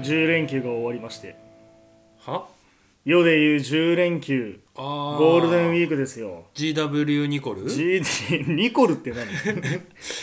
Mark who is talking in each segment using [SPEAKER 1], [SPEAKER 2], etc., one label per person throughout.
[SPEAKER 1] 10連休が終わりまして
[SPEAKER 2] は
[SPEAKER 1] 世でいう10連休
[SPEAKER 2] あー
[SPEAKER 1] ゴールデンウィークですよ
[SPEAKER 2] GW ニコル
[SPEAKER 1] GT ニコルって 何何そ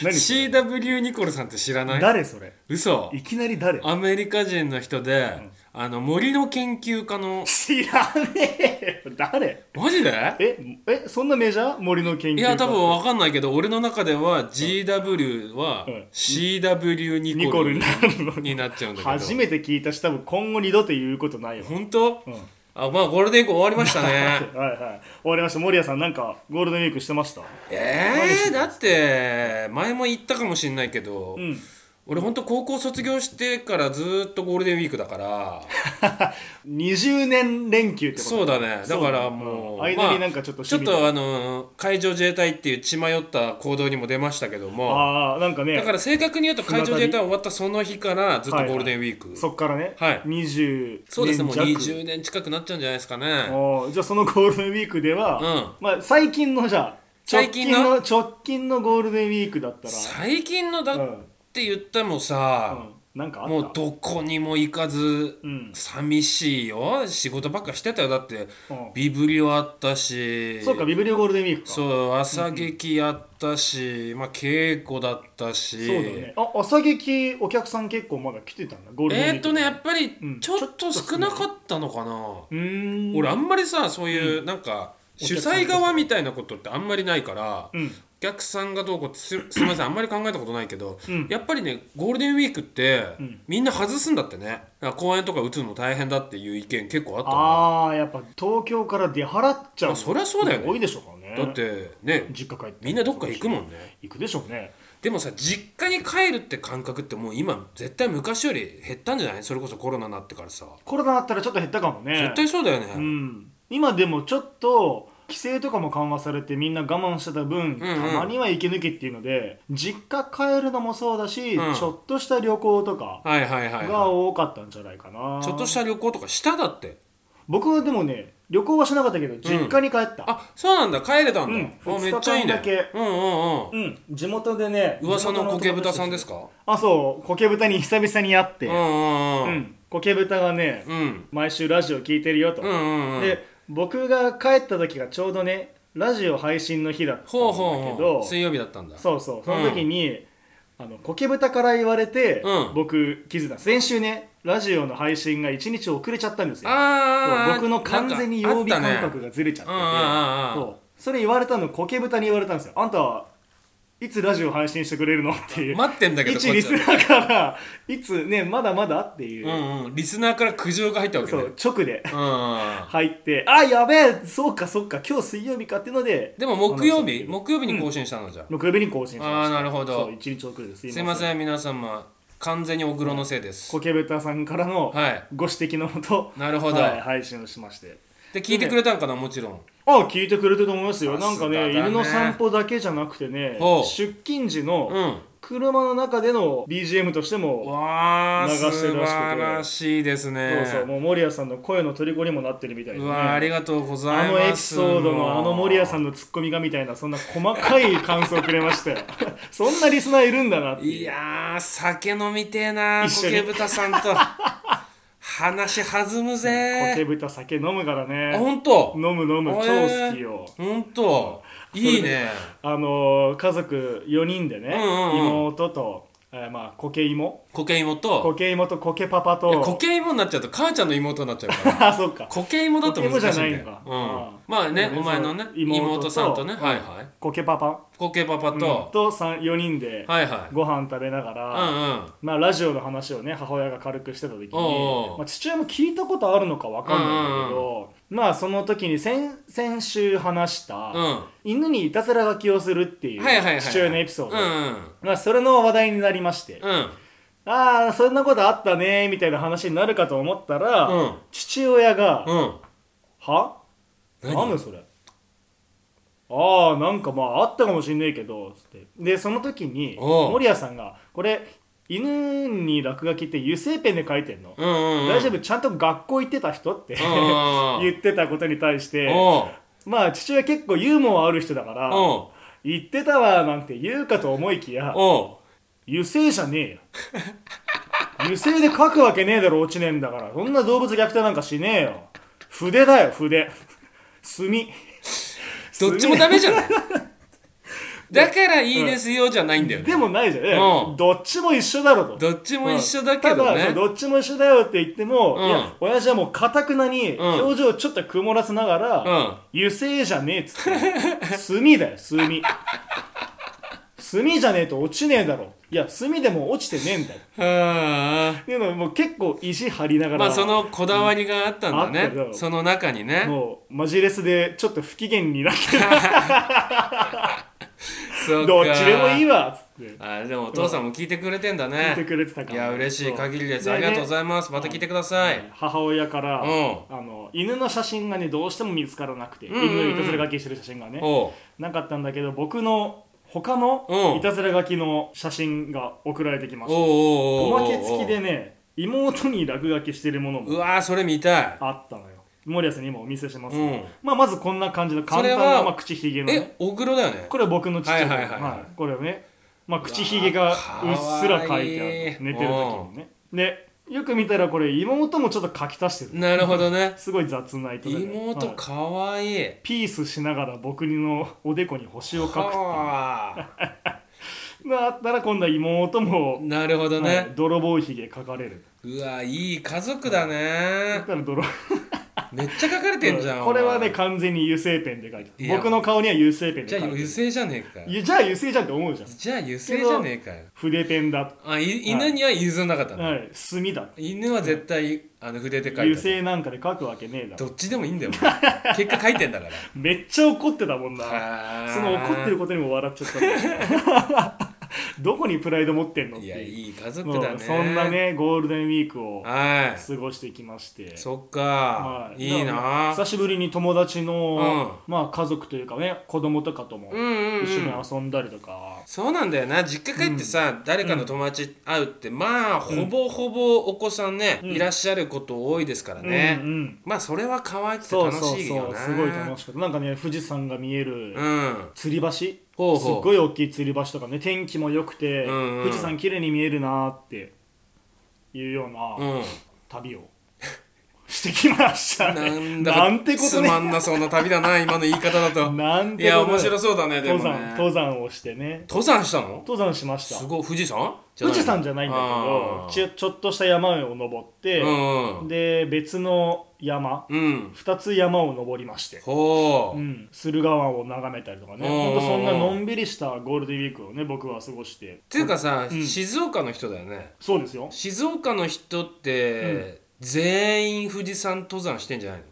[SPEAKER 1] れ
[SPEAKER 2] CW ニコルさんって知らない
[SPEAKER 1] 誰それ
[SPEAKER 2] 嘘
[SPEAKER 1] いきなり誰
[SPEAKER 2] アメリカ人の人で、あの森の研究家の
[SPEAKER 1] 知らねえよ誰
[SPEAKER 2] マジで
[SPEAKER 1] ええそんなメジャー森の研究家
[SPEAKER 2] いや多分わかんないけど俺の中では GW は
[SPEAKER 1] うん
[SPEAKER 2] CW ニ
[SPEAKER 1] ニ
[SPEAKER 2] コ
[SPEAKER 1] コ
[SPEAKER 2] ル
[SPEAKER 1] ル
[SPEAKER 2] に
[SPEAKER 1] になるの
[SPEAKER 2] になっちゃうんだけど
[SPEAKER 1] 初めて聞いたし多分今後二度と言うことないよ、
[SPEAKER 2] 本当
[SPEAKER 1] うん、はい
[SPEAKER 2] あまあゴールデンウィーク終わりまし たね
[SPEAKER 1] はい終わりました守屋さんなんかゴールデンウィークしてました
[SPEAKER 2] えー、だって前も言ったかもしれないけど、
[SPEAKER 1] うん
[SPEAKER 2] 俺ほんと高校卒業してからずーっとゴールデンウィークだから
[SPEAKER 1] 20年連休ってこと
[SPEAKER 2] そうだねだから
[SPEAKER 1] う
[SPEAKER 2] もう、
[SPEAKER 1] ん間になんかちょっと
[SPEAKER 2] ち
[SPEAKER 1] 趣
[SPEAKER 2] ょっ
[SPEAKER 1] 味
[SPEAKER 2] とあの海上自衛隊っていう血迷った行動にも出ましたけども
[SPEAKER 1] ああなんかね
[SPEAKER 2] だから正確に言うと海上自衛隊終わったその日からずっとゴ
[SPEAKER 1] はいはい
[SPEAKER 2] ールデンウィーク、
[SPEAKER 1] そっからね、
[SPEAKER 2] はい
[SPEAKER 1] 20
[SPEAKER 2] そうですねもう
[SPEAKER 1] 年弱
[SPEAKER 2] 20年近くなっちゃうんじゃないですかね
[SPEAKER 1] おーじゃあそのゴールデンウィークでは、
[SPEAKER 2] うん
[SPEAKER 1] まあ、最近のじゃあ直
[SPEAKER 2] 最近
[SPEAKER 1] 近
[SPEAKER 2] の
[SPEAKER 1] の直近のゴールデンウィークだったら、
[SPEAKER 2] 最近のだ
[SPEAKER 1] う
[SPEAKER 2] っ
[SPEAKER 1] ん
[SPEAKER 2] て言っても
[SPEAKER 1] う
[SPEAKER 2] さ
[SPEAKER 1] ん、、なんかあった
[SPEAKER 2] もうどこにも行かず
[SPEAKER 1] うん
[SPEAKER 2] 寂しいよ仕事ばっかしてたよだって
[SPEAKER 1] うん
[SPEAKER 2] ビブリオあったし
[SPEAKER 1] そうかビブリオゴールデンウィークか
[SPEAKER 2] そう朝劇やったし、まあ、稽古だったし
[SPEAKER 1] そうだねあ朝劇お客さん結構まだ来てたんだゴールデンウィ
[SPEAKER 2] え
[SPEAKER 1] ーク
[SPEAKER 2] ーっとねやっぱり
[SPEAKER 1] うん
[SPEAKER 2] ちょっと少なかったのかな、
[SPEAKER 1] うーん
[SPEAKER 2] 俺あんまりさそういうなんか
[SPEAKER 1] お
[SPEAKER 2] 主
[SPEAKER 1] 客さん
[SPEAKER 2] 催側みたいなことってあんまりないから、
[SPEAKER 1] うん
[SPEAKER 2] お客さんがどうこうってす すみませんあんまり考えたことないけど、
[SPEAKER 1] うん
[SPEAKER 2] やっぱりねゴールデンウィークって、
[SPEAKER 1] うん
[SPEAKER 2] みんな外すんだってねだから公園とか打つの大変だっていう意見結構あったの
[SPEAKER 1] ああやっぱ東京から出払っちゃう
[SPEAKER 2] まあそりゃそうだよね
[SPEAKER 1] 多いでしょうからね
[SPEAKER 2] だってね
[SPEAKER 1] 実家帰って
[SPEAKER 2] みんなどっか行くもんね
[SPEAKER 1] 行くでしょうね
[SPEAKER 2] でもさ実家に帰るって感覚ってもう今絶対昔より減ったんじゃないそれこそコロナになってからさ
[SPEAKER 1] コロナだったらちょっと減ったかもね
[SPEAKER 2] 絶対そうだよね、
[SPEAKER 1] うん、今でもちょっと規制とかも緩和されてみんな我慢してた分、
[SPEAKER 2] うんうん
[SPEAKER 1] たまには息抜きっていうので実家帰るのもそうだし、
[SPEAKER 2] うん
[SPEAKER 1] ちょっとした旅行とか
[SPEAKER 2] はいはいはい、はい、
[SPEAKER 1] が多かったんじゃないかな、
[SPEAKER 2] ちょっとした旅行とかしただって
[SPEAKER 1] 僕はでもね旅行はしなかったけど実家に帰った、
[SPEAKER 2] あそうなんだ帰れたんだ、
[SPEAKER 1] うん
[SPEAKER 2] あめっちゃいい
[SPEAKER 1] 二日間だ
[SPEAKER 2] ね
[SPEAKER 1] け
[SPEAKER 2] うんうんうん
[SPEAKER 1] うん地元でね
[SPEAKER 2] 噂の
[SPEAKER 1] 地
[SPEAKER 2] 苔
[SPEAKER 1] 元友
[SPEAKER 2] 豚
[SPEAKER 1] 達
[SPEAKER 2] さん
[SPEAKER 1] た
[SPEAKER 2] で
[SPEAKER 1] ち
[SPEAKER 2] すか
[SPEAKER 1] あそう苔豚に久々に会っ
[SPEAKER 2] う
[SPEAKER 1] て、
[SPEAKER 2] んうんう
[SPEAKER 1] うんん苔豚がね、
[SPEAKER 2] うん
[SPEAKER 1] 毎週ラジオ聞いてるよと、
[SPEAKER 2] うんうんうん
[SPEAKER 1] で僕が帰った時がちょうどねラジオ配信の日だったんだけ
[SPEAKER 2] ほ
[SPEAKER 1] ど
[SPEAKER 2] うほうほう水曜日だったんだ
[SPEAKER 1] そうそうその時に、あのコケブタから言われて、
[SPEAKER 2] うん
[SPEAKER 1] 僕気づいた先週ねラジオの配信が1日遅れちゃったんですよ
[SPEAKER 2] あ
[SPEAKER 1] そ
[SPEAKER 2] あ
[SPEAKER 1] う僕の完全に曜日感覚がずれちゃってて、
[SPEAKER 2] うんうんうんうん
[SPEAKER 1] そうそれ言われたのコケブタに言われたんですよあんたいつラジオ配信してくれるのっていう
[SPEAKER 2] 待ってんだけど
[SPEAKER 1] 一リスナーからいつねまだまだっていう、
[SPEAKER 2] うんうんリスナーから苦情が入ったわけ
[SPEAKER 1] そ
[SPEAKER 2] ね
[SPEAKER 1] う直で
[SPEAKER 2] うんうんうん
[SPEAKER 1] 入ってあやべえそうかそうか今日水曜日かっていうので
[SPEAKER 2] でも木
[SPEAKER 1] 話
[SPEAKER 2] 曜
[SPEAKER 1] して
[SPEAKER 2] 日
[SPEAKER 1] る
[SPEAKER 2] 木曜日に更新したのじゃあ
[SPEAKER 1] 木曜日に更新しました
[SPEAKER 2] あーなるほど
[SPEAKER 1] そう1日遅れです
[SPEAKER 2] すいません皆様完全におぐろのせいです
[SPEAKER 1] コケベタさんからの
[SPEAKER 2] はい
[SPEAKER 1] ご指摘のもと、
[SPEAKER 2] なるほど
[SPEAKER 1] はい配信をしまして
[SPEAKER 2] で聞いてくれたんかなもちろん
[SPEAKER 1] ああ聞いてくれてると思いますよ
[SPEAKER 2] さ
[SPEAKER 1] なん
[SPEAKER 2] すが
[SPEAKER 1] か
[SPEAKER 2] だ
[SPEAKER 1] ね
[SPEAKER 2] ね
[SPEAKER 1] 犬の散歩だけじゃなくてね
[SPEAKER 2] ほう
[SPEAKER 1] 出勤時
[SPEAKER 2] う
[SPEAKER 1] の
[SPEAKER 2] ん
[SPEAKER 1] 車の中での BGM としても、
[SPEAKER 2] わあ
[SPEAKER 1] 流してるらしくて
[SPEAKER 2] 素晴らしいですね
[SPEAKER 1] そうそうもう守谷さんの声の虜にもなってるみたいで
[SPEAKER 2] う
[SPEAKER 1] ね
[SPEAKER 2] わーありがとうござ
[SPEAKER 1] あ
[SPEAKER 2] い
[SPEAKER 1] の
[SPEAKER 2] ます
[SPEAKER 1] エピソードのあの守谷さん
[SPEAKER 2] の
[SPEAKER 1] のツッコミがみたいなそんな細かい感想をくれましたよ そんなリスナーいるんだなっていう
[SPEAKER 2] いやー酒飲みてえな
[SPEAKER 1] 一
[SPEAKER 2] コ
[SPEAKER 1] 緒に
[SPEAKER 2] ケブタさんと話弾む
[SPEAKER 1] コケ
[SPEAKER 2] ぜ
[SPEAKER 1] 豚酒飲むから
[SPEAKER 2] あ
[SPEAKER 1] ね
[SPEAKER 2] 本当
[SPEAKER 1] 飲む飲む超
[SPEAKER 2] へー
[SPEAKER 1] 好きよ、
[SPEAKER 2] 本当いいね
[SPEAKER 1] あのー家族4人でね、
[SPEAKER 2] うんうんうん
[SPEAKER 1] 妹と、えーまあ、コケ妹
[SPEAKER 2] コケ芋と
[SPEAKER 1] コケ妹とコケパパ
[SPEAKER 2] いや
[SPEAKER 1] と
[SPEAKER 2] コケ芋になっちゃうと母ちゃんの妹になっちゃうか ら
[SPEAKER 1] あそっか
[SPEAKER 2] コケ芋だと難
[SPEAKER 1] コ
[SPEAKER 2] しいんだ
[SPEAKER 1] ケ芋じゃないのか
[SPEAKER 2] よ、う
[SPEAKER 1] あ
[SPEAKER 2] ん
[SPEAKER 1] あ、
[SPEAKER 2] まあね
[SPEAKER 1] そうね
[SPEAKER 2] お前のね
[SPEAKER 1] そう
[SPEAKER 2] 妹
[SPEAKER 1] 妹と
[SPEAKER 2] さんとね
[SPEAKER 1] うん
[SPEAKER 2] はいはい
[SPEAKER 1] コケパパ
[SPEAKER 2] コケパ
[SPEAKER 1] と,、
[SPEAKER 2] パ
[SPEAKER 1] うん、
[SPEAKER 2] と、
[SPEAKER 1] と三4人で
[SPEAKER 2] はいはい
[SPEAKER 1] ご飯食べながら、
[SPEAKER 2] うんうん
[SPEAKER 1] まあ、ラジオの話をね母親が軽くしてた時に
[SPEAKER 2] おうおう
[SPEAKER 1] まあ、父親も聞いたことあるのかわかんないんだけど、まあその時に先先週話した、
[SPEAKER 2] うん
[SPEAKER 1] 犬にいたずら書きをするってい
[SPEAKER 2] はいはいはいはいう
[SPEAKER 1] 父親のエピソード、
[SPEAKER 2] うん
[SPEAKER 1] まあ、それの話題になりまして、
[SPEAKER 2] うん
[SPEAKER 1] ああそんなことあったねみたいな話になるかと思ったら、
[SPEAKER 2] うん
[SPEAKER 1] 父親が「
[SPEAKER 2] うんうん
[SPEAKER 1] は
[SPEAKER 2] 何
[SPEAKER 1] なんだそれああなんかまああったかもしんないけど」つってでその時に
[SPEAKER 2] おう
[SPEAKER 1] 守屋さんが「これ犬に落書きって油性ペンで書いてんの、
[SPEAKER 2] うんうんうん
[SPEAKER 1] 大丈夫ちゃんと学校行ってた人?」って
[SPEAKER 2] うんうんうん
[SPEAKER 1] 言ってたことに対して
[SPEAKER 2] おう
[SPEAKER 1] まあ父親結構ユーモアある人だから
[SPEAKER 2] おう
[SPEAKER 1] 「言ってたわ」なんて言うかと思いきや
[SPEAKER 2] おう
[SPEAKER 1] 油性じゃねえよ油油性で書くわけねえだろ落ちねえんだからそんな動物虐待なんかしねえよ筆だよ筆墨
[SPEAKER 2] どっちもダメじゃないだからいいですよじゃないんだよね、
[SPEAKER 1] でもないじゃんね、
[SPEAKER 2] うん
[SPEAKER 1] どっちも一緒だろと
[SPEAKER 2] どっちも一緒だけど
[SPEAKER 1] うんただそ
[SPEAKER 2] ね
[SPEAKER 1] う、どっちも一緒だよって言っても、
[SPEAKER 2] うん
[SPEAKER 1] いや親父はもうかたくなに
[SPEAKER 2] ん
[SPEAKER 1] 表情をちょっと曇らせながら、
[SPEAKER 2] うん
[SPEAKER 1] 油性じゃねえっつって墨だよ墨墨じゃねえと落ちねえだろいや墨でも落ちてねえんだよ
[SPEAKER 2] は
[SPEAKER 1] っていうのをもう結構意地張りなが
[SPEAKER 2] あ
[SPEAKER 1] ら、
[SPEAKER 2] まあそのこだわりがあったんだ
[SPEAKER 1] あった
[SPEAKER 2] ね、
[SPEAKER 1] よ
[SPEAKER 2] その中にね
[SPEAKER 1] もうマジレスでちょっと不機嫌になってる
[SPEAKER 2] そうか
[SPEAKER 1] どっちでもいいわっつって
[SPEAKER 2] あでもお父さんも聞いてくれてんだ
[SPEAKER 1] 言
[SPEAKER 2] ね
[SPEAKER 1] ってくれてたから
[SPEAKER 2] いや嬉しい限りです、
[SPEAKER 1] そう
[SPEAKER 2] ありがとうご
[SPEAKER 1] ね
[SPEAKER 2] ざいますまた聞いてください、
[SPEAKER 1] 母親から、
[SPEAKER 2] うん
[SPEAKER 1] あの犬の写真がねどうしても見つからなくて、
[SPEAKER 2] んうんうん
[SPEAKER 1] 犬のいたずら書きしてる写真がね
[SPEAKER 2] おう
[SPEAKER 1] なかったんだけど僕の他の
[SPEAKER 2] うん
[SPEAKER 1] いたずら書きの写真が送られてきました
[SPEAKER 2] おうおうおうお
[SPEAKER 1] お
[SPEAKER 2] う
[SPEAKER 1] まけ付きでね妹に落書きしてるもの
[SPEAKER 2] う
[SPEAKER 1] も
[SPEAKER 2] わーそれ見たい
[SPEAKER 1] あったのよ森谷さんにもお見せしますけど、
[SPEAKER 2] うん
[SPEAKER 1] まあ、まずこんな感じの簡単
[SPEAKER 2] それ
[SPEAKER 1] な、
[SPEAKER 2] は
[SPEAKER 1] まあ、口ひげの、ね、
[SPEAKER 2] え小黒だよね
[SPEAKER 1] これは僕の父親、
[SPEAKER 2] はいはいはいはい
[SPEAKER 1] これをね、まあ、口ひげがうっすら書いてある
[SPEAKER 2] かわいい
[SPEAKER 1] 寝てる時にねでよく見たらこれ妹もちょっと書き足してる
[SPEAKER 2] なるほどね
[SPEAKER 1] すごい雑な糸でね
[SPEAKER 2] 妹
[SPEAKER 1] はい
[SPEAKER 2] かわいい
[SPEAKER 1] ピースしながら僕のおでこに星を描くっていう
[SPEAKER 2] はあ
[SPEAKER 1] だったら今度は妹も、
[SPEAKER 2] なるほ
[SPEAKER 1] は
[SPEAKER 2] ど
[SPEAKER 1] い
[SPEAKER 2] ね、
[SPEAKER 1] 泥棒ひげ描かれる
[SPEAKER 2] うわいい家族だ
[SPEAKER 1] だ
[SPEAKER 2] ね
[SPEAKER 1] ったら泥
[SPEAKER 2] めっちゃ書かれてんじゃん
[SPEAKER 1] これはね
[SPEAKER 2] お前
[SPEAKER 1] 完全に油性ペンで描いて
[SPEAKER 2] い
[SPEAKER 1] る
[SPEAKER 2] や
[SPEAKER 1] 僕の顔には油性ペン
[SPEAKER 2] じ
[SPEAKER 1] で
[SPEAKER 2] ゃあ
[SPEAKER 1] 描いて
[SPEAKER 2] 油
[SPEAKER 1] る
[SPEAKER 2] 性じゃねえか
[SPEAKER 1] いやじゃあ油性じゃんって思うじゃん
[SPEAKER 2] じゃあ油性じゃねえかよ
[SPEAKER 1] 筆ペンだ、
[SPEAKER 2] あい犬には譲んなかったの、
[SPEAKER 1] はい、墨だ
[SPEAKER 2] 犬は絶対あの筆で書いた
[SPEAKER 1] 油性なんかで描くわけねえだろ
[SPEAKER 2] どっちでもいいんだ よもう結果書いてんだから
[SPEAKER 1] めっちゃ怒ってたもんな
[SPEAKER 2] はあ
[SPEAKER 1] その怒ってることにも笑っちゃったんだけ どどこにプライド持ってんのって
[SPEAKER 2] い
[SPEAKER 1] い
[SPEAKER 2] や
[SPEAKER 1] う
[SPEAKER 2] いい家族
[SPEAKER 1] も
[SPEAKER 2] だね
[SPEAKER 1] うそんなねゴールデンウィークを
[SPEAKER 2] は
[SPEAKER 1] 過ごしてきまして
[SPEAKER 2] いそっか
[SPEAKER 1] はい
[SPEAKER 2] い
[SPEAKER 1] だから
[SPEAKER 2] な
[SPEAKER 1] 久しぶりに友達の、まあ、家族というかね子供とかとも
[SPEAKER 2] うんうんうん
[SPEAKER 1] 一緒に遊んだりとか、
[SPEAKER 2] そうなんだよな実家帰ってさ、誰かの友達会うってまあほぼほぼお子さんね、いらっしゃること多いですからね、
[SPEAKER 1] うんうん
[SPEAKER 2] まあそれは可愛くて
[SPEAKER 1] そう
[SPEAKER 2] 楽
[SPEAKER 1] そう
[SPEAKER 2] しい
[SPEAKER 1] そ
[SPEAKER 2] よ
[SPEAKER 1] う
[SPEAKER 2] な
[SPEAKER 1] すごい楽しかったなんかね富士山が見える
[SPEAKER 2] うん
[SPEAKER 1] 吊り橋、
[SPEAKER 2] ほう
[SPEAKER 1] すっ
[SPEAKER 2] ほう
[SPEAKER 1] ごい大きい吊り橋とかね天気も良くて、
[SPEAKER 2] うんうん
[SPEAKER 1] 富士山綺麗に見えるなーっていうよう
[SPEAKER 2] う、
[SPEAKER 1] なん旅をしてきましたね
[SPEAKER 2] なんだか
[SPEAKER 1] てこと
[SPEAKER 2] つま
[SPEAKER 1] ね
[SPEAKER 2] んなそうな旅だな今の言い方だと
[SPEAKER 1] なんてことね
[SPEAKER 2] いや面白そうだねでも
[SPEAKER 1] 登
[SPEAKER 2] ね
[SPEAKER 1] 山登山をしてね
[SPEAKER 2] 登山したの
[SPEAKER 1] 登山しました
[SPEAKER 2] すごい富士山じゃ
[SPEAKER 1] 富
[SPEAKER 2] ない
[SPEAKER 1] 士山じゃないんだけ
[SPEAKER 2] あ
[SPEAKER 1] ど
[SPEAKER 2] ー
[SPEAKER 1] ちょちょっとした山を登って、
[SPEAKER 2] うん
[SPEAKER 1] で別の山
[SPEAKER 2] うんうん
[SPEAKER 1] 2つ山を登りまして、
[SPEAKER 2] ほう、
[SPEAKER 1] うん、駿河湾を眺めたりとかね
[SPEAKER 2] うん
[SPEAKER 1] ほんとそんなのんびりしたゴールデンウィークをね僕は過ごして
[SPEAKER 2] っていうかさ、
[SPEAKER 1] うん
[SPEAKER 2] 静岡の人だよね
[SPEAKER 1] そうですよ
[SPEAKER 2] 静岡の人って、全員富士山登山してんじゃないの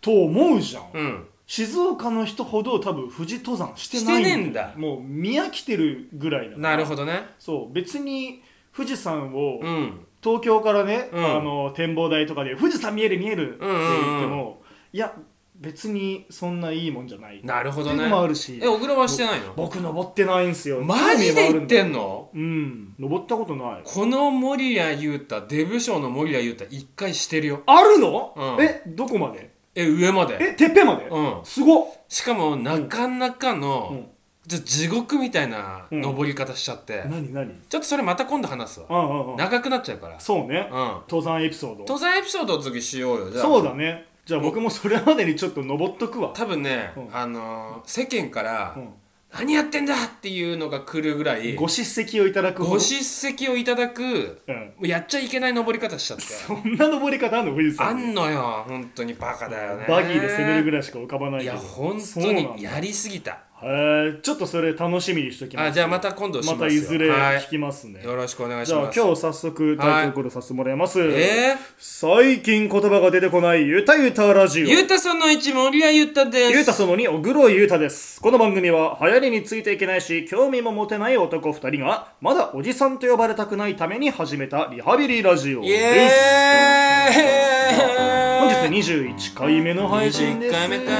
[SPEAKER 1] と思うじゃん、
[SPEAKER 2] うん
[SPEAKER 1] 静岡の人ほど多分富士登山して
[SPEAKER 2] して
[SPEAKER 1] ない
[SPEAKER 2] ねえんだ
[SPEAKER 1] もう見飽きてるぐらいだから
[SPEAKER 2] なるほどね
[SPEAKER 1] そう別に富士山を
[SPEAKER 2] うん
[SPEAKER 1] 東京からね、
[SPEAKER 2] うん
[SPEAKER 1] あの展望台とかで富士山見える見えるって言って
[SPEAKER 2] うんうん
[SPEAKER 1] も、いや別にそんないいもんじゃない
[SPEAKER 2] なるほど
[SPEAKER 1] ってい
[SPEAKER 2] ね
[SPEAKER 1] うのもあるし
[SPEAKER 2] え小倉はしてないの
[SPEAKER 1] 僕登ってないんすよ
[SPEAKER 2] マジで言ってん
[SPEAKER 1] の
[SPEAKER 2] の
[SPEAKER 1] うん登ったことない
[SPEAKER 2] この森谷裕太デブ賞の森谷裕太一回してるよ
[SPEAKER 1] あるの、
[SPEAKER 2] うん
[SPEAKER 1] えどこまで
[SPEAKER 2] え上まで
[SPEAKER 1] えてっぺんまで、
[SPEAKER 2] うん
[SPEAKER 1] すごっ
[SPEAKER 2] しかもなかなか
[SPEAKER 1] うんう
[SPEAKER 2] の
[SPEAKER 1] ん、
[SPEAKER 2] ちょっと地獄みたいな
[SPEAKER 1] うん
[SPEAKER 2] 登り方しちゃって、
[SPEAKER 1] 何何
[SPEAKER 2] ちょっとそれまた今度話すわ、
[SPEAKER 1] うんうんうん
[SPEAKER 2] 長くなっちゃうから
[SPEAKER 1] そうね、
[SPEAKER 2] うん
[SPEAKER 1] 登山エピソード
[SPEAKER 2] 登山エピソードを次しようよじゃあ
[SPEAKER 1] そうだねじゃあ僕もそれまでにちょっと登っとくわ
[SPEAKER 2] 多分ね、
[SPEAKER 1] うん
[SPEAKER 2] あのー世間から、
[SPEAKER 1] うん
[SPEAKER 2] 何やってんだっていうのが来るぐらい
[SPEAKER 1] ご叱責をいただくほど
[SPEAKER 2] ご叱責をいただく
[SPEAKER 1] うん
[SPEAKER 2] やっちゃいけない登り方しちゃって
[SPEAKER 1] そんな登り方あんの富士
[SPEAKER 2] あ
[SPEAKER 1] 山で
[SPEAKER 2] んのよ本当にバカだよね
[SPEAKER 1] バギーで攻めるぐら
[SPEAKER 2] らい
[SPEAKER 1] いしか浮かばない
[SPEAKER 2] い
[SPEAKER 1] けど
[SPEAKER 2] や本
[SPEAKER 1] そ
[SPEAKER 2] 当
[SPEAKER 1] うなん
[SPEAKER 2] に
[SPEAKER 1] だ
[SPEAKER 2] やりすぎた
[SPEAKER 1] へえちょっとそれ楽しみにしときます
[SPEAKER 2] あじゃあまた今度します
[SPEAKER 1] ま
[SPEAKER 2] よ
[SPEAKER 1] たいずれ
[SPEAKER 2] はい
[SPEAKER 1] 聞きますね、
[SPEAKER 2] よろしくお願いし
[SPEAKER 1] じゃ
[SPEAKER 2] ま
[SPEAKER 1] あ
[SPEAKER 2] す
[SPEAKER 1] 今日早速タイトルコールさせてもらいます、
[SPEAKER 2] え
[SPEAKER 1] 最近言葉が出てこないゆたゆたラジオ
[SPEAKER 2] ー、ゆうたさんの1森谷ゆうたです
[SPEAKER 1] ゆうたその2、小黒ゆうたです。この番組は、流行りについていけないし、興味も持てない男2人が、まだおじさんと呼ばれたくないために始めたリハビリラジオ
[SPEAKER 2] イ
[SPEAKER 1] で
[SPEAKER 2] エ
[SPEAKER 1] す。
[SPEAKER 2] ーイ
[SPEAKER 1] 本日21回目の配信です。
[SPEAKER 2] 21回目か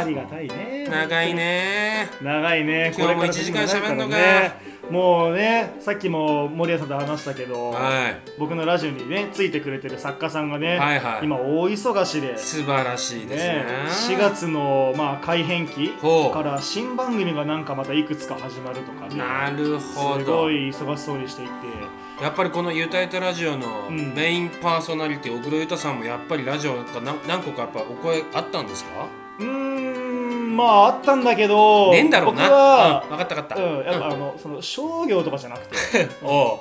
[SPEAKER 1] ありがたいね
[SPEAKER 2] 長いね
[SPEAKER 1] 長いね
[SPEAKER 2] 今日も
[SPEAKER 1] これから先長い
[SPEAKER 2] 一時間喋んのから
[SPEAKER 1] ねもうねさっきも森谷さんと話したけど、
[SPEAKER 2] は
[SPEAKER 1] 僕のラジオにねついてくれてる作家さんがね、
[SPEAKER 2] はいはい
[SPEAKER 1] 今大忙しで
[SPEAKER 2] い素晴らしいです
[SPEAKER 1] ね、
[SPEAKER 2] ね
[SPEAKER 1] 4月の、まあ、改編期
[SPEAKER 2] ほう
[SPEAKER 1] から新番組がなんかまたいくつか始まるとかね
[SPEAKER 2] なるほ
[SPEAKER 1] す
[SPEAKER 2] ど
[SPEAKER 1] ごい忙しそうにしていて
[SPEAKER 2] やっぱりこの「ゆたゆたラジオ」の
[SPEAKER 1] うん
[SPEAKER 2] メインパーソナリティ小黒ゆたさんもやっぱりラジオが何何個かやっぱお声あったんですか
[SPEAKER 1] うーんまああったんだけど
[SPEAKER 2] ねえんだろう
[SPEAKER 1] 僕
[SPEAKER 2] な、うん、
[SPEAKER 1] は、
[SPEAKER 2] 分かった分かった、
[SPEAKER 1] うんやっぱあのその商業とかじゃなくて、う
[SPEAKER 2] おう
[SPEAKER 1] ん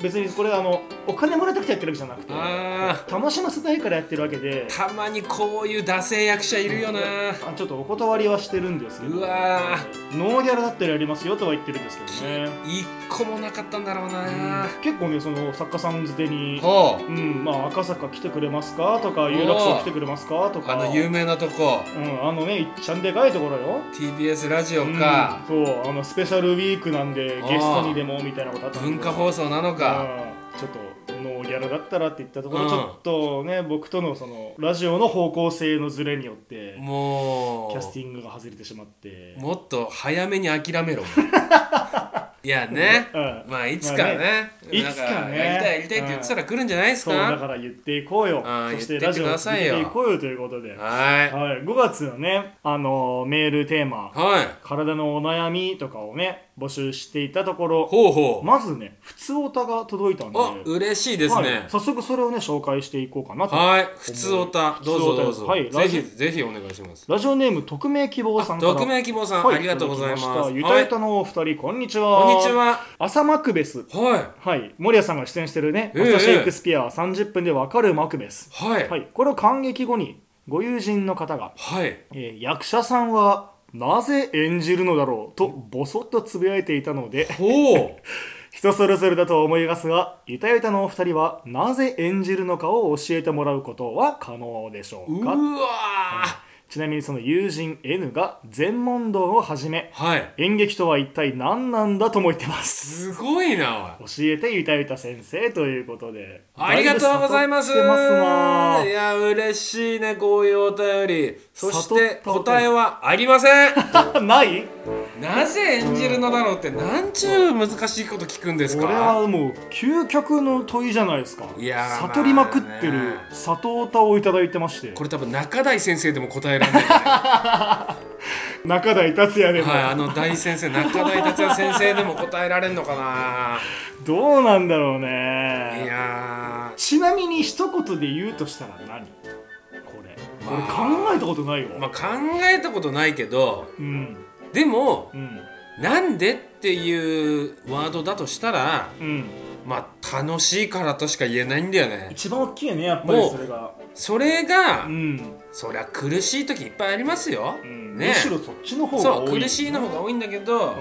[SPEAKER 1] 別にこれあのお金もらいたくてやってるわけじゃなくて
[SPEAKER 2] あ
[SPEAKER 1] 楽しませたいからやってるわけで
[SPEAKER 2] ーたまにこういう惰性役者いるよな
[SPEAKER 1] あちょっとお断りはしてるんですけど
[SPEAKER 2] うわ
[SPEAKER 1] ノーギャラだったらやりますよとは言ってるんですけどね、
[SPEAKER 2] 一個もなかったんだろうな
[SPEAKER 1] うん結構ねその作家さんづてに
[SPEAKER 2] ほう
[SPEAKER 1] うん、まあ赤坂来てくれますかとか有楽町来てくれますかとか
[SPEAKER 2] あの有名なとこ
[SPEAKER 1] うん、あのねいっちゃんでかいところよ
[SPEAKER 2] TBS ラジオか、
[SPEAKER 1] うん、そうあのスペシャルウィークなんで
[SPEAKER 2] あー
[SPEAKER 1] ゲストにでもみたいなことあったんだけど
[SPEAKER 2] 文化放送なの
[SPEAKER 1] う
[SPEAKER 2] か、
[SPEAKER 1] んちょっとノーギャラだったらって言ったところ、
[SPEAKER 2] うん
[SPEAKER 1] ちょっとね僕とのそのラジオの方向性のズレによって
[SPEAKER 2] もう
[SPEAKER 1] キャスティングが外れてしまって
[SPEAKER 2] もっと早めに諦 めろいやね、
[SPEAKER 1] うん
[SPEAKER 2] まあいつかね,、
[SPEAKER 1] まあね
[SPEAKER 2] なん
[SPEAKER 1] いつかね
[SPEAKER 2] やりたいやりたいって言ってたら来るんじゃないです
[SPEAKER 1] そうだ
[SPEAKER 2] か、
[SPEAKER 1] から言っていこうよ
[SPEAKER 2] あー
[SPEAKER 1] そして
[SPEAKER 2] 言
[SPEAKER 1] ラ
[SPEAKER 2] って
[SPEAKER 1] ジ
[SPEAKER 2] く
[SPEAKER 1] オを
[SPEAKER 2] だ
[SPEAKER 1] 続
[SPEAKER 2] さい
[SPEAKER 1] け
[SPEAKER 2] よ
[SPEAKER 1] ていこうよということで、は
[SPEAKER 2] はい
[SPEAKER 1] い、5月のね、あのーメールテーマ
[SPEAKER 2] はい
[SPEAKER 1] 体のお悩みとかをね募集していたところ
[SPEAKER 2] ほうほう、
[SPEAKER 1] まずね普通オタが届いたんで
[SPEAKER 2] あ嬉しいです
[SPEAKER 1] は
[SPEAKER 2] ね
[SPEAKER 1] い早速それをね紹介していこうかなと
[SPEAKER 2] はい普通おたどうぞどうぞ、
[SPEAKER 1] はい
[SPEAKER 2] ぜ
[SPEAKER 1] ラ
[SPEAKER 2] ひ
[SPEAKER 1] ジ
[SPEAKER 2] ぜひお願いします
[SPEAKER 1] ラジオネーム匿名希望さんから
[SPEAKER 2] 匿名希望さん、
[SPEAKER 1] はい
[SPEAKER 2] ありがとうございます
[SPEAKER 1] ただきゆた
[SPEAKER 2] は
[SPEAKER 1] ゆ
[SPEAKER 2] いこ
[SPEAKER 1] たのお二人こんにちは
[SPEAKER 2] んにちは
[SPEAKER 1] 朝マクベス
[SPEAKER 2] は
[SPEAKER 1] はい森谷さんが出演してるね「
[SPEAKER 2] ええ
[SPEAKER 1] 朝シェイクスピア30分でわかるマクベス
[SPEAKER 2] いはい」は、
[SPEAKER 1] はいいこれを感激後にご友人の方が「えー役者さんはなぜ演じるのだろう?」とボソッとつぶやいていたので
[SPEAKER 2] ほう
[SPEAKER 1] 人それぞれだとは思いますがゆたゆたのお二人はなぜ演じるのかを教えてもらうことは可能でしょう
[SPEAKER 2] う
[SPEAKER 1] か
[SPEAKER 2] わー
[SPEAKER 1] ちなみにその友人 N が全問答をはじめ
[SPEAKER 2] はい
[SPEAKER 1] 演劇とは一体何なんだとも言ってます
[SPEAKER 2] すごいな
[SPEAKER 1] 教えてゆたゆた先生ということで
[SPEAKER 2] おいありがとうございます
[SPEAKER 1] だぶ悟ってます
[SPEAKER 2] い
[SPEAKER 1] な
[SPEAKER 2] や嬉しいねこういうお便りそし
[SPEAKER 1] 悟ってたお便り
[SPEAKER 2] 答えはありません
[SPEAKER 1] あない
[SPEAKER 2] なぜ演じるのだろうってなんちゅう難しいこと聞くんです
[SPEAKER 1] こ
[SPEAKER 2] か
[SPEAKER 1] れはもう究極の問いじゃないですか
[SPEAKER 2] いやー
[SPEAKER 1] 悟りまくって
[SPEAKER 2] ま
[SPEAKER 1] る
[SPEAKER 2] あね
[SPEAKER 1] 佐藤太をいただいてまして
[SPEAKER 2] これ多分中台先生でも答えら れないは
[SPEAKER 1] 中台達也で
[SPEAKER 2] い
[SPEAKER 1] も、
[SPEAKER 2] あの大先生中台達也先生でも答えられんのか
[SPEAKER 1] どうなんだろう
[SPEAKER 2] な
[SPEAKER 1] ね
[SPEAKER 2] いや
[SPEAKER 1] ちなみに一言で言うとしたら何これ俺
[SPEAKER 2] ま
[SPEAKER 1] 考えたことないよ、
[SPEAKER 2] ーまあ考えたことないけど
[SPEAKER 1] うん
[SPEAKER 2] でも
[SPEAKER 1] うん
[SPEAKER 2] なんでっていうワードだとしたら
[SPEAKER 1] うん
[SPEAKER 2] まあ楽しいからとしか言えないんだよね
[SPEAKER 1] 一番大きいよねやっぱりそれが
[SPEAKER 2] それが、
[SPEAKER 1] うん、
[SPEAKER 2] そりゃ苦しい時いっぱいありますよ、
[SPEAKER 1] うん
[SPEAKER 2] ね
[SPEAKER 1] むしろそっちの方が
[SPEAKER 2] そ
[SPEAKER 1] 多
[SPEAKER 2] う
[SPEAKER 1] い
[SPEAKER 2] 苦しいの方が多いんだけど、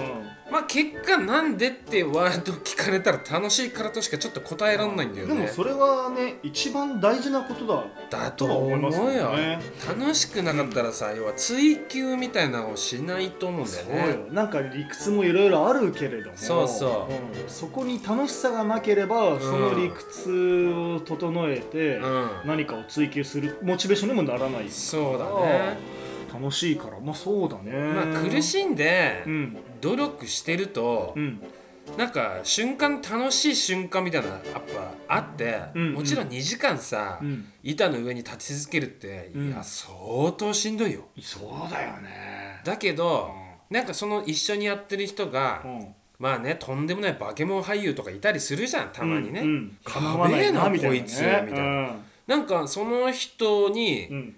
[SPEAKER 2] まあ結果なんでってワード聞かれたら楽しいからとしかちょっと答えられないんだ
[SPEAKER 1] う
[SPEAKER 2] よ
[SPEAKER 1] ん、でも
[SPEAKER 2] ね
[SPEAKER 1] それはね一番大事なことだ
[SPEAKER 2] だと
[SPEAKER 1] とは
[SPEAKER 2] 思
[SPEAKER 1] 思
[SPEAKER 2] う
[SPEAKER 1] いますよ
[SPEAKER 2] よ
[SPEAKER 1] ね
[SPEAKER 2] 楽しくなかったらさ要は追求みたいなのをしないと思うんだよ
[SPEAKER 1] そう
[SPEAKER 2] ね
[SPEAKER 1] よなんか理屈もいろいろあるけれども
[SPEAKER 2] そうそ
[SPEAKER 1] うんそこに楽しさがなければ、その理屈を整えて、
[SPEAKER 2] うん
[SPEAKER 1] 何かを追求するモチベーションにもならない
[SPEAKER 2] そうだね
[SPEAKER 1] 楽しいからまあそうだね
[SPEAKER 2] まあ苦
[SPEAKER 1] い
[SPEAKER 2] しんで
[SPEAKER 1] うん
[SPEAKER 2] 努力してると
[SPEAKER 1] うん
[SPEAKER 2] なんか瞬間楽しい瞬間みたいなのやっぱあって
[SPEAKER 1] うん
[SPEAKER 2] もちろん2時間さ
[SPEAKER 1] うん
[SPEAKER 2] 板の上に立ち続けるって
[SPEAKER 1] うん
[SPEAKER 2] いや相当しんどいよ
[SPEAKER 1] そうだよね
[SPEAKER 2] だけどなんかその一緒にやってる人が
[SPEAKER 1] うん
[SPEAKER 2] まあねとんでもない化け物俳優とかいたりするじゃんたまにね、
[SPEAKER 1] うんうん構
[SPEAKER 2] や
[SPEAKER 1] わな
[SPEAKER 2] べえ
[SPEAKER 1] い
[SPEAKER 2] な
[SPEAKER 1] なみたいな
[SPEAKER 2] こい
[SPEAKER 1] ね
[SPEAKER 2] つみたいななんかその人に、
[SPEAKER 1] うんうん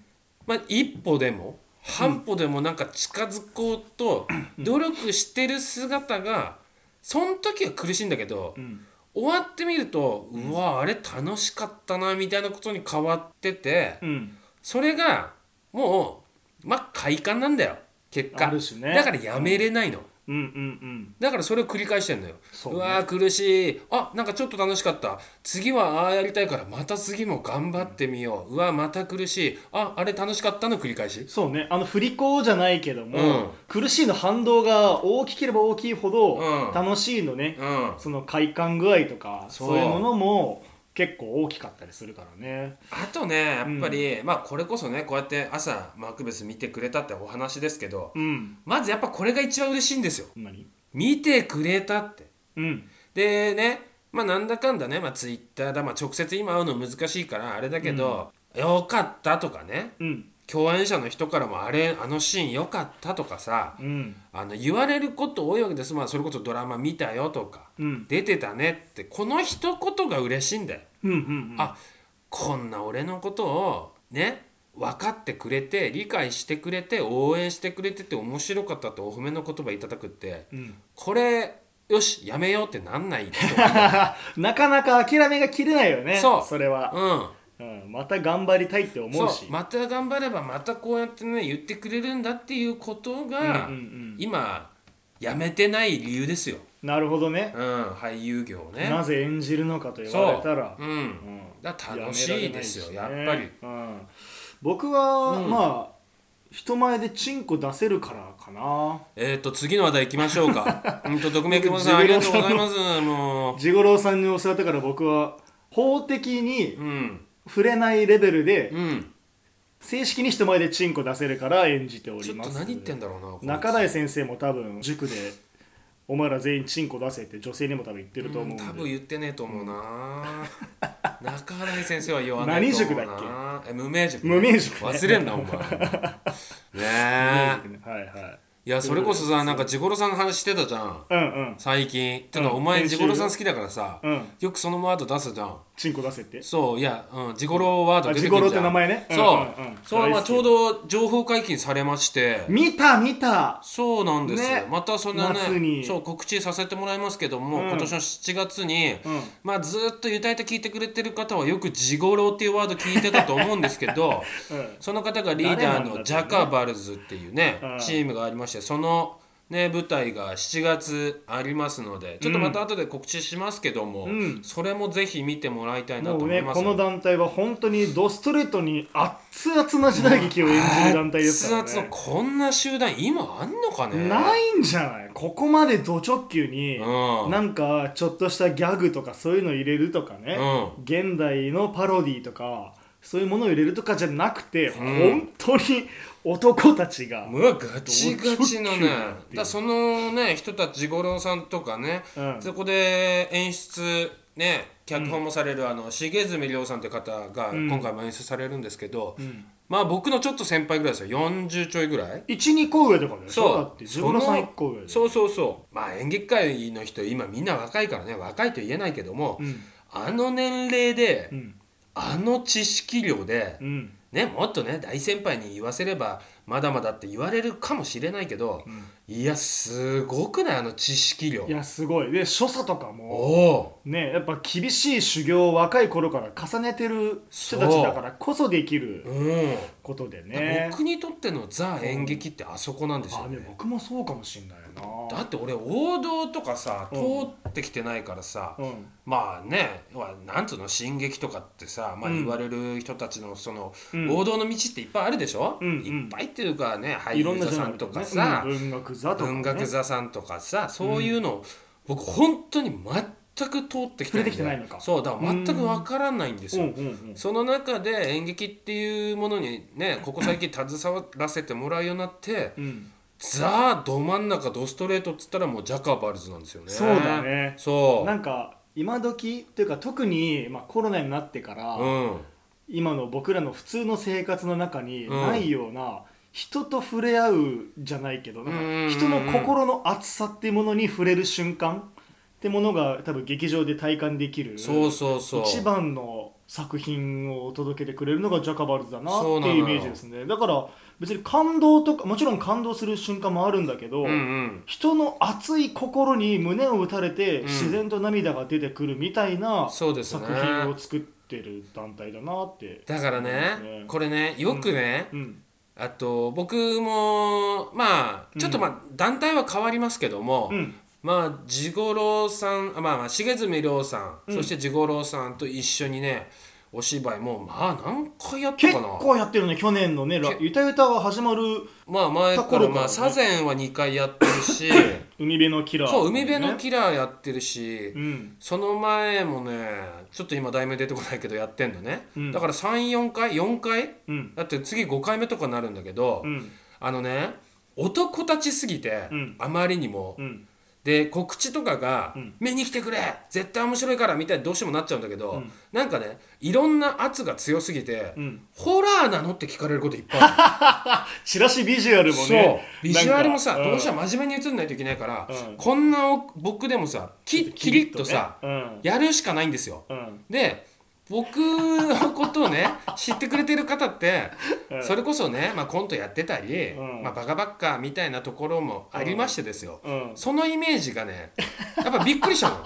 [SPEAKER 2] まあ、一歩でも半歩でもなんか近づこうと努力してる姿がその時は苦しいんだけど、
[SPEAKER 1] うん
[SPEAKER 2] 終わってみるとうわあれ楽しかったなみたいなことに変わってて
[SPEAKER 1] うん
[SPEAKER 2] それがもうまあ快感なんだよ結果
[SPEAKER 1] あるしね
[SPEAKER 2] だからやめれないの。
[SPEAKER 1] うんうん
[SPEAKER 2] だからそれを繰り返してんのよう,、
[SPEAKER 1] そうね
[SPEAKER 2] わー苦しいあなんかちょっと楽しかった次はああやりたいからまた次も頑張ってみよううわまた苦しいああれ楽しかったの繰り返し
[SPEAKER 1] そうねあの振り子じゃないけども、
[SPEAKER 2] うん
[SPEAKER 1] 苦しいの反動が大きければ大きいほど、
[SPEAKER 2] うん
[SPEAKER 1] 楽しいのね、
[SPEAKER 2] うん
[SPEAKER 1] その快感具合とか
[SPEAKER 2] そう
[SPEAKER 1] そういうものも結構大きかったりするからね
[SPEAKER 2] あとねやっぱり、まあこれこそねこうやって朝マクベス見てくれたってお話ですけど、
[SPEAKER 1] うん
[SPEAKER 2] まずやっぱこれが一番嬉しいんですよ
[SPEAKER 1] 何
[SPEAKER 2] 見てくれたって
[SPEAKER 1] うん
[SPEAKER 2] でねまあなんだかんだね、まあ、ツイッターだ、まあ、直接今会うの難しいからあれだけど「よかった」とかね
[SPEAKER 1] うん
[SPEAKER 2] 共演者の人からも「あれあのシーンよかった」とかさ、
[SPEAKER 1] うん
[SPEAKER 2] あの言われること多いわけです、まあ、それこそドラマ見たよとか、
[SPEAKER 1] うん
[SPEAKER 2] 出てたねってこの一言が嬉しいんだよ。
[SPEAKER 1] うんうん
[SPEAKER 2] あこんな俺のことをね分かってくれて理解してくれて応援してくれてて面白かったってお褒めの言葉いただくって、
[SPEAKER 1] ん
[SPEAKER 2] これよしやめようってなんないと
[SPEAKER 1] なかなか諦めが切れないよね
[SPEAKER 2] そう
[SPEAKER 1] それは、
[SPEAKER 2] うん
[SPEAKER 1] うん、また頑張りたいって思う
[SPEAKER 2] そ
[SPEAKER 1] し
[SPEAKER 2] うまた頑張ればまたこうやってね言ってくれるんだっていうことが、
[SPEAKER 1] うんうんうん
[SPEAKER 2] 今やめてない理由ですよ、
[SPEAKER 1] なるほどね
[SPEAKER 2] う、ん、俳優業をね
[SPEAKER 1] なぜ演じるのかと言
[SPEAKER 2] そう
[SPEAKER 1] われたらう
[SPEAKER 2] う、
[SPEAKER 1] んん
[SPEAKER 2] だから楽しいですよや,、っぱり、
[SPEAKER 1] うん、僕は、
[SPEAKER 2] うん
[SPEAKER 1] まあ人前でチンコ出せるからかな
[SPEAKER 2] えっ、と次の話題行きましょ うかうんと徳明君さんあ
[SPEAKER 1] 僕
[SPEAKER 2] りがとうございますもう
[SPEAKER 1] 地五郎さんに教わってから僕は法的に
[SPEAKER 2] うん
[SPEAKER 1] 触れないレベルで
[SPEAKER 2] うん
[SPEAKER 1] 正式に人前でチンコ出せるから演じてお
[SPEAKER 2] ち
[SPEAKER 1] り
[SPEAKER 2] ょっ
[SPEAKER 1] ま
[SPEAKER 2] と
[SPEAKER 1] す
[SPEAKER 2] 何言ってんだろうなこいつ
[SPEAKER 1] 中台先生も多分塾でお前ら全員チンコ出せって女性にも多分言ってると思うんで、
[SPEAKER 2] 多分言ってねえと思 うな、中原井先生は言わない
[SPEAKER 1] 何塾だっけ
[SPEAKER 2] っけえ無名塾
[SPEAKER 1] 無名塾ね
[SPEAKER 2] 忘れんな お前ねえ
[SPEAKER 1] はいはい
[SPEAKER 2] いやそれこそさなんか地頃さんの話してたじゃん
[SPEAKER 1] うんうん
[SPEAKER 2] 最近ただ
[SPEAKER 1] うん
[SPEAKER 2] お前
[SPEAKER 1] 先週
[SPEAKER 2] 地頃さん好きだからさ、
[SPEAKER 1] うん
[SPEAKER 2] よくそのワード出すじゃん
[SPEAKER 1] チンコ出せって
[SPEAKER 2] そういや、うん、地頃ワード出てくるじゃん
[SPEAKER 1] あ地頃って名前ねうん
[SPEAKER 2] そう、
[SPEAKER 1] うんうん
[SPEAKER 2] それ
[SPEAKER 1] 大
[SPEAKER 2] は
[SPEAKER 1] 好き
[SPEAKER 2] ちょうど情報解禁されまして
[SPEAKER 1] 見た見た
[SPEAKER 2] そうなんですよ、
[SPEAKER 1] ね
[SPEAKER 2] またそんな
[SPEAKER 1] 夏
[SPEAKER 2] ね
[SPEAKER 1] に
[SPEAKER 2] そう告知させてもらいますけども、
[SPEAKER 1] うん
[SPEAKER 2] 今年の7月に、
[SPEAKER 1] ん
[SPEAKER 2] まあずっとゆたゆた聞いてくれてる方はよく「地頃」っていうワード聞いてたと思うんですけ ど、
[SPEAKER 1] うん
[SPEAKER 2] その方がリーダーのジャカバルズっていうね
[SPEAKER 1] うん
[SPEAKER 2] チームがありましてその、ね、舞台が7月ありますのでちょっとまた後で告知しますけども、
[SPEAKER 1] ん
[SPEAKER 2] それもぜひ見てもらいたいなと
[SPEAKER 1] もう
[SPEAKER 2] 思い
[SPEAKER 1] ね
[SPEAKER 2] ま
[SPEAKER 1] こ
[SPEAKER 2] す
[SPEAKER 1] の団体は本当にドストレートに熱々な時代劇を演じる団体ですから、ね、
[SPEAKER 2] 熱々のこんな集団今あんのかね
[SPEAKER 1] ないんじゃないここまでド直球に、
[SPEAKER 2] うん
[SPEAKER 1] なんかちょっとしたギャグとかそういうの入れるとかね、
[SPEAKER 2] う
[SPEAKER 1] 現代のパロディとかそういうものを入れるとかじゃなくて、
[SPEAKER 2] ん
[SPEAKER 1] 本当に男たちが、
[SPEAKER 2] うわガチガチのね
[SPEAKER 1] どうしようっていう
[SPEAKER 2] だからそのね人たち五郎さんとかね、
[SPEAKER 1] うん
[SPEAKER 2] そこで演出ね脚本もされる、あの重積亮さんって方が
[SPEAKER 1] ん
[SPEAKER 2] 今回も演出されるんですけど、まあ僕のちょっと先輩ぐらいですよ40ちょいぐらい
[SPEAKER 1] 12個上とかだよだって自分のさん
[SPEAKER 2] その
[SPEAKER 1] 1個上だよ
[SPEAKER 2] そうそうそうまあ演劇界の人今みんな若いからね若いと言えないけども、
[SPEAKER 1] ん
[SPEAKER 2] あの年齢で、
[SPEAKER 1] ん
[SPEAKER 2] あの知識量で、
[SPEAKER 1] うん
[SPEAKER 2] ね、もっとね大先輩に言わせればまだまだって言われるかもしれないけど、いやすごくないあの知識量
[SPEAKER 1] いやすごいで所作とか
[SPEAKER 2] お
[SPEAKER 1] も
[SPEAKER 2] お
[SPEAKER 1] ねやっぱ厳しい修行を若い頃から重ねてる人たちだからこそできる
[SPEAKER 2] ーうん、
[SPEAKER 1] ことでね
[SPEAKER 2] 僕にとってのザ演劇ってあそこなんですよ
[SPEAKER 1] あね
[SPEAKER 2] ね、
[SPEAKER 1] 僕もそうかもしんないな
[SPEAKER 2] だって俺王道とかさ
[SPEAKER 1] う
[SPEAKER 2] 通
[SPEAKER 1] ん
[SPEAKER 2] ってきてないからさ、
[SPEAKER 1] うん
[SPEAKER 2] まあね要はなんつうの進撃とかってさ、まあ、
[SPEAKER 1] うん
[SPEAKER 2] 言われる人たちのその
[SPEAKER 1] うん
[SPEAKER 2] 王道の道っていっぱいあるでしょ、
[SPEAKER 1] うんうん
[SPEAKER 2] いっぱいっていうかね俳
[SPEAKER 1] いろん
[SPEAKER 2] 優
[SPEAKER 1] な
[SPEAKER 2] 座
[SPEAKER 1] ジャ
[SPEAKER 2] さ
[SPEAKER 1] ン
[SPEAKER 2] ん
[SPEAKER 1] ル
[SPEAKER 2] と
[SPEAKER 1] とかね
[SPEAKER 2] かさ、
[SPEAKER 1] うん文学座とかね
[SPEAKER 2] 文学座さんとかさそういうの、僕本当に全く通ってきてないんだよ
[SPEAKER 1] 触れてきてないのか
[SPEAKER 2] そうだから全く分からないんです
[SPEAKER 1] うん
[SPEAKER 2] よ、
[SPEAKER 1] うんうん
[SPEAKER 2] その中で演劇っていうものにねここ最近携わらせてもらうようになって、
[SPEAKER 1] うん
[SPEAKER 2] ザど真ん中ドストレートっつったらもうジャカバルズなんですよね
[SPEAKER 1] そうだね
[SPEAKER 2] そう
[SPEAKER 1] なんか今時というか特にまあコロナになってから
[SPEAKER 2] うん
[SPEAKER 1] 今の僕らの普通の生活の中に
[SPEAKER 2] うん
[SPEAKER 1] ないような人と触れ合うじゃないけどなん
[SPEAKER 2] うんうんうん
[SPEAKER 1] か人の心の熱さっていうものに触れる瞬間ってものが多分劇場で体感できる
[SPEAKER 2] そうそうそう
[SPEAKER 1] 一番の作品を届けてくれるのがジャカバルズだなって
[SPEAKER 2] そうなの
[SPEAKER 1] いう
[SPEAKER 2] よ
[SPEAKER 1] イメージですねだから別に感動とかもちろん感動する瞬間もあるんだけど、
[SPEAKER 2] うんうん
[SPEAKER 1] 人の熱い心に胸を打たれて
[SPEAKER 2] ん
[SPEAKER 1] 自然と涙が出てくるみたいな
[SPEAKER 2] そう
[SPEAKER 1] 作
[SPEAKER 2] ですね
[SPEAKER 1] 品を作ってる団体だなって
[SPEAKER 2] だからね
[SPEAKER 1] そうですね
[SPEAKER 2] これねよくね、
[SPEAKER 1] うん
[SPEAKER 2] あと僕もまあちょっとまあ、団体は変わりますけども、
[SPEAKER 1] うん
[SPEAKER 2] まあ地五郎さんあまあまあ重積亮さん、そして地五郎さんと一緒にねお芝居もまあ何回やった
[SPEAKER 1] 結
[SPEAKER 2] かな
[SPEAKER 1] 構やってるね去年のねラ「ゆたゆた」が始まる
[SPEAKER 2] まあ前
[SPEAKER 1] と
[SPEAKER 2] か
[SPEAKER 1] ころ
[SPEAKER 2] ら
[SPEAKER 1] から
[SPEAKER 2] まあ
[SPEAKER 1] ね
[SPEAKER 2] サゼンは2回やってるし
[SPEAKER 1] 海辺のキラー、
[SPEAKER 2] そう海辺の
[SPEAKER 1] キ
[SPEAKER 2] キラーやってるし、
[SPEAKER 1] うん
[SPEAKER 2] その前もねちょっと今題名出てこないけどやってんのね、
[SPEAKER 1] うん
[SPEAKER 2] だから34回4回
[SPEAKER 1] うん
[SPEAKER 2] だって次5回目とかになるんだけど、
[SPEAKER 1] うん
[SPEAKER 2] あのね男たちすぎて、
[SPEAKER 1] うん
[SPEAKER 2] あまりにも、
[SPEAKER 1] うん
[SPEAKER 2] で告知とかが、
[SPEAKER 1] ん
[SPEAKER 2] 見に来てくれ絶対面白いからみたいにどうしてもなっちゃうんだけど、
[SPEAKER 1] うん
[SPEAKER 2] なんかねいろんな圧が強すぎて、
[SPEAKER 1] うん
[SPEAKER 2] ホラーなのって聞かれることいっぱいあ
[SPEAKER 1] チラシビジュアル
[SPEAKER 2] る
[SPEAKER 1] も
[SPEAKER 2] そう
[SPEAKER 1] ね
[SPEAKER 2] ビジュアルもさ、
[SPEAKER 1] なんか
[SPEAKER 2] どうしても真面目に映んないといけないから、
[SPEAKER 1] うん
[SPEAKER 2] こんなお僕でもさきキリッとさ、
[SPEAKER 1] うん
[SPEAKER 2] やるしかないんですよ。
[SPEAKER 1] うん
[SPEAKER 2] で僕のことをね知ってくれてる方って
[SPEAKER 1] うん
[SPEAKER 2] それこそね、まあ、コントやってたり、
[SPEAKER 1] うん
[SPEAKER 2] まあ、バカバッカみたいなところもありましてですよ、
[SPEAKER 1] うん
[SPEAKER 2] そのイメージがねやっぱびっくりした の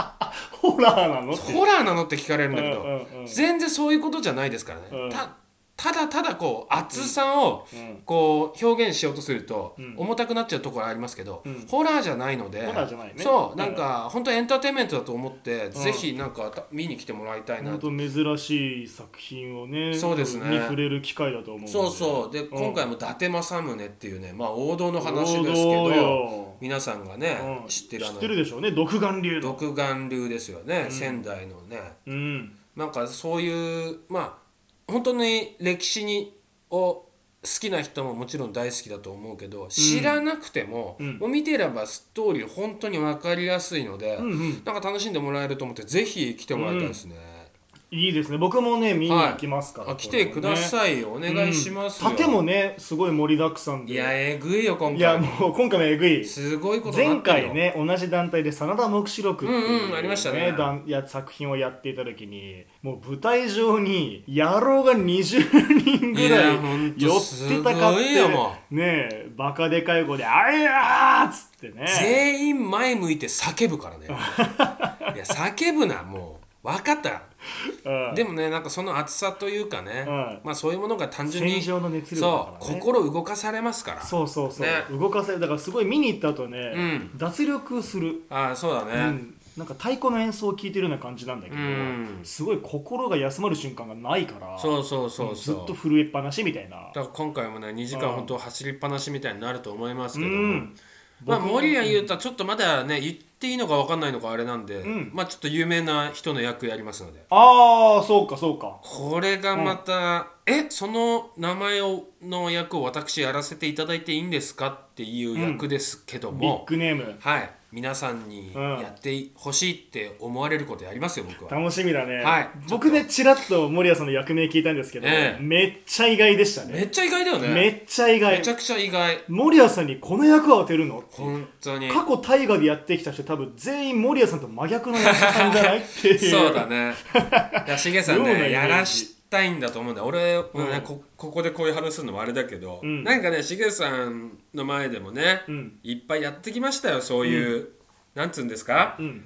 [SPEAKER 1] ホラーなのって
[SPEAKER 2] ホラーなのって聞かれるんだけど、
[SPEAKER 1] うんうんうん
[SPEAKER 2] 全然そういうことじゃないですからね、
[SPEAKER 1] うん
[SPEAKER 2] たただただこう厚さを
[SPEAKER 1] うん
[SPEAKER 2] こう表現しようとすると
[SPEAKER 1] ん
[SPEAKER 2] 重たくなっちゃうところありますけど、
[SPEAKER 1] ん
[SPEAKER 2] ホラーじゃないので
[SPEAKER 1] ホラーじゃないね
[SPEAKER 2] そううんなんか本当エンターテインメントだと思って、ぜひなんかた見に来てもらいたいなと
[SPEAKER 1] 本当珍しい作品をね
[SPEAKER 2] そうですね
[SPEAKER 1] に触れる機会だと思うので
[SPEAKER 2] そうそうで、今回も伊達政宗っていうね、まあ、王道の話ですけ
[SPEAKER 1] 王道
[SPEAKER 2] ど
[SPEAKER 1] よ
[SPEAKER 2] 皆さんがね、
[SPEAKER 1] うん
[SPEAKER 2] 知ってるあ
[SPEAKER 1] 知ってる
[SPEAKER 2] の
[SPEAKER 1] でしょうね独眼竜の
[SPEAKER 2] 独眼流ですよね、仙台のね
[SPEAKER 1] うん
[SPEAKER 2] なんかそういうまあ本当に歴史にを好きな人ももちろん大好きだと思うけど知らなくても,、
[SPEAKER 1] うん
[SPEAKER 2] もう見てればストーリー本当に分かりやすいので、
[SPEAKER 1] うんうん
[SPEAKER 2] なんか楽しんでもらえると思ってぜひ来てもらいたいですね。
[SPEAKER 1] いいですね僕もね見に行きますから、
[SPEAKER 2] あ来てくだ
[SPEAKER 1] い
[SPEAKER 2] さいよ、お願いしますよ、
[SPEAKER 1] 盾もねすごい盛りだくさんで
[SPEAKER 2] いやえぐいよ今回
[SPEAKER 1] いやもう今回もえぐい
[SPEAKER 2] すごいことにな
[SPEAKER 1] 前
[SPEAKER 2] ってるよ
[SPEAKER 1] 回ね同じ団体で真田黙示録っていう、
[SPEAKER 2] うんうんありましたね
[SPEAKER 1] 団や作品をやっていた時にもう舞台上に野郎が20人ぐら
[SPEAKER 2] いやほん
[SPEAKER 1] い
[SPEAKER 2] と
[SPEAKER 1] 寄ってたかっ
[SPEAKER 2] すごいよも
[SPEAKER 1] てねえバカでかい声で「あいやー!」っつってね
[SPEAKER 2] 全員前向いて叫ぶ からねいや叫ぶなもう分かった
[SPEAKER 1] うん
[SPEAKER 2] でもねなんかその熱さというかね、
[SPEAKER 1] うん
[SPEAKER 2] まあそういうものが単純に
[SPEAKER 1] 戦場の熱量だ
[SPEAKER 2] そ
[SPEAKER 1] か
[SPEAKER 2] う
[SPEAKER 1] らね
[SPEAKER 2] 心動かされますから
[SPEAKER 1] そうそうそう、
[SPEAKER 2] ね
[SPEAKER 1] 動かせるだからすごい見に行った後ね、
[SPEAKER 2] う
[SPEAKER 1] 脱力する、
[SPEAKER 2] ああそうだ
[SPEAKER 1] う
[SPEAKER 2] ね、
[SPEAKER 1] んなんか太鼓の演奏を聴いてるような感じなんだけど、
[SPEAKER 2] うん
[SPEAKER 1] すごい心が休まる瞬間がないから
[SPEAKER 2] そうそうそう
[SPEAKER 1] ず
[SPEAKER 2] そう
[SPEAKER 1] っと震えっぱなしみたいな
[SPEAKER 2] だから今回もね2時間
[SPEAKER 1] うん
[SPEAKER 2] 本当走りっぱなしみたいになると思いますけども、
[SPEAKER 1] うん
[SPEAKER 2] まあ森谷裕太ちょっとまだね言っていいのか分かんないのかあれなんで、
[SPEAKER 1] ん
[SPEAKER 2] まあちょっと有名な人の役やりますので
[SPEAKER 1] ああそうかそうか
[SPEAKER 2] これがまた、えその名前をの役を私やらせていただいていいんですかっていう役ですけど
[SPEAKER 1] ビッ
[SPEAKER 2] も、
[SPEAKER 1] グネーム
[SPEAKER 2] はい皆さんに
[SPEAKER 1] うん
[SPEAKER 2] やってほしいって思われることやりますよ僕は。
[SPEAKER 1] 楽しみだね、
[SPEAKER 2] はい
[SPEAKER 1] 僕ねちらっと森谷さんの役名聞いたんですけど、
[SPEAKER 2] ええ
[SPEAKER 1] めっちゃ意外でしたね
[SPEAKER 2] めっちゃ意外だよね
[SPEAKER 1] めっちゃ意外
[SPEAKER 2] めちゃくちゃ意外
[SPEAKER 1] 森谷さんにこの役を当てるのって
[SPEAKER 2] 本当に
[SPEAKER 1] 過去大河でやってきた人多分全員森谷さんと真逆の役者さんじゃないっていう
[SPEAKER 2] そう だねいやしげさん
[SPEAKER 1] 妙なイメー
[SPEAKER 2] ね
[SPEAKER 1] ジ
[SPEAKER 2] やらしたいんだと思うんだ俺、もうねこここでこういう話するのもあれだけど、
[SPEAKER 1] ん
[SPEAKER 2] なんかねしげさんの前でもね、
[SPEAKER 1] ん
[SPEAKER 2] いっぱいやってきましたよそういう、なんつうんですか、
[SPEAKER 1] ん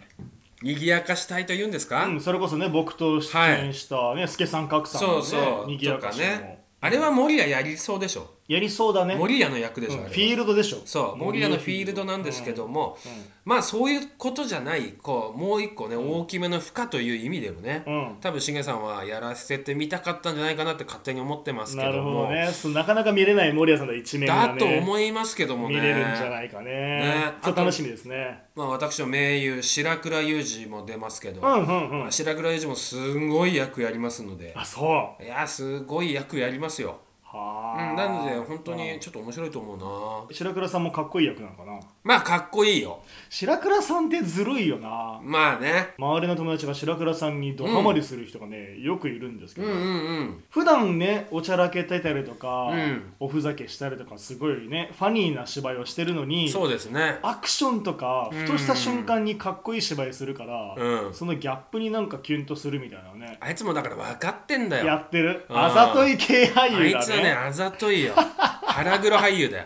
[SPEAKER 2] 賑やかしたいと言うんですか、
[SPEAKER 1] うん、それこそね僕と出演した、ね助さん格さんの、
[SPEAKER 2] そ
[SPEAKER 1] ね、
[SPEAKER 2] うそう、
[SPEAKER 1] にぎ
[SPEAKER 2] と
[SPEAKER 1] や
[SPEAKER 2] か
[SPEAKER 1] かしも、
[SPEAKER 2] ねあれは森谷やりそうでしょ
[SPEAKER 1] やりそうだね
[SPEAKER 2] 森谷の役でしょ、
[SPEAKER 1] うん
[SPEAKER 2] あれ
[SPEAKER 1] フ
[SPEAKER 2] は
[SPEAKER 1] ィールドでしょ
[SPEAKER 2] そう森谷のフィールドなんですけども、まあそういうことじゃないこうもう一個ね、大きめの負荷という意味でもね、
[SPEAKER 1] うん
[SPEAKER 2] 多分しげさんはやらせてみたかったんじゃないかなって勝手に思ってますけ
[SPEAKER 1] な
[SPEAKER 2] ど
[SPEAKER 1] るほ
[SPEAKER 2] も
[SPEAKER 1] どねそうなかなか見れない森谷さんの一面が、
[SPEAKER 2] だ
[SPEAKER 1] ね、
[SPEAKER 2] と思いますけどもね
[SPEAKER 1] 見れるんじゃないかね
[SPEAKER 2] ね
[SPEAKER 1] そう楽しみですね
[SPEAKER 2] まあ、私の盟友白倉裕二も出ますけど、
[SPEAKER 1] うんうんうん
[SPEAKER 2] まあ白倉裕二もすごい役やりますので
[SPEAKER 1] あそうはい
[SPEAKER 2] やすごい役やりますよ、う
[SPEAKER 1] あ、
[SPEAKER 2] ん、なので本当にちょっと面白いと思うな
[SPEAKER 1] 白倉さんもかっこいい役なのかな
[SPEAKER 2] まあかっこいいよ
[SPEAKER 1] 白倉さんってずるいよな
[SPEAKER 2] まあね
[SPEAKER 1] 周りの友達が白倉さんにドハマりする人がね、よくいるんですけど、
[SPEAKER 2] うんうん
[SPEAKER 1] 普段ねおちゃらけてたりとか、
[SPEAKER 2] うん
[SPEAKER 1] おふざけしたりとかすごいねファニーな芝居をしてるのに
[SPEAKER 2] そうですね
[SPEAKER 1] アクションとかふとした瞬間にかっこいい芝居するから、
[SPEAKER 2] うん
[SPEAKER 1] そのギャップになんかキュンとするみたいなのね、
[SPEAKER 2] あいつもだから分かってんだ
[SPEAKER 1] や
[SPEAKER 2] よ
[SPEAKER 1] ってる
[SPEAKER 2] うん
[SPEAKER 1] あざとい系俳
[SPEAKER 2] あ
[SPEAKER 1] 優
[SPEAKER 2] い
[SPEAKER 1] だ
[SPEAKER 2] つは
[SPEAKER 1] ね
[SPEAKER 2] ねあざと いよ腹黒俳優だよ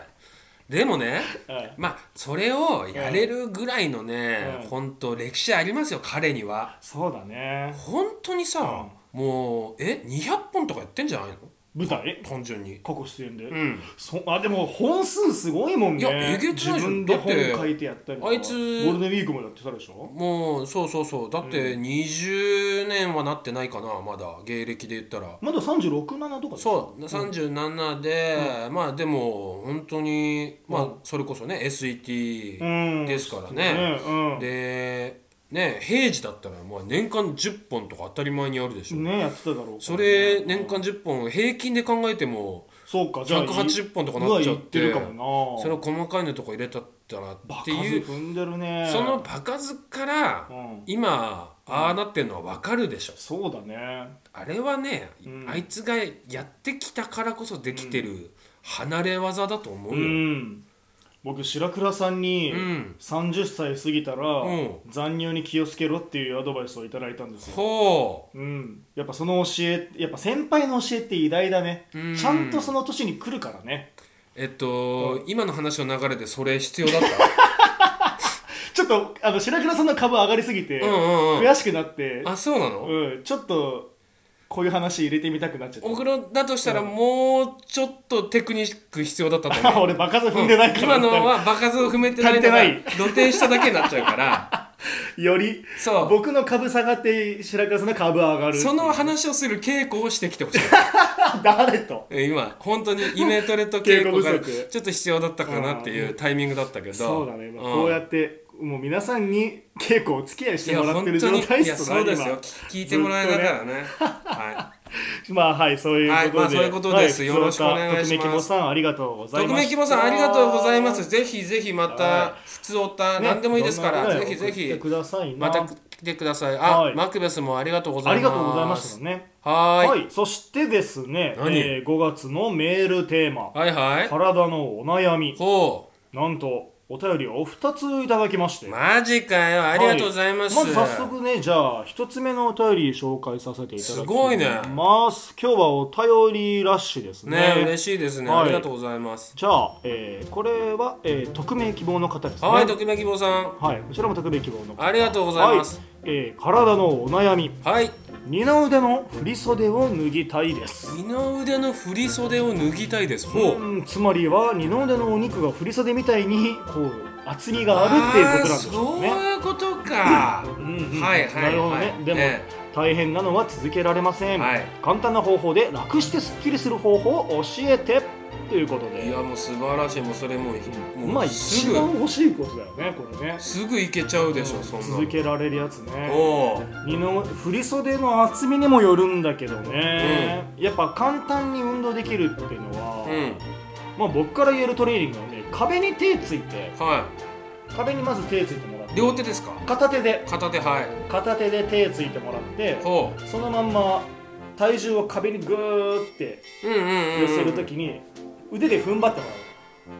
[SPEAKER 2] でもね
[SPEAKER 1] はい
[SPEAKER 2] まあそれをやれるぐらいのね、
[SPEAKER 1] うん
[SPEAKER 2] 本当歴史ありますよ彼には
[SPEAKER 1] そうだね
[SPEAKER 2] 本当にさ、もうえ200本とかやってんじゃないの
[SPEAKER 1] 舞台
[SPEAKER 2] 単純に
[SPEAKER 1] 過去出演で、
[SPEAKER 2] うん
[SPEAKER 1] そあでも本数すごいもんね
[SPEAKER 2] いやえげつ
[SPEAKER 1] 自
[SPEAKER 2] ないじゃ
[SPEAKER 1] 分
[SPEAKER 2] ん
[SPEAKER 1] で
[SPEAKER 2] だって
[SPEAKER 1] 本書いてやったりとか
[SPEAKER 2] あいつ
[SPEAKER 1] ゴールデンウィークもやってたでしょ
[SPEAKER 2] もうそうそうそうだって20年はなってないかなまだ芸歴で言ったら
[SPEAKER 1] まだ367とかう
[SPEAKER 2] そう37で、まあでも本当にまあそれこそね SET
[SPEAKER 1] ん
[SPEAKER 2] ですからね、
[SPEAKER 1] うん
[SPEAKER 2] でね平時だったらまあ年間10本とか当たり前にあるでしょ、
[SPEAKER 1] ねやってただろうから
[SPEAKER 2] それ年間10本平均で考えても
[SPEAKER 1] そうかじゃあ
[SPEAKER 2] 180本とかなっちゃ
[SPEAKER 1] う
[SPEAKER 2] っ
[SPEAKER 1] わ
[SPEAKER 2] て
[SPEAKER 1] いってるかもな
[SPEAKER 2] それを細かいのとか入れたったらっ
[SPEAKER 1] バカ
[SPEAKER 2] て
[SPEAKER 1] ず
[SPEAKER 2] いう
[SPEAKER 1] 踏んでるね
[SPEAKER 2] そのバカずから
[SPEAKER 1] うん
[SPEAKER 2] 今ああなってんのは分かるでしょ
[SPEAKER 1] そうだね
[SPEAKER 2] あれはね、
[SPEAKER 1] うん
[SPEAKER 2] あいつがやってきたからこそできてる離れ技だと思
[SPEAKER 1] う
[SPEAKER 2] うよ、
[SPEAKER 1] ん僕白倉さんに
[SPEAKER 2] うん
[SPEAKER 1] 30歳過ぎたら
[SPEAKER 2] うん
[SPEAKER 1] 残尿に気をつけろっていうアドバイスをいただいたんですよ
[SPEAKER 2] ほ
[SPEAKER 1] うん、やっぱその教えやっぱ先輩の教えって偉大だね
[SPEAKER 2] うん
[SPEAKER 1] ちゃんとその年に来るからね
[SPEAKER 2] うえっと、今の話の流れでそれ必要だっ
[SPEAKER 1] ちょっとあの白倉さんの株上がりすぎて
[SPEAKER 2] うんうんうん
[SPEAKER 1] 悔しくなって
[SPEAKER 2] たあそうなの、
[SPEAKER 1] うん、ちょっとこういう話入れてみたくなっちゃっ
[SPEAKER 2] お風呂だとしたらもうちょっとテクニック必要だったと
[SPEAKER 1] た
[SPEAKER 2] 思 う
[SPEAKER 1] 俺バカず踏んでないから、
[SPEAKER 2] 今のは場数を踏めてないのが
[SPEAKER 1] 足り
[SPEAKER 2] 露呈しただけになっちゃうから
[SPEAKER 1] より
[SPEAKER 2] そう
[SPEAKER 1] 僕の株下がって白倉さんの株上がる
[SPEAKER 2] その話をする稽古をしてきて ほしい
[SPEAKER 1] 誰と
[SPEAKER 2] え今本当にイメトレと稽古
[SPEAKER 1] 稽
[SPEAKER 2] が
[SPEAKER 1] 古不足
[SPEAKER 2] ちょっと必要だったかなっていうタイミングだったけど
[SPEAKER 1] そうだね、まあ
[SPEAKER 2] ん
[SPEAKER 1] こうやってもう皆さんに稽古お付き合いし
[SPEAKER 2] い
[SPEAKER 1] て
[SPEAKER 2] や
[SPEAKER 1] もらっ
[SPEAKER 2] 本
[SPEAKER 1] て
[SPEAKER 2] 当
[SPEAKER 1] る
[SPEAKER 2] に
[SPEAKER 1] 状態
[SPEAKER 2] い
[SPEAKER 1] っ
[SPEAKER 2] や
[SPEAKER 1] す
[SPEAKER 2] そうですよ
[SPEAKER 1] 今
[SPEAKER 2] 聞聞いてもらえながらね は
[SPEAKER 1] まあはいそういうことで、
[SPEAKER 2] はいまあそういうことです
[SPEAKER 1] はい
[SPEAKER 2] よろしくお願いします
[SPEAKER 1] ふつおた徳目希望さんありがとうご
[SPEAKER 2] い
[SPEAKER 1] ざい
[SPEAKER 2] 匿
[SPEAKER 1] ま
[SPEAKER 2] 名
[SPEAKER 1] す
[SPEAKER 2] 希望さんありがとうございますぜひぜひまた
[SPEAKER 1] は
[SPEAKER 2] 普通おた何でもいいですからぜひぜ
[SPEAKER 1] 来て
[SPEAKER 2] ひ
[SPEAKER 1] くださいな
[SPEAKER 2] また来てくださいあ
[SPEAKER 1] はい
[SPEAKER 2] マクベスもありがとうございます
[SPEAKER 1] ありがとうございましたね
[SPEAKER 2] は
[SPEAKER 1] はい
[SPEAKER 2] ーい、
[SPEAKER 1] そしてですね、
[SPEAKER 2] 何
[SPEAKER 1] えー5月のメールテーマ
[SPEAKER 2] はいはい
[SPEAKER 1] 体のお悩み
[SPEAKER 2] ほ
[SPEAKER 1] なんとお便りを2ついただきまして
[SPEAKER 2] うマジかよありがとうございます
[SPEAKER 1] まず早速ねじゃあ1つ目のお便り紹介させていただきます
[SPEAKER 2] すごいね
[SPEAKER 1] ます今日はお便りラッシュですね
[SPEAKER 2] ね嬉しいですね
[SPEAKER 1] はい
[SPEAKER 2] ありがとうございます
[SPEAKER 1] じゃあ、えーこれは、えー匿名希望の方ですね
[SPEAKER 2] はい匿名希望さん
[SPEAKER 1] はいこちらも匿名希望の方
[SPEAKER 2] ありがとうございます
[SPEAKER 1] はいえー体のお悩み
[SPEAKER 2] はい
[SPEAKER 1] 二の腕の振袖を脱ぎたいです
[SPEAKER 2] 二の腕の振り袖を脱ぎたいですほう
[SPEAKER 1] うんつまりは二の腕のお肉が振袖みたいにこう厚みがあるっていうことなんでしょう
[SPEAKER 2] あー
[SPEAKER 1] ね
[SPEAKER 2] そういうことか。
[SPEAKER 1] うんうん
[SPEAKER 2] はいはいはい。
[SPEAKER 1] なるほどねでも
[SPEAKER 2] え
[SPEAKER 1] 大変なのは続けられません、
[SPEAKER 2] はい
[SPEAKER 1] 簡単な方法で楽してスッキリする方法を教えてということ
[SPEAKER 2] えい
[SPEAKER 1] で
[SPEAKER 2] やもう素晴らしいもうそれもうもう
[SPEAKER 1] まあ
[SPEAKER 2] す
[SPEAKER 1] 一
[SPEAKER 2] ぐ
[SPEAKER 1] 番欲しいことだよねこれね
[SPEAKER 2] すぐいけちゃうでしょそんなの
[SPEAKER 1] 続けられるやつね
[SPEAKER 2] おう
[SPEAKER 1] 二の振袖の厚みにもよるんだけどね、やっぱ簡単に運動できるっていうのは、
[SPEAKER 2] うん
[SPEAKER 1] まあ、僕から言えるトレーニングはね壁に手ついて
[SPEAKER 2] は
[SPEAKER 1] 壁にまず手ついてもらっ
[SPEAKER 2] い
[SPEAKER 1] て
[SPEAKER 2] 両手ですか
[SPEAKER 1] 片手で
[SPEAKER 2] 片手はい
[SPEAKER 1] 片手で手ついてもらって
[SPEAKER 2] ほ
[SPEAKER 1] そのまんま体重を壁にグーって
[SPEAKER 2] ううんうんうん
[SPEAKER 1] 寄せるときに腕で踏ん張ってもらう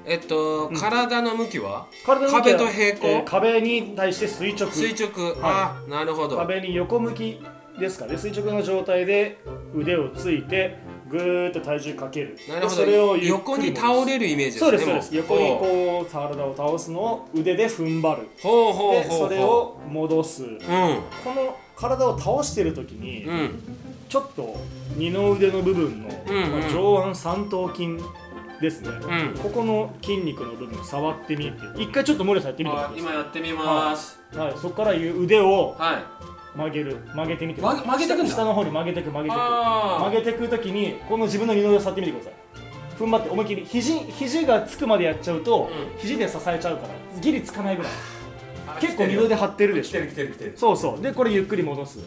[SPEAKER 2] えっと
[SPEAKER 1] ん
[SPEAKER 2] 体の向きは
[SPEAKER 1] 体向きは
[SPEAKER 2] 壁と平行
[SPEAKER 1] えー壁に対して垂直
[SPEAKER 2] 垂直あ
[SPEAKER 1] は
[SPEAKER 2] なるほど
[SPEAKER 1] 壁に横向きですかね垂直の状態で腕をついてぐーっと体重かける
[SPEAKER 2] なるほ
[SPEAKER 1] それを
[SPEAKER 2] ど
[SPEAKER 1] ゆっ
[SPEAKER 2] 横
[SPEAKER 1] くり
[SPEAKER 2] に
[SPEAKER 1] 戻す
[SPEAKER 2] 倒れるイメージですね
[SPEAKER 1] そうですそう
[SPEAKER 2] も
[SPEAKER 1] です横にこう体を倒すのを腕で踏ん張る
[SPEAKER 2] ほうほうほ
[SPEAKER 1] でそ
[SPEAKER 2] うほう
[SPEAKER 1] れを戻す
[SPEAKER 2] う
[SPEAKER 1] この体を倒してる時に
[SPEAKER 2] んうん
[SPEAKER 1] ちょっと二の腕の部分の、
[SPEAKER 2] うんうん
[SPEAKER 1] まあ上腕三頭筋ですね、
[SPEAKER 2] うん
[SPEAKER 1] ここの筋肉の部分触ってみて一回ちょっと森田さんやってみてもらっ
[SPEAKER 2] あ
[SPEAKER 1] ていいで
[SPEAKER 2] 今やってみます
[SPEAKER 1] すかはい、そこから腕を
[SPEAKER 2] はい
[SPEAKER 1] 曲げる曲げてみて
[SPEAKER 2] 曲げ曲げてくんだ
[SPEAKER 1] 下の方に曲げてく曲げてく
[SPEAKER 2] あー
[SPEAKER 1] 曲げてく時にこの自分の二の腕を触ってみてください踏ん張って思いっきり肘肘がつくまでやっちゃうと、
[SPEAKER 2] う
[SPEAKER 1] 肘で支えちゃうからギリつかないぐらい結構二の腕張ってるで
[SPEAKER 2] 来
[SPEAKER 1] してょ
[SPEAKER 2] る来てる来てる
[SPEAKER 1] そうそうでこれゆっくり戻す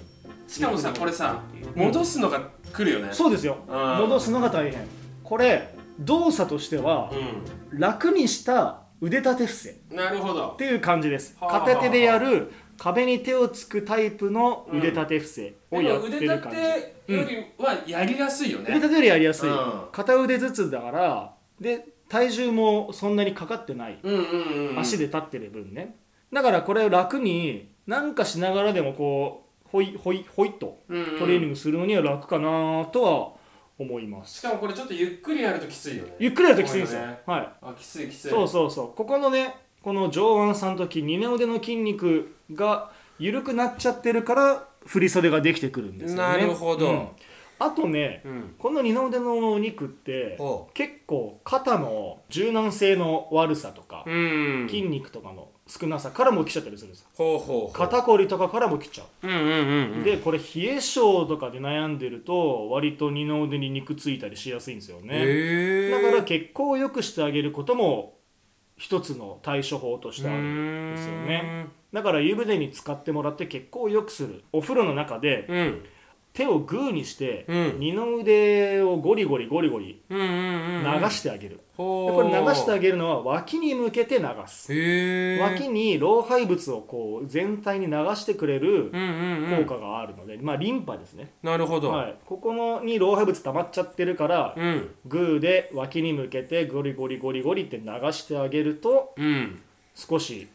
[SPEAKER 2] しかもさこれさ
[SPEAKER 1] うん
[SPEAKER 2] 戻すのが来るよね
[SPEAKER 1] そうですよ
[SPEAKER 2] うん
[SPEAKER 1] 戻すのが大変これ動作としては
[SPEAKER 2] う
[SPEAKER 1] 楽にした腕立て伏せっ
[SPEAKER 2] んなるほど
[SPEAKER 1] ていう感じです
[SPEAKER 2] はあ
[SPEAKER 1] 片手でやる壁に手をつくタイプの腕立て伏せをやってる感じ、
[SPEAKER 2] てよりはやりやすいよ
[SPEAKER 1] 腕立てよりやりやすい、
[SPEAKER 2] うん
[SPEAKER 1] 片腕ずつだからで体重もそんなにかかってない、
[SPEAKER 2] うんうんうん
[SPEAKER 1] 足で立ってる分ねだからこれを楽になんかしながらでもこうほいほいほいと
[SPEAKER 2] うんうん
[SPEAKER 1] トレーニングするのには楽かなとは思います、
[SPEAKER 2] しかもこれちょっとゆっくりやるときついよね
[SPEAKER 1] ゆっくりやるときついんですよ、
[SPEAKER 2] こういうのね
[SPEAKER 1] は
[SPEAKER 2] あきついき
[SPEAKER 1] い
[SPEAKER 2] つい
[SPEAKER 1] そうそうそうここのねこの上腕三頭筋二の腕の筋肉が緩くなっちゃってるから振り袖ができてくるんですよね
[SPEAKER 2] なるほど
[SPEAKER 1] うんあとね、
[SPEAKER 2] うん
[SPEAKER 1] この二の腕のお肉って
[SPEAKER 2] おう
[SPEAKER 1] 結構肩の柔軟性の悪さとか、
[SPEAKER 2] うん
[SPEAKER 1] 筋肉とかの少なさからも来ちゃったりするんですよ
[SPEAKER 2] ほうほうほう
[SPEAKER 1] 肩こりとかからも来ちゃう、
[SPEAKER 2] うんうんうんうん
[SPEAKER 1] でこれ冷え性とかで悩んでると割と二の腕に肉ついたりしやすいんですよね、
[SPEAKER 2] へえ
[SPEAKER 1] だから血行を良くしてあげることも一つの対処法としてあるんですよねだから湯船に使ってもらって血行を良くするお風呂の中で
[SPEAKER 2] うんうん
[SPEAKER 1] 手をグーにして、
[SPEAKER 2] うん
[SPEAKER 1] 二の腕をゴリゴリゴリゴリ
[SPEAKER 2] うんうん
[SPEAKER 1] 流
[SPEAKER 2] うん
[SPEAKER 1] してあげる、
[SPEAKER 2] ほ
[SPEAKER 1] で
[SPEAKER 2] う
[SPEAKER 1] これ流してあげるのは脇に向けて流す、
[SPEAKER 2] へえ
[SPEAKER 1] 脇に老廃物をこう全体に流してくれる
[SPEAKER 2] うんうんうん
[SPEAKER 1] 効果があるので、まあリンパですね、
[SPEAKER 2] なるほど、
[SPEAKER 1] はい、ここのに老廃物溜まっちゃってるから、
[SPEAKER 2] うん
[SPEAKER 1] グーで脇に向けてゴリゴリゴリゴリって流してあげると
[SPEAKER 2] うん
[SPEAKER 1] 少し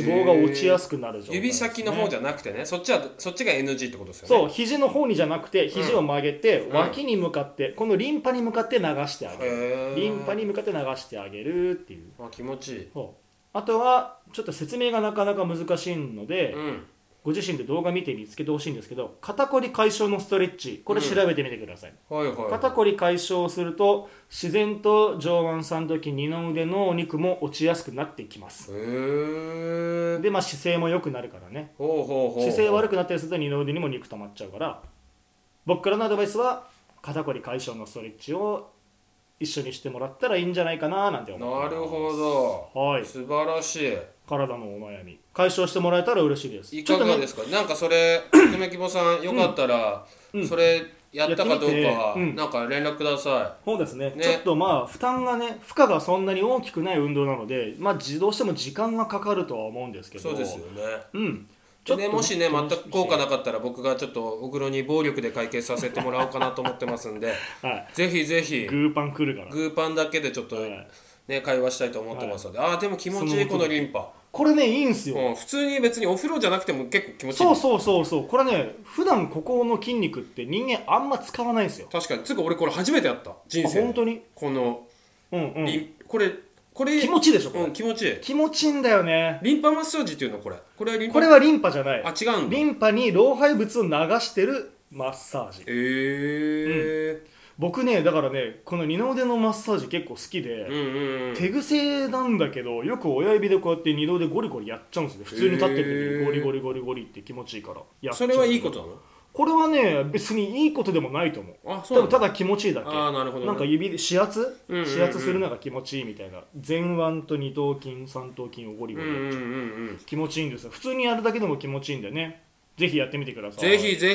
[SPEAKER 1] 脂肪が落ちやすくなる状態
[SPEAKER 2] 指先の方じ
[SPEAKER 1] ゃ
[SPEAKER 2] ゃなくてねそっちはそっちが NG ってことですよ
[SPEAKER 1] そ
[SPEAKER 2] ね
[SPEAKER 1] う肘の方にじゃなくて肘を曲げて、
[SPEAKER 2] ん
[SPEAKER 1] 脇に向かってこのリンパに向かって流してあげる、
[SPEAKER 2] へえ
[SPEAKER 1] リンパに向かって流してあげるっていう
[SPEAKER 2] あ気持ちいい
[SPEAKER 1] そうあとはちょっと説明がなかなか難しいので、
[SPEAKER 2] うん
[SPEAKER 1] ご自身で動画見て見つけてほしいんですけど肩こり解消のストレッチこれ調べてみてください、
[SPEAKER 2] はいはい
[SPEAKER 1] 肩こり解消すると自然と上腕三頭筋二の腕のお肉も落ちやすくなってきます
[SPEAKER 2] へえ
[SPEAKER 1] でまあ姿勢も良くなるからね
[SPEAKER 2] ほうほうほう
[SPEAKER 1] 姿勢悪
[SPEAKER 2] く
[SPEAKER 1] くなったりすると二の腕にも肉溜まっちゃうから僕からのアドバイスは肩こり解消のストレッチを一緒にしてもらったらいいんじゃないかななんて思って
[SPEAKER 2] なる
[SPEAKER 1] ど
[SPEAKER 2] ほど
[SPEAKER 1] はい
[SPEAKER 2] 素晴らしい
[SPEAKER 1] 体のお悩み解消してもらえたら嬉しいです
[SPEAKER 2] いかがですすか、なんかそれ とめきぼさんよかったら、
[SPEAKER 1] うん
[SPEAKER 2] それやったかどうか
[SPEAKER 1] やっ
[SPEAKER 2] は、
[SPEAKER 1] てみてうん
[SPEAKER 2] なんか連絡くださ
[SPEAKER 1] そうですね
[SPEAKER 2] ね
[SPEAKER 1] ちょっとまあ負担がね負荷がそんなに大きくない運動なので、まあ、じどうしても時間がかかるとは思うんですけ
[SPEAKER 2] い
[SPEAKER 1] ど
[SPEAKER 2] そうですよね
[SPEAKER 1] うん
[SPEAKER 2] でねもしね全く効果な
[SPEAKER 1] く
[SPEAKER 2] かったら僕がちょっと小黒に暴力で解決させてもらおうかなと思ってますんで
[SPEAKER 1] はい
[SPEAKER 2] ぜひぜひ
[SPEAKER 1] グーパン来るから
[SPEAKER 2] グーパンだけでちょっと、
[SPEAKER 1] はい
[SPEAKER 2] ね、会話したいと思ってますので、ああでも気持ちいい
[SPEAKER 1] そ
[SPEAKER 2] こ
[SPEAKER 1] の
[SPEAKER 2] のリンパ、
[SPEAKER 1] これねいいんすよ、
[SPEAKER 2] うん、普通に別にお風呂じゃなくても結構気持ちいい
[SPEAKER 1] そうそうそうそうこれね普段ここの筋肉って人間あんま使わないんですよ
[SPEAKER 2] 確かにつうか俺これ初めてやった人
[SPEAKER 1] あ
[SPEAKER 2] 生で
[SPEAKER 1] 本当に
[SPEAKER 2] この
[SPEAKER 1] うんうん
[SPEAKER 2] リン、これこれ
[SPEAKER 1] 気持ちいいでしょこれ、
[SPEAKER 2] うん、気持ちいい
[SPEAKER 1] 気持ちいいんだよね
[SPEAKER 2] リンパマッサージっていうのこれこれはリンパ
[SPEAKER 1] これはリンパじゃない
[SPEAKER 2] あ違うんだ
[SPEAKER 1] リンパに老廃物を流してるマッサージ
[SPEAKER 2] えー
[SPEAKER 1] 僕ねだからねこの二の腕のマッサージ結構好きで、
[SPEAKER 2] うんうんうん
[SPEAKER 1] 手癖なんだけどよく親指でこうやって二の腕ゴリゴリやっちゃうんですよね普通に立ってる時
[SPEAKER 2] へー
[SPEAKER 1] にゴリゴリゴリゴリって気持ちいいからやっちゃ
[SPEAKER 2] そうれはいいことなの
[SPEAKER 1] これはね別にいいことでもないと思う
[SPEAKER 2] あそう
[SPEAKER 1] 多
[SPEAKER 2] な
[SPEAKER 1] 分
[SPEAKER 2] ん
[SPEAKER 1] た
[SPEAKER 2] だ
[SPEAKER 1] だ気持ちいいだけ
[SPEAKER 2] ああなるほど、ね、
[SPEAKER 1] なんか指で指圧
[SPEAKER 2] うんうんうん
[SPEAKER 1] 指圧するのが気持ちいいみたいな前腕と二頭筋三頭筋をゴリ
[SPEAKER 2] う
[SPEAKER 1] ゴ
[SPEAKER 2] ん
[SPEAKER 1] リ、
[SPEAKER 2] うんうんうん
[SPEAKER 1] 気持ちいいんですよ普通にやるだけでも気持ちいいんだよねぜひやってみてください
[SPEAKER 2] ぜひぜ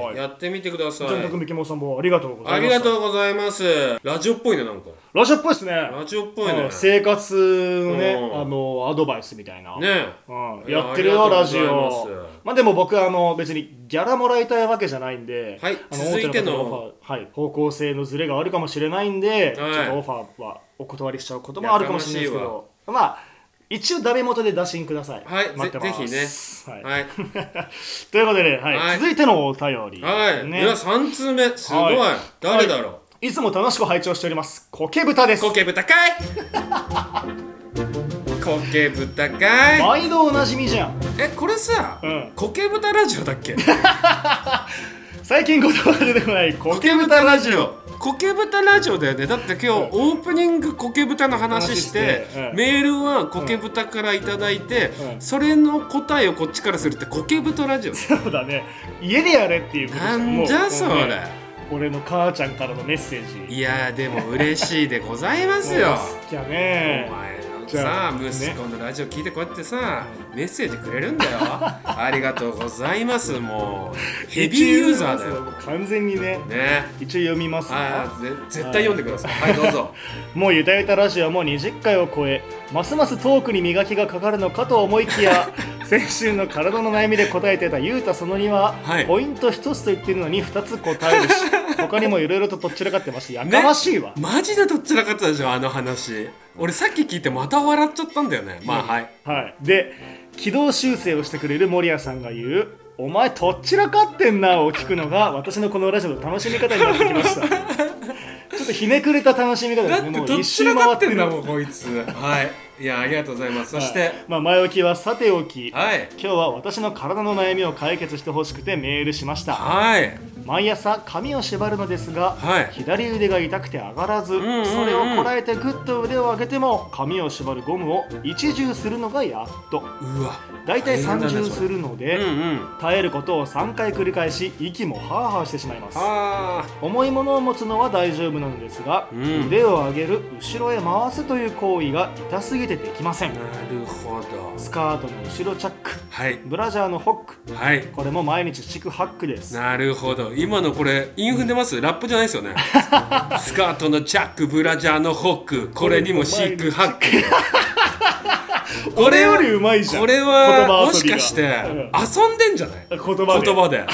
[SPEAKER 1] は
[SPEAKER 2] ひ
[SPEAKER 1] い
[SPEAKER 2] やってみてくだ
[SPEAKER 1] じ
[SPEAKER 2] さい、
[SPEAKER 1] ゃんたくみきもさんもありがとうござ
[SPEAKER 2] あ
[SPEAKER 1] い
[SPEAKER 2] り
[SPEAKER 1] ました
[SPEAKER 2] がとうございますラジオっぽいねなんか
[SPEAKER 1] ラジオっぽいですね
[SPEAKER 2] ラジオっぽいね
[SPEAKER 1] うん生活のね
[SPEAKER 2] うん
[SPEAKER 1] あのアドバイスみたいな、
[SPEAKER 2] ねえ
[SPEAKER 1] うん、
[SPEAKER 2] いや
[SPEAKER 1] やってるよ
[SPEAKER 2] ありがとう
[SPEAKER 1] ラ
[SPEAKER 2] ござ
[SPEAKER 1] ジ
[SPEAKER 2] います
[SPEAKER 1] オまあでも僕はあの別にギャラもらいたいわけじゃないんで、
[SPEAKER 2] はい
[SPEAKER 1] あ
[SPEAKER 2] 続いての
[SPEAKER 1] 大手方オファーはい、方向性のズレがあるかもしれないんで、
[SPEAKER 2] はい
[SPEAKER 1] ちょっとオファーはお断りしちゃうこともあるかもしれないですけ
[SPEAKER 2] やか
[SPEAKER 1] どまあ一応ダメ元で打診ください
[SPEAKER 2] はいぜ
[SPEAKER 1] 待ってます
[SPEAKER 2] ぜ
[SPEAKER 1] はい
[SPEAKER 2] はい、
[SPEAKER 1] ということで、はい
[SPEAKER 2] はい
[SPEAKER 1] 続いてのお便り、
[SPEAKER 2] はい
[SPEAKER 1] ね
[SPEAKER 2] いや3通目すごい、
[SPEAKER 1] はい
[SPEAKER 2] 誰だろ
[SPEAKER 1] いつも楽しく拝聴しておりますコケ豚で
[SPEAKER 2] う
[SPEAKER 1] す
[SPEAKER 2] コケ豚かいコケ豚かい
[SPEAKER 1] 毎度おなじみじゃん
[SPEAKER 2] えこれさ、
[SPEAKER 1] うん
[SPEAKER 2] コケ豚ラジオだっけ
[SPEAKER 1] 最近言葉が出てこないコ
[SPEAKER 2] コ
[SPEAKER 1] ケ
[SPEAKER 2] ケ豚ラジオコケ豚ラジオだよねだって今日オープニングコケ豚の話して
[SPEAKER 1] 話してうん
[SPEAKER 2] メールはコケ豚から頂いただいて、
[SPEAKER 1] うん
[SPEAKER 2] それの答えをこっちからするってコケ豚ラジオ
[SPEAKER 1] そうだね家でやれっていうこと
[SPEAKER 2] な
[SPEAKER 1] ゃ
[SPEAKER 2] んじ
[SPEAKER 1] も
[SPEAKER 2] ゃ
[SPEAKER 1] う
[SPEAKER 2] そ
[SPEAKER 1] もう
[SPEAKER 2] れ
[SPEAKER 1] ね俺の母ちゃんからのメッセージ
[SPEAKER 2] いやーでも嬉しいでございますよ
[SPEAKER 1] 好きや
[SPEAKER 2] お
[SPEAKER 1] ね
[SPEAKER 2] 前の
[SPEAKER 1] じゃ
[SPEAKER 2] さ
[SPEAKER 1] あ
[SPEAKER 2] 息子のラジオ聞いてこうやってさメッセージくれるんだ よありがとうございますもうヘビーユーザーだよ
[SPEAKER 1] もう完全にね
[SPEAKER 2] ね
[SPEAKER 1] 一応読みます
[SPEAKER 2] あ
[SPEAKER 1] よ
[SPEAKER 2] ーぜ絶対読んでくださいはいどうぞ
[SPEAKER 1] もうゆたゆたラジオも20回を超えますますトークに磨きがかかるのかと思いき や先週の体の悩みで答えてたゆうたその2は、
[SPEAKER 2] はい
[SPEAKER 1] ポイント1つと言ってるのに2つ答 えるし他にもいろいろとどっちらかってましてやかましいわ、
[SPEAKER 2] マジでどっちらかってたでしょあの話俺さっき聞いてまた笑っちゃったんだよねまあはい
[SPEAKER 1] はい、で軌道修正をしてくれる守屋さんが言う「お前とっちらかってんな」を聞くのが私のこのラジオの楽しみ方になってきました ちょっとひねくれた楽しみ方で
[SPEAKER 2] だ
[SPEAKER 1] す
[SPEAKER 2] っ
[SPEAKER 1] ね
[SPEAKER 2] て
[SPEAKER 1] もう
[SPEAKER 2] どっ
[SPEAKER 1] 一
[SPEAKER 2] ち
[SPEAKER 1] 周
[SPEAKER 2] らか
[SPEAKER 1] 回っ
[SPEAKER 2] っ
[SPEAKER 1] て
[SPEAKER 2] て
[SPEAKER 1] る
[SPEAKER 2] んだもんこいつはいいやありがとうございますそして
[SPEAKER 1] まあ、前置きはさておき、
[SPEAKER 2] はい
[SPEAKER 1] 今日は私の体の悩みを解決してほしくてメールしました
[SPEAKER 2] はい
[SPEAKER 1] 毎朝髪を縛るのですが、
[SPEAKER 2] はい
[SPEAKER 1] 左腕が痛くて上がらず、
[SPEAKER 2] んうん
[SPEAKER 1] それをこらえてぐっと腕を上げても髪を縛るゴムを一重するのがやっと
[SPEAKER 2] うわ
[SPEAKER 1] だいたい
[SPEAKER 2] 大変だね
[SPEAKER 1] 30
[SPEAKER 2] そ
[SPEAKER 1] す
[SPEAKER 2] れ
[SPEAKER 1] るの
[SPEAKER 2] う
[SPEAKER 1] で、
[SPEAKER 2] んうん
[SPEAKER 1] 耐えることを3回繰り返し息もハーハーしてしまいます
[SPEAKER 2] あ
[SPEAKER 1] 重いものを持つのは大丈夫なのですが、
[SPEAKER 2] うん
[SPEAKER 1] 腕を上げる後ろへ回すという行為が痛すぎてできません
[SPEAKER 2] ーなるほど
[SPEAKER 1] スカートの後ろチャック
[SPEAKER 2] はい
[SPEAKER 1] ブラジャーのホック
[SPEAKER 2] はい
[SPEAKER 1] これも毎日四苦八苦です
[SPEAKER 2] なるほど今のこれインフンでますラップじゃないですよ ねスカートのチャックブラジャーのホックこれにもシックハック
[SPEAKER 1] これよりうまいじゃん
[SPEAKER 2] これ
[SPEAKER 1] 言葉
[SPEAKER 2] はも
[SPEAKER 1] 遊
[SPEAKER 2] し
[SPEAKER 1] びが
[SPEAKER 2] かして
[SPEAKER 1] うん
[SPEAKER 2] 遊んでんじゃない
[SPEAKER 1] 言葉で
[SPEAKER 2] 言葉で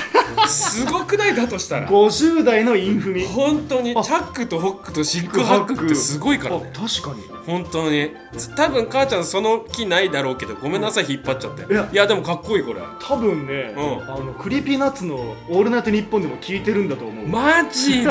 [SPEAKER 2] すごくないだとしたら
[SPEAKER 1] 50代のインフミ
[SPEAKER 2] 本当にチ
[SPEAKER 1] あ
[SPEAKER 2] ャックとホックとシックハックってすごいからね
[SPEAKER 1] あ確かに
[SPEAKER 2] 本当につ多分母ちゃんその気ないだろうけどごめんなさい引っ張っちゃって
[SPEAKER 1] いや
[SPEAKER 2] いやでもかっこいいこれ
[SPEAKER 1] 多分ね、
[SPEAKER 2] うん
[SPEAKER 1] あのクリーピーナッツの「オールナイトニッポン」でも聞いてるんだと思う、
[SPEAKER 2] マジ で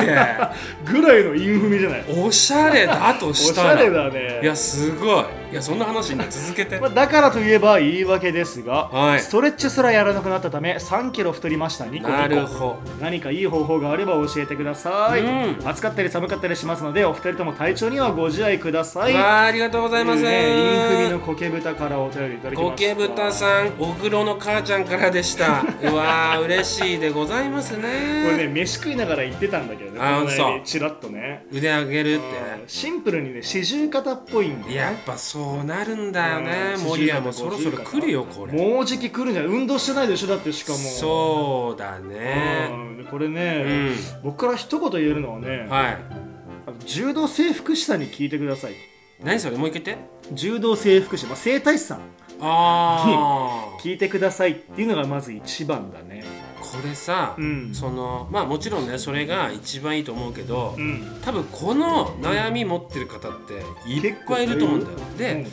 [SPEAKER 1] ぐらいのインフミじゃない
[SPEAKER 2] おしゃれだと
[SPEAKER 1] お
[SPEAKER 2] し
[SPEAKER 1] したゃ
[SPEAKER 2] ら
[SPEAKER 1] れだね
[SPEAKER 2] いやすごいいやそんな話に続け て
[SPEAKER 1] まあ、だからといえば言い訳ですが、
[SPEAKER 2] はい
[SPEAKER 1] ストレッチすらやらなくなったため3キロ太りましたニコニコ
[SPEAKER 2] なるほ
[SPEAKER 1] 何かいい方法があれば教えてください、
[SPEAKER 2] うん
[SPEAKER 1] 暑かったり寒かったりしますのでお二人とも体調にはご自愛くださ
[SPEAKER 2] ど
[SPEAKER 1] い
[SPEAKER 2] わあありがとうございます
[SPEAKER 1] というねインフミの苔豚からお便りいただきました
[SPEAKER 2] コケブタ
[SPEAKER 1] ん
[SPEAKER 2] さんおぐろの母ちゃんからでした うわあ嬉しいでございます
[SPEAKER 1] これ
[SPEAKER 2] ね
[SPEAKER 1] ね飯食いながら言ってたんだけどね
[SPEAKER 2] あ
[SPEAKER 1] この前
[SPEAKER 2] そう
[SPEAKER 1] にチラッとね
[SPEAKER 2] 腕上げるっ
[SPEAKER 1] シンプルにね四十肩っぽいん
[SPEAKER 2] て
[SPEAKER 1] で
[SPEAKER 2] やっぱそうなるんだよね
[SPEAKER 1] うん
[SPEAKER 2] 森谷もそろそろ来るよこれ
[SPEAKER 1] もうじき来るんじゃない運動してないでしょだってしかも
[SPEAKER 2] そうだね
[SPEAKER 1] うんでこれ
[SPEAKER 2] う
[SPEAKER 1] ね、
[SPEAKER 2] ん
[SPEAKER 1] 僕から一言言えるのはね、
[SPEAKER 2] は
[SPEAKER 1] あ
[SPEAKER 2] い
[SPEAKER 1] の柔道整復師さんに聞いてください
[SPEAKER 2] 何それもう一回言って
[SPEAKER 1] 柔道整復師、まあ、整体師さん
[SPEAKER 2] ああ
[SPEAKER 1] 聞いてくださいっていうのがまず一番だね
[SPEAKER 2] これさ、
[SPEAKER 1] うん
[SPEAKER 2] そのまあもちろんねそれが一番いいと思うけど、
[SPEAKER 1] ん
[SPEAKER 2] 多分この悩み持ってる方っていっぱいいると思うんだよ。で、
[SPEAKER 1] うん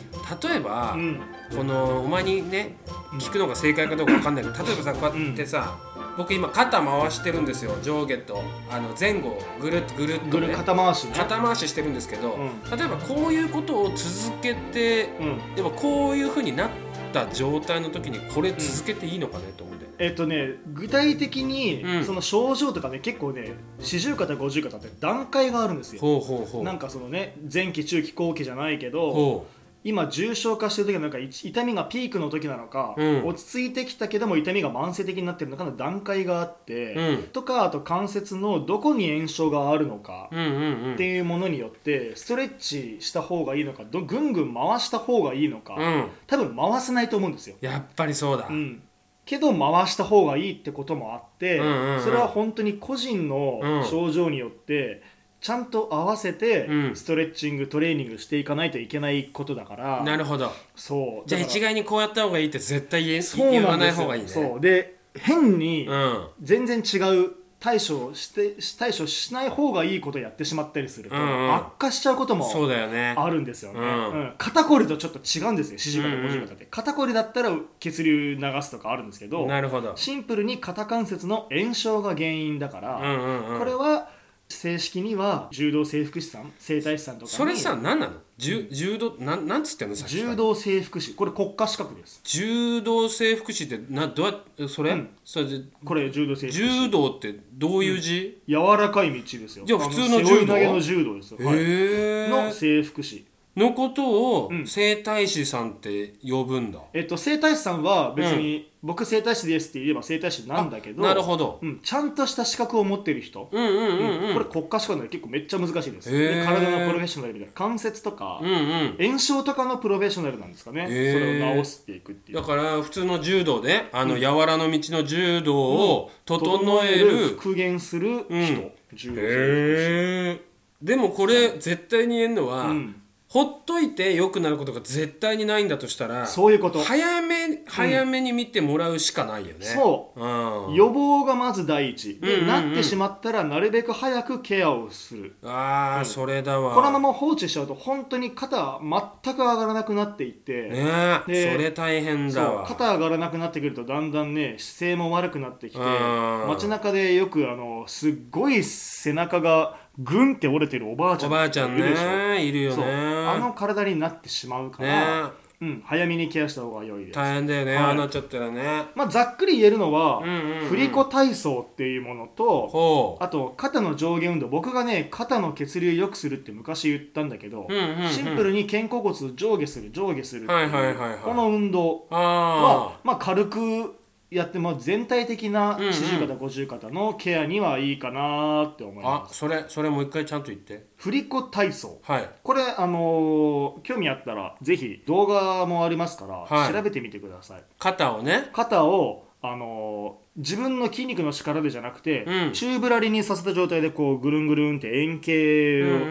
[SPEAKER 2] 例えば、
[SPEAKER 1] うん
[SPEAKER 2] このお前にね聞くのが正解かどうかわかんないけど例えばさこうやってさ、僕今肩回してるんですよ上下とあの前後をぐるっとぐるっと、
[SPEAKER 1] ぐる
[SPEAKER 2] ね、
[SPEAKER 1] 肩回しね
[SPEAKER 2] 肩回ししてるんですけど、
[SPEAKER 1] う
[SPEAKER 2] 例えばこういうことを続けて
[SPEAKER 1] うん
[SPEAKER 2] でもこういうふうになった状態の時にこれ続けていいのかねと思うんだよね。
[SPEAKER 1] えっとね具体的に、
[SPEAKER 2] うん
[SPEAKER 1] その症状とかね結構ね四十肩五十肩って段階があるんですよ
[SPEAKER 2] ほうほうほう
[SPEAKER 1] なんかそのね前期中期後期じゃないけど
[SPEAKER 2] ほ
[SPEAKER 1] 今重症化してる時はなんかい痛みがピークの時なのか、
[SPEAKER 2] うん
[SPEAKER 1] 落ち着いてきたけども痛みが慢性的になってるのかの段階があって、
[SPEAKER 2] う、うん、
[SPEAKER 1] とかあと関節のどこに炎症があるのか
[SPEAKER 2] うんうんうん
[SPEAKER 1] っていうものによってストレッチした方がいいのかどぐんぐん回した方がいいのか、
[SPEAKER 2] うん
[SPEAKER 1] 多分回せないと思うんですよ、
[SPEAKER 2] やっぱりそうだ、
[SPEAKER 1] うん、けど回した方がいいってこともあって、
[SPEAKER 2] うんうんうん
[SPEAKER 1] それは本当に個人の症状によってちゃんと合わせて
[SPEAKER 2] うん
[SPEAKER 1] ストレッチングトレーニングしていかないといけないことだから、
[SPEAKER 2] なるほど
[SPEAKER 1] そう
[SPEAKER 2] じゃあ
[SPEAKER 1] だから
[SPEAKER 2] 一概にこうやった方がいいって絶対言え
[SPEAKER 1] そう
[SPEAKER 2] 言
[SPEAKER 1] な
[SPEAKER 2] わ
[SPEAKER 1] ん
[SPEAKER 2] な
[SPEAKER 1] で
[SPEAKER 2] い
[SPEAKER 1] す
[SPEAKER 2] 方がいい
[SPEAKER 1] よ
[SPEAKER 2] ね
[SPEAKER 1] そうで変に
[SPEAKER 2] うん
[SPEAKER 1] 全然違う対処をしてし対処しない方がいいことやってしまったりすると、
[SPEAKER 2] うんうん
[SPEAKER 1] 悪化しちゃうことも
[SPEAKER 2] そうだよね
[SPEAKER 1] あるんですよね、
[SPEAKER 2] うん
[SPEAKER 1] うん肩こりとちょっと違うんですよ四十肩
[SPEAKER 2] うんうん
[SPEAKER 1] 五十肩って、肩こりだったら血流流すとかあるんですけど
[SPEAKER 2] なるほど
[SPEAKER 1] シンプルに肩関節の炎症が原因だか
[SPEAKER 2] う
[SPEAKER 1] ら、
[SPEAKER 2] んうんうん
[SPEAKER 1] これは正式には柔道整復師さん整体師さんとかに
[SPEAKER 2] それさ何なの柔柔道なんなんつってんのさっきから
[SPEAKER 1] 柔道整復師これ国家資格です
[SPEAKER 2] 柔道整復師ってなどうやってそれ、
[SPEAKER 1] うん
[SPEAKER 2] それで
[SPEAKER 1] これ柔道整復師
[SPEAKER 2] 柔道ってどういう字、
[SPEAKER 1] 柔らかい道ですよ
[SPEAKER 2] じゃあ普通の
[SPEAKER 1] あ
[SPEAKER 2] 柔道
[SPEAKER 1] 背負い投げの柔道ですよ、はい
[SPEAKER 2] へえ
[SPEAKER 1] の整復師
[SPEAKER 2] のことを
[SPEAKER 1] うん
[SPEAKER 2] 整体師さんって呼ぶんだ、
[SPEAKER 1] えっと、整体師さんは別に、僕整体師ですって言えば整体師なんだけど
[SPEAKER 2] なるほど
[SPEAKER 1] うん、ちゃんとした資格を持ってる人、
[SPEAKER 2] うんうんうんうん
[SPEAKER 1] これ国家資格なので結構めっちゃ難しいです、
[SPEAKER 2] へー
[SPEAKER 1] で体のプロフェッショナルみたいな関節とか、
[SPEAKER 2] うんうん
[SPEAKER 1] 炎症とかのプロフェッショナルなんですかね、
[SPEAKER 2] へー
[SPEAKER 1] それを治していくってい
[SPEAKER 2] だ
[SPEAKER 1] う
[SPEAKER 2] から普通の柔道であの柔らの道の柔道を整える、
[SPEAKER 1] 復元する人、
[SPEAKER 2] うん
[SPEAKER 1] 柔道整復
[SPEAKER 2] へえでもこれ絶対に言えるのは、
[SPEAKER 1] 師うん
[SPEAKER 2] ほっといて良くなることが絶対にないんだとしたら
[SPEAKER 1] そういうこと、
[SPEAKER 2] 早め早めに見てもらうしかないよね、、
[SPEAKER 1] そう
[SPEAKER 2] ん、
[SPEAKER 1] 予防がまず第一で、
[SPEAKER 2] うんうんうん
[SPEAKER 1] なってしまったらなるべく早くケアをする
[SPEAKER 2] あー、
[SPEAKER 1] うん
[SPEAKER 2] それだわ
[SPEAKER 1] このまま放置しちゃうと本当に肩は全く上がらなくなっていって、
[SPEAKER 2] ねえ
[SPEAKER 1] で
[SPEAKER 2] それ大変だ
[SPEAKER 1] そう
[SPEAKER 2] わ
[SPEAKER 1] 肩上がらなくなってくるとだんだんね姿勢も悪くなってきて
[SPEAKER 2] うん
[SPEAKER 1] 街中でよくあのすっごい背中がグンって折れてるおばあちゃ
[SPEAKER 2] お
[SPEAKER 1] ん
[SPEAKER 2] ばあちゃん
[SPEAKER 1] いるでしょ
[SPEAKER 2] ねいるよ
[SPEAKER 1] そうあ
[SPEAKER 2] ね
[SPEAKER 1] の体になってしまうから、
[SPEAKER 2] ね
[SPEAKER 1] うん、早めにケアした方が良いです、
[SPEAKER 2] 大変だよね
[SPEAKER 1] はい
[SPEAKER 2] ああなっちゃったらね
[SPEAKER 1] まあ、ざっくり言えるのは、
[SPEAKER 2] うんうんうん
[SPEAKER 1] 振り子体操っていうものと
[SPEAKER 2] ほう
[SPEAKER 1] あと肩の上下運動僕がね肩の血流良くするって昔言ったんだけど、
[SPEAKER 2] うんうんうん
[SPEAKER 1] シンプルに肩甲骨上下する上下するっていう、
[SPEAKER 2] はいはいはいはい
[SPEAKER 1] この運動は
[SPEAKER 2] あ、
[SPEAKER 1] まあ、軽くやって、まあ、全体的な四十肩五十肩のケアにはいいかなって思い
[SPEAKER 2] あ
[SPEAKER 1] ま
[SPEAKER 2] あ
[SPEAKER 1] す、
[SPEAKER 2] それそれもう一回ちゃんと言って
[SPEAKER 1] 振り子体操
[SPEAKER 2] はい
[SPEAKER 1] これあのー興味あったらぜひ動画もありますから、
[SPEAKER 2] はい
[SPEAKER 1] 調べてみてください
[SPEAKER 2] 肩をね
[SPEAKER 1] 肩をあのー自分の筋肉の力でじゃなくて、
[SPEAKER 2] うん
[SPEAKER 1] チューブラリにさせた状態でこうぐるんぐるんって円形
[SPEAKER 2] うん
[SPEAKER 1] を、
[SPEAKER 2] うんう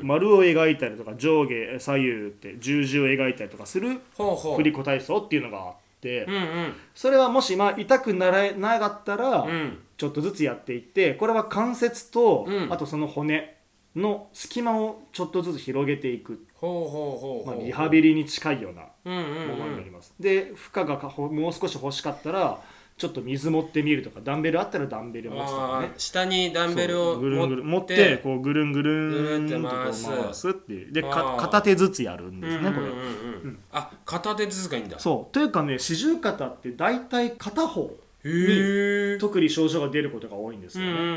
[SPEAKER 2] ん
[SPEAKER 1] 丸を描いたりとか上下左右って十字を描いたりとかする
[SPEAKER 2] ほうほう
[SPEAKER 1] 振り子体操っていうのがあって、
[SPEAKER 2] うんうん
[SPEAKER 1] それはもしまあ痛くならなかったら、
[SPEAKER 2] うん
[SPEAKER 1] ちょっとずつやっていってこれは関節と、
[SPEAKER 2] うん
[SPEAKER 1] あとその骨の隙間をちょっとずつ広げていく、
[SPEAKER 2] ほうほうほう
[SPEAKER 1] まあ、
[SPEAKER 2] ほう
[SPEAKER 1] リハビリに近いような
[SPEAKER 2] うんうん
[SPEAKER 1] ものに
[SPEAKER 2] う
[SPEAKER 1] なんります、で負荷がかほもう少し欲しかったらちょっと水持ってみるとかダンベルあったらダンベル持つとか
[SPEAKER 2] あ
[SPEAKER 1] ね
[SPEAKER 2] ー下にダンベルを
[SPEAKER 1] そうぐるんぐるん持
[SPEAKER 2] 持
[SPEAKER 1] っ
[SPEAKER 2] ってて
[SPEAKER 1] こうぐるんぐるん
[SPEAKER 2] ぐる
[SPEAKER 1] と
[SPEAKER 2] ん
[SPEAKER 1] こ
[SPEAKER 2] って回す
[SPEAKER 1] う回すっていうでか
[SPEAKER 2] あー
[SPEAKER 1] 片手ずつやるん
[SPEAKER 2] う
[SPEAKER 1] で
[SPEAKER 2] んう
[SPEAKER 1] す
[SPEAKER 2] ん
[SPEAKER 1] ね
[SPEAKER 2] うん
[SPEAKER 1] これ
[SPEAKER 2] うんあ片手ずつがいいんだ
[SPEAKER 1] そうというかね四十肩って大体片方
[SPEAKER 2] へえ
[SPEAKER 1] 特に症状が出ることが多いんです
[SPEAKER 2] う
[SPEAKER 1] よ
[SPEAKER 2] ん
[SPEAKER 1] ね、
[SPEAKER 2] うんうんう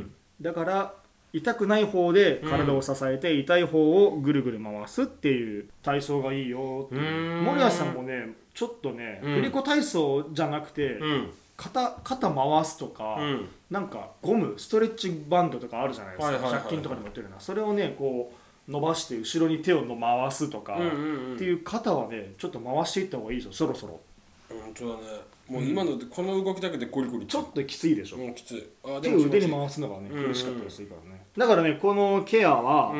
[SPEAKER 2] ん
[SPEAKER 1] だから痛くない方で体を支えて、痛い方をぐるぐる回すっていう体操がいいよっていう
[SPEAKER 2] うーん
[SPEAKER 1] 森橋さんもねちょっとね、
[SPEAKER 2] うん
[SPEAKER 1] 振り子体操じゃなくて、
[SPEAKER 2] うん
[SPEAKER 1] 肩肩回すとか、
[SPEAKER 2] うん
[SPEAKER 1] なんかゴムストレッチバンドとかあるじゃないですか、
[SPEAKER 2] はいはいはいはい
[SPEAKER 1] 100均とかでも売ってるようなそれをねこう伸ばして後ろに手をの回すとか、
[SPEAKER 2] うんうんうん
[SPEAKER 1] っていう肩はねちょっと回していった方がいいですよそろそろ
[SPEAKER 2] 本当だねもう今のでこの動きだけでゴリゴリ
[SPEAKER 1] ちょっときついでしょ、
[SPEAKER 2] もうきついあー
[SPEAKER 1] 手
[SPEAKER 2] で
[SPEAKER 1] を
[SPEAKER 2] も気持ちいい
[SPEAKER 1] 腕に回すのがね
[SPEAKER 2] うん
[SPEAKER 1] 苦しかったりするからね、だからねこのケアは、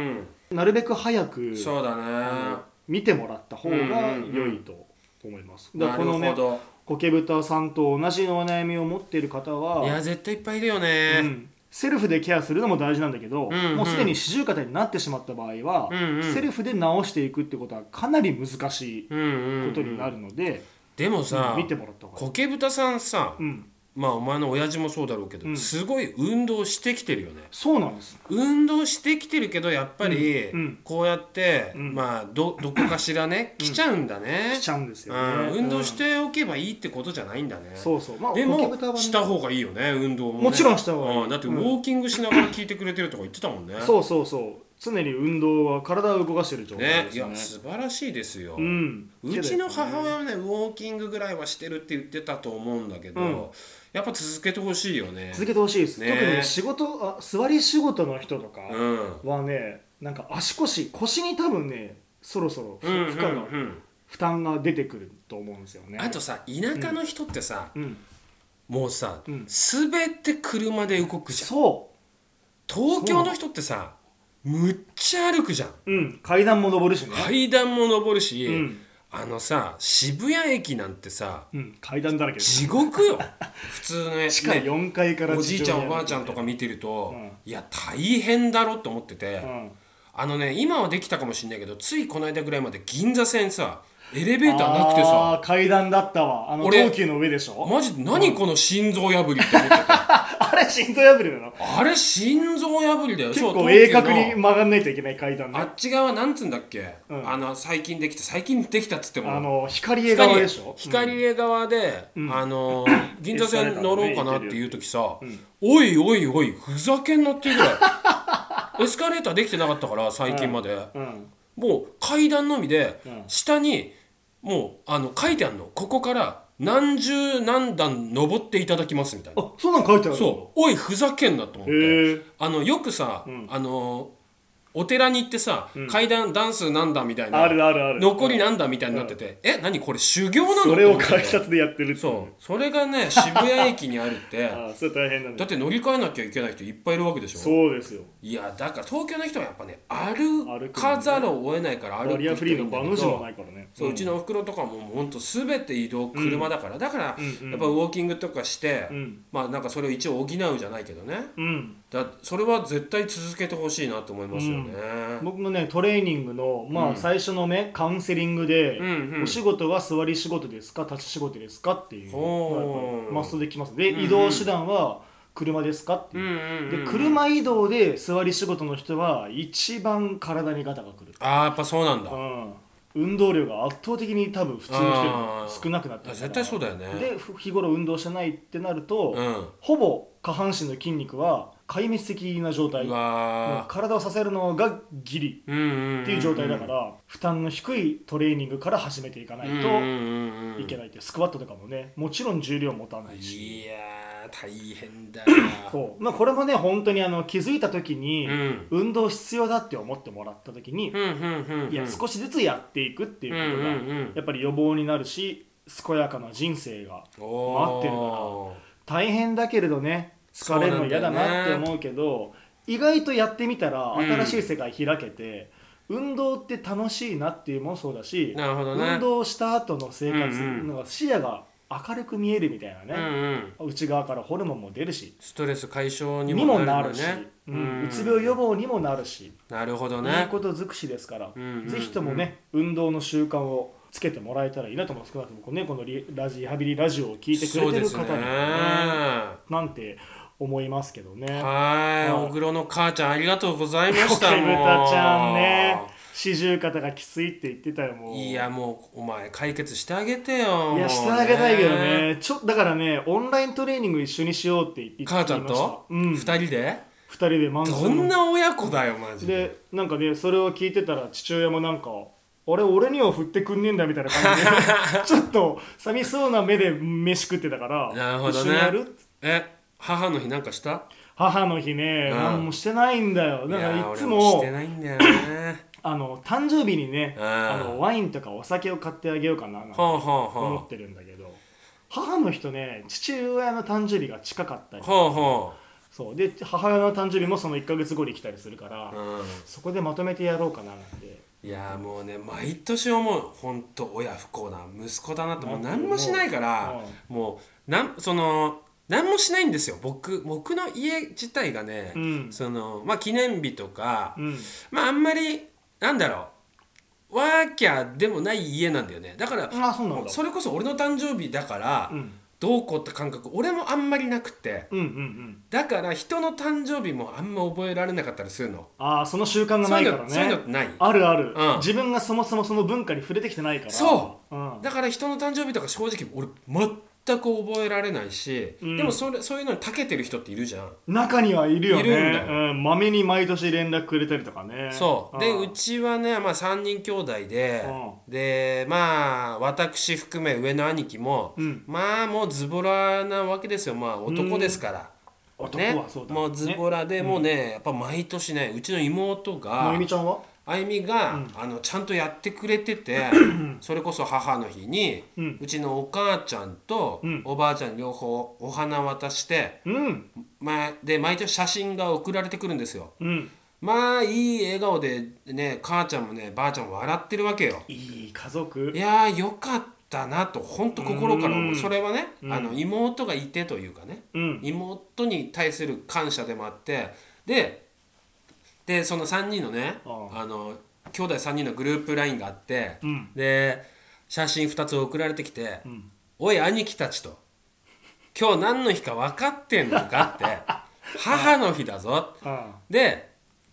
[SPEAKER 2] う
[SPEAKER 1] なるべく早く
[SPEAKER 2] んそうだね
[SPEAKER 1] 見てもらった方が良いと思います、だからこの
[SPEAKER 2] な
[SPEAKER 1] ね
[SPEAKER 2] るほ
[SPEAKER 1] コケブタさんと同じお悩みを持っている方
[SPEAKER 2] どい
[SPEAKER 1] は、
[SPEAKER 2] や絶対いっぱいいるよ
[SPEAKER 1] う
[SPEAKER 2] ね
[SPEAKER 1] んセルフでケアするのも大事なんだけど、
[SPEAKER 2] んうん
[SPEAKER 1] もうすでに四十肩になってしまった場合は、
[SPEAKER 2] うんうん
[SPEAKER 1] セルフで治していくってことはかなり難しい
[SPEAKER 2] うんうん
[SPEAKER 1] ことになるので、
[SPEAKER 2] でもさ
[SPEAKER 1] 見てもらった方がいい、
[SPEAKER 2] コケブタさんさ
[SPEAKER 1] うん、
[SPEAKER 2] まあお前の親父もそうだろうけどすごい運動してきてるよね
[SPEAKER 1] そうなんです
[SPEAKER 2] 運動してきてるけどやっぱり
[SPEAKER 1] うんうん
[SPEAKER 2] こうやって
[SPEAKER 1] ん
[SPEAKER 2] まあどどこかしらね来ちゃうんだね
[SPEAKER 1] 来ちゃうんですよ
[SPEAKER 2] うん
[SPEAKER 1] ね、
[SPEAKER 2] 運動しておけばいいってことじゃないんだね
[SPEAKER 1] うんそうそうまあ
[SPEAKER 2] で
[SPEAKER 1] コケブタは
[SPEAKER 2] も
[SPEAKER 1] ね
[SPEAKER 2] した方がいいよね運動もね
[SPEAKER 1] もちろんした方がいい
[SPEAKER 2] うんだってウォーキングしながら聞いてくれてるとか言ってたもんね
[SPEAKER 1] そうそうそう常に運動は体を動かしてる状態
[SPEAKER 2] ね
[SPEAKER 1] で
[SPEAKER 2] い
[SPEAKER 1] すよ
[SPEAKER 2] や
[SPEAKER 1] ね
[SPEAKER 2] 素晴らしいですよ、
[SPEAKER 1] うん、
[SPEAKER 2] うちの
[SPEAKER 1] けど
[SPEAKER 2] 母親はねウォーキングぐらいはしてるって言ってたと思うんだけど、
[SPEAKER 1] うん
[SPEAKER 2] やっぱ続けてほしいよね
[SPEAKER 1] 続けてほしいです、
[SPEAKER 2] ね
[SPEAKER 1] 特に仕事あ座り仕事の人とか
[SPEAKER 2] うん
[SPEAKER 1] はね、なんか足腰腰に多分ねそろそろふ
[SPEAKER 2] うんう
[SPEAKER 1] 負
[SPEAKER 2] ん
[SPEAKER 1] 荷が
[SPEAKER 2] うん
[SPEAKER 1] 負担が出てくると思うんですよね
[SPEAKER 2] あとさ田舎の人ってさ、
[SPEAKER 1] うん
[SPEAKER 2] もうさ、
[SPEAKER 1] うん
[SPEAKER 2] すべて車で動くじゃん
[SPEAKER 1] そ
[SPEAKER 2] 東京の人ってさむっちゃ歩くじゃん
[SPEAKER 1] う、うん、階段も上るしね、
[SPEAKER 2] 階段も登るし、
[SPEAKER 1] うん
[SPEAKER 2] あのさ渋谷駅なんてさ
[SPEAKER 1] うん、階段だらけです
[SPEAKER 2] 地獄 よ普通のね
[SPEAKER 1] 地下4階から
[SPEAKER 2] おじいちゃんおばあちゃんとか見てると、いや大変だろって思ってて、
[SPEAKER 1] うん、
[SPEAKER 2] あのね今はできたかもしんないけどついこの間ぐらいまで銀座線さエレベーターなくてさ
[SPEAKER 1] あー階段だったわあの
[SPEAKER 2] 俺
[SPEAKER 1] 東急の上でしょ
[SPEAKER 2] マジで何この心臓破りって思ってた
[SPEAKER 1] あれ心臓破りなの
[SPEAKER 2] あれ心臓破りだよ
[SPEAKER 1] 結
[SPEAKER 2] そう
[SPEAKER 1] 構鋭
[SPEAKER 2] 東急の
[SPEAKER 1] 角に曲がんないといけない階段ね
[SPEAKER 2] あ
[SPEAKER 1] あ
[SPEAKER 2] っち側なんつうんだっけ、
[SPEAKER 1] うん
[SPEAKER 2] あの最近できた最近できたっつっても
[SPEAKER 1] の光絵側でしょ
[SPEAKER 2] 光江側で、あのー銀座線乗ろうかなっていう時さ、おいおいおいふざけんなっていうぐらい エスカレーターできてなかったから最近まで、
[SPEAKER 1] うん
[SPEAKER 2] もう階段のみで、
[SPEAKER 1] うん
[SPEAKER 2] 下にもうあの書いてあるのここから何十何段登っていただきますみたいな
[SPEAKER 1] あそんなん書いてある
[SPEAKER 2] そうおいふざけんなと思っ
[SPEAKER 1] へえ
[SPEAKER 2] てあのよくさ、
[SPEAKER 1] ん
[SPEAKER 2] あのーお寺に行ってさ、階段ダンスなんだみたいな
[SPEAKER 1] あるあるある
[SPEAKER 2] 残りなんだみたいになってて、え何これ修行なの
[SPEAKER 1] それを
[SPEAKER 2] と思って
[SPEAKER 1] 改札でやってるって
[SPEAKER 2] そうそれが ね渋谷駅にあるって
[SPEAKER 1] ああそれ大変なん
[SPEAKER 2] だ
[SPEAKER 1] だ
[SPEAKER 2] って乗り換えなきゃいけない人いっぱいいるわけでしょ
[SPEAKER 1] そうですよ
[SPEAKER 2] いやだから東京の人はやっぱね歩
[SPEAKER 1] 歩く
[SPEAKER 2] かざるを得ないから歩
[SPEAKER 1] バ
[SPEAKER 2] く
[SPEAKER 1] リアフリーの場の字も
[SPEAKER 2] そ
[SPEAKER 1] ないからね
[SPEAKER 2] ううちのおふくろとかもほんと全て移動車だから、だからやっぱウ
[SPEAKER 1] うん
[SPEAKER 2] ォーキングとかして、
[SPEAKER 1] うん
[SPEAKER 2] まあなんかそれを一応補うじゃないけどね
[SPEAKER 1] うん
[SPEAKER 2] だそれは絶対続けてほしいなと思いますよね、
[SPEAKER 1] 僕もねトレーニングのまあ最初のねカウンセリングで
[SPEAKER 2] うんうん
[SPEAKER 1] お仕事は座り仕事ですか立ち仕事ですかっていう
[SPEAKER 2] ほう
[SPEAKER 1] まあやっぱりマストできますで移動手段は車ですかって
[SPEAKER 2] う
[SPEAKER 1] い
[SPEAKER 2] ん
[SPEAKER 1] う、
[SPEAKER 2] うんうん
[SPEAKER 1] で車移動で座り仕事の人は一番体にガタがくる、
[SPEAKER 2] ああやっぱそうなんだ
[SPEAKER 1] うん、運動量が圧倒的に多分普通の人よ
[SPEAKER 2] あー
[SPEAKER 1] り少なくなってるから
[SPEAKER 2] 絶対そうだよね
[SPEAKER 1] でふ日頃運動してないってなると、
[SPEAKER 2] うん
[SPEAKER 1] ほぼ下半身の筋肉は壊滅的な状態
[SPEAKER 2] う
[SPEAKER 1] もう
[SPEAKER 2] わ
[SPEAKER 1] 体を支えるのがギリ
[SPEAKER 2] ーうんうんうん
[SPEAKER 1] っていう状態だから、負担の低いトレーニングから始めていかない
[SPEAKER 2] うんうん
[SPEAKER 1] と
[SPEAKER 2] うんうん
[SPEAKER 1] いけないって、スクワットとかもねもちろん重量持たないし、
[SPEAKER 2] いやー大変だな
[SPEAKER 1] そうまあ、これもね本当にあの気づいた時に、
[SPEAKER 2] うん
[SPEAKER 1] 運動必要だって思ってもらった時に
[SPEAKER 2] う、んうんうんうん
[SPEAKER 1] いや少しずつやっていくっていうことが、
[SPEAKER 2] うんうんうん
[SPEAKER 1] やっぱり予防になるし健やかな人生が
[SPEAKER 2] おー
[SPEAKER 1] 回ってるか大変だけれどね疲れるの嫌だなって思うけど意外とやってみたら
[SPEAKER 2] うん
[SPEAKER 1] 新しい世界開けて、運動って楽しいなっていうのもそうだし、
[SPEAKER 2] なるほどね
[SPEAKER 1] 運動した後の生活
[SPEAKER 2] うんうん
[SPEAKER 1] なんか視野が明るく見えるみたいな
[SPEAKER 2] う
[SPEAKER 1] ね、
[SPEAKER 2] んうん
[SPEAKER 1] 内側からホルモンも出るし
[SPEAKER 2] ストレス解消に
[SPEAKER 1] に
[SPEAKER 2] も
[SPEAKER 1] もな
[SPEAKER 2] なるん
[SPEAKER 1] る
[SPEAKER 2] だ
[SPEAKER 1] し
[SPEAKER 2] ね
[SPEAKER 1] うんうつ病予防にもなるし、
[SPEAKER 2] なるほど
[SPEAKER 1] いい
[SPEAKER 2] ね
[SPEAKER 1] こと尽くしですから、
[SPEAKER 2] うんうんうん
[SPEAKER 1] ぜひともね運動の習慣をつけてもらえたらいいなと思います少なくともこのねこのリラジリハビリラジオを聞いてく
[SPEAKER 2] そ
[SPEAKER 1] れ
[SPEAKER 2] う
[SPEAKER 1] て
[SPEAKER 2] で
[SPEAKER 1] る
[SPEAKER 2] す
[SPEAKER 1] 方に
[SPEAKER 2] ね
[SPEAKER 1] もね
[SPEAKER 2] は
[SPEAKER 1] なんて思いますけどね。
[SPEAKER 2] ーい
[SPEAKER 1] い
[SPEAKER 2] おぐろの母ちゃんありがとうございまし
[SPEAKER 1] コケ
[SPEAKER 2] た
[SPEAKER 1] ブタちゃんね
[SPEAKER 2] もう
[SPEAKER 1] 四十肩がきついって言ってたよもう
[SPEAKER 2] いやもうお前解決してあげてよ
[SPEAKER 1] いやしてあげたいけどねちょだからねオンライントレーニング一緒にしようって言って
[SPEAKER 2] 母ちゃんと
[SPEAKER 1] 言い
[SPEAKER 2] 二
[SPEAKER 1] ました
[SPEAKER 2] 人で
[SPEAKER 1] うん、二人で満足
[SPEAKER 2] どんな親子だよマジで
[SPEAKER 1] でなんかねそれを聞いてたら父親もなんかあれ俺には振ってくんねえんだみたいな感 じでちょっと寂しそうな目で飯食ってたから
[SPEAKER 2] なるほど
[SPEAKER 1] 一
[SPEAKER 2] ね
[SPEAKER 1] 緒にやる
[SPEAKER 2] え母の日なんかした
[SPEAKER 1] 母の日ね、
[SPEAKER 2] うん
[SPEAKER 1] 何もしてないんだよだか
[SPEAKER 2] いや
[SPEAKER 1] ら
[SPEAKER 2] ー
[SPEAKER 1] いつ
[SPEAKER 2] 俺も
[SPEAKER 1] も
[SPEAKER 2] してないんだよね
[SPEAKER 1] あの誕生日にね
[SPEAKER 2] う ん
[SPEAKER 1] あのワインとかお酒を買ってあげようかななんて
[SPEAKER 2] ほうほうほ
[SPEAKER 1] 思ってるんだけど母の日とね父親の誕生日が近かった
[SPEAKER 2] う
[SPEAKER 1] り
[SPEAKER 2] ほうほ
[SPEAKER 1] そうで母親の誕生日もその1ヶ月後に来たりするから、
[SPEAKER 2] ううん
[SPEAKER 1] そこでまとめてやろうかななんて
[SPEAKER 2] いやーもうね毎年思う本当親不幸な息子だなともう何もしないからもうなんその何もしないんですよ僕僕の家自体がね、
[SPEAKER 1] うん
[SPEAKER 2] そのまあ記念日とか、
[SPEAKER 1] うん
[SPEAKER 2] まああんまりなんだろうワーキャーでもない家なんだよねだから
[SPEAKER 1] あそうなんだ
[SPEAKER 2] それこそ俺の誕生日だから、
[SPEAKER 1] うん
[SPEAKER 2] どうこうって感覚俺もあんまりなくて
[SPEAKER 1] うんうんうん
[SPEAKER 2] だから人の誕生日もあんま覚えられなかったりするの
[SPEAKER 1] ああその習慣が
[SPEAKER 2] そう
[SPEAKER 1] ない
[SPEAKER 2] い
[SPEAKER 1] か
[SPEAKER 2] う
[SPEAKER 1] ら
[SPEAKER 2] のそういうの
[SPEAKER 1] ね
[SPEAKER 2] ってない
[SPEAKER 1] あるある、
[SPEAKER 2] うん
[SPEAKER 1] 自分がそもそもその文化に触れてきてないから、
[SPEAKER 2] そう
[SPEAKER 1] うん、
[SPEAKER 2] だから人の誕生日とか正直俺全く覚えられないし、
[SPEAKER 1] うん
[SPEAKER 2] でもそれそういうのに長けてる人っているじゃん、
[SPEAKER 1] 中にはいるよね
[SPEAKER 2] いるんだ
[SPEAKER 1] うん、まめに毎年連絡くれたりとかね
[SPEAKER 2] そうで
[SPEAKER 1] ん
[SPEAKER 2] うちはね、まあ、3人兄弟で、でまあ私含め上の兄貴も、
[SPEAKER 1] うん
[SPEAKER 2] まあもうズボラなわけですよまあ男ですから、
[SPEAKER 1] 男はそうだ、ね、
[SPEAKER 2] もうズボラで、もうねやっぱ毎年ねうちの妹
[SPEAKER 1] ま
[SPEAKER 2] が
[SPEAKER 1] ゆみちゃんは
[SPEAKER 2] あゆみが、あのちゃんとやってくれててそれこそ母の日に、う
[SPEAKER 1] うん
[SPEAKER 2] ちのお母ちゃんと
[SPEAKER 1] うん
[SPEAKER 2] おばあちゃん両方お花渡して、
[SPEAKER 1] うん
[SPEAKER 2] まあ、で毎年写真が送られてくるんですよ
[SPEAKER 1] うん
[SPEAKER 2] まあいい笑顔でね母ちゃんもねばあちゃんも笑ってるわけよ
[SPEAKER 1] いい家族
[SPEAKER 2] いやーよかったなと本当心から思う
[SPEAKER 1] うん
[SPEAKER 2] それはね、
[SPEAKER 1] うん
[SPEAKER 2] あの妹がいてというかね
[SPEAKER 1] うん
[SPEAKER 2] 妹に対する感謝でもあってででその3人のね
[SPEAKER 1] あ
[SPEAKER 2] あの兄弟3人のグループ LINE があって、
[SPEAKER 1] うん
[SPEAKER 2] で写真2つ送られてきて「
[SPEAKER 1] ん
[SPEAKER 2] おい兄貴たち」と「今日何の日か分かってんのか?」 って「母の日だぞ」
[SPEAKER 1] あ。
[SPEAKER 2] で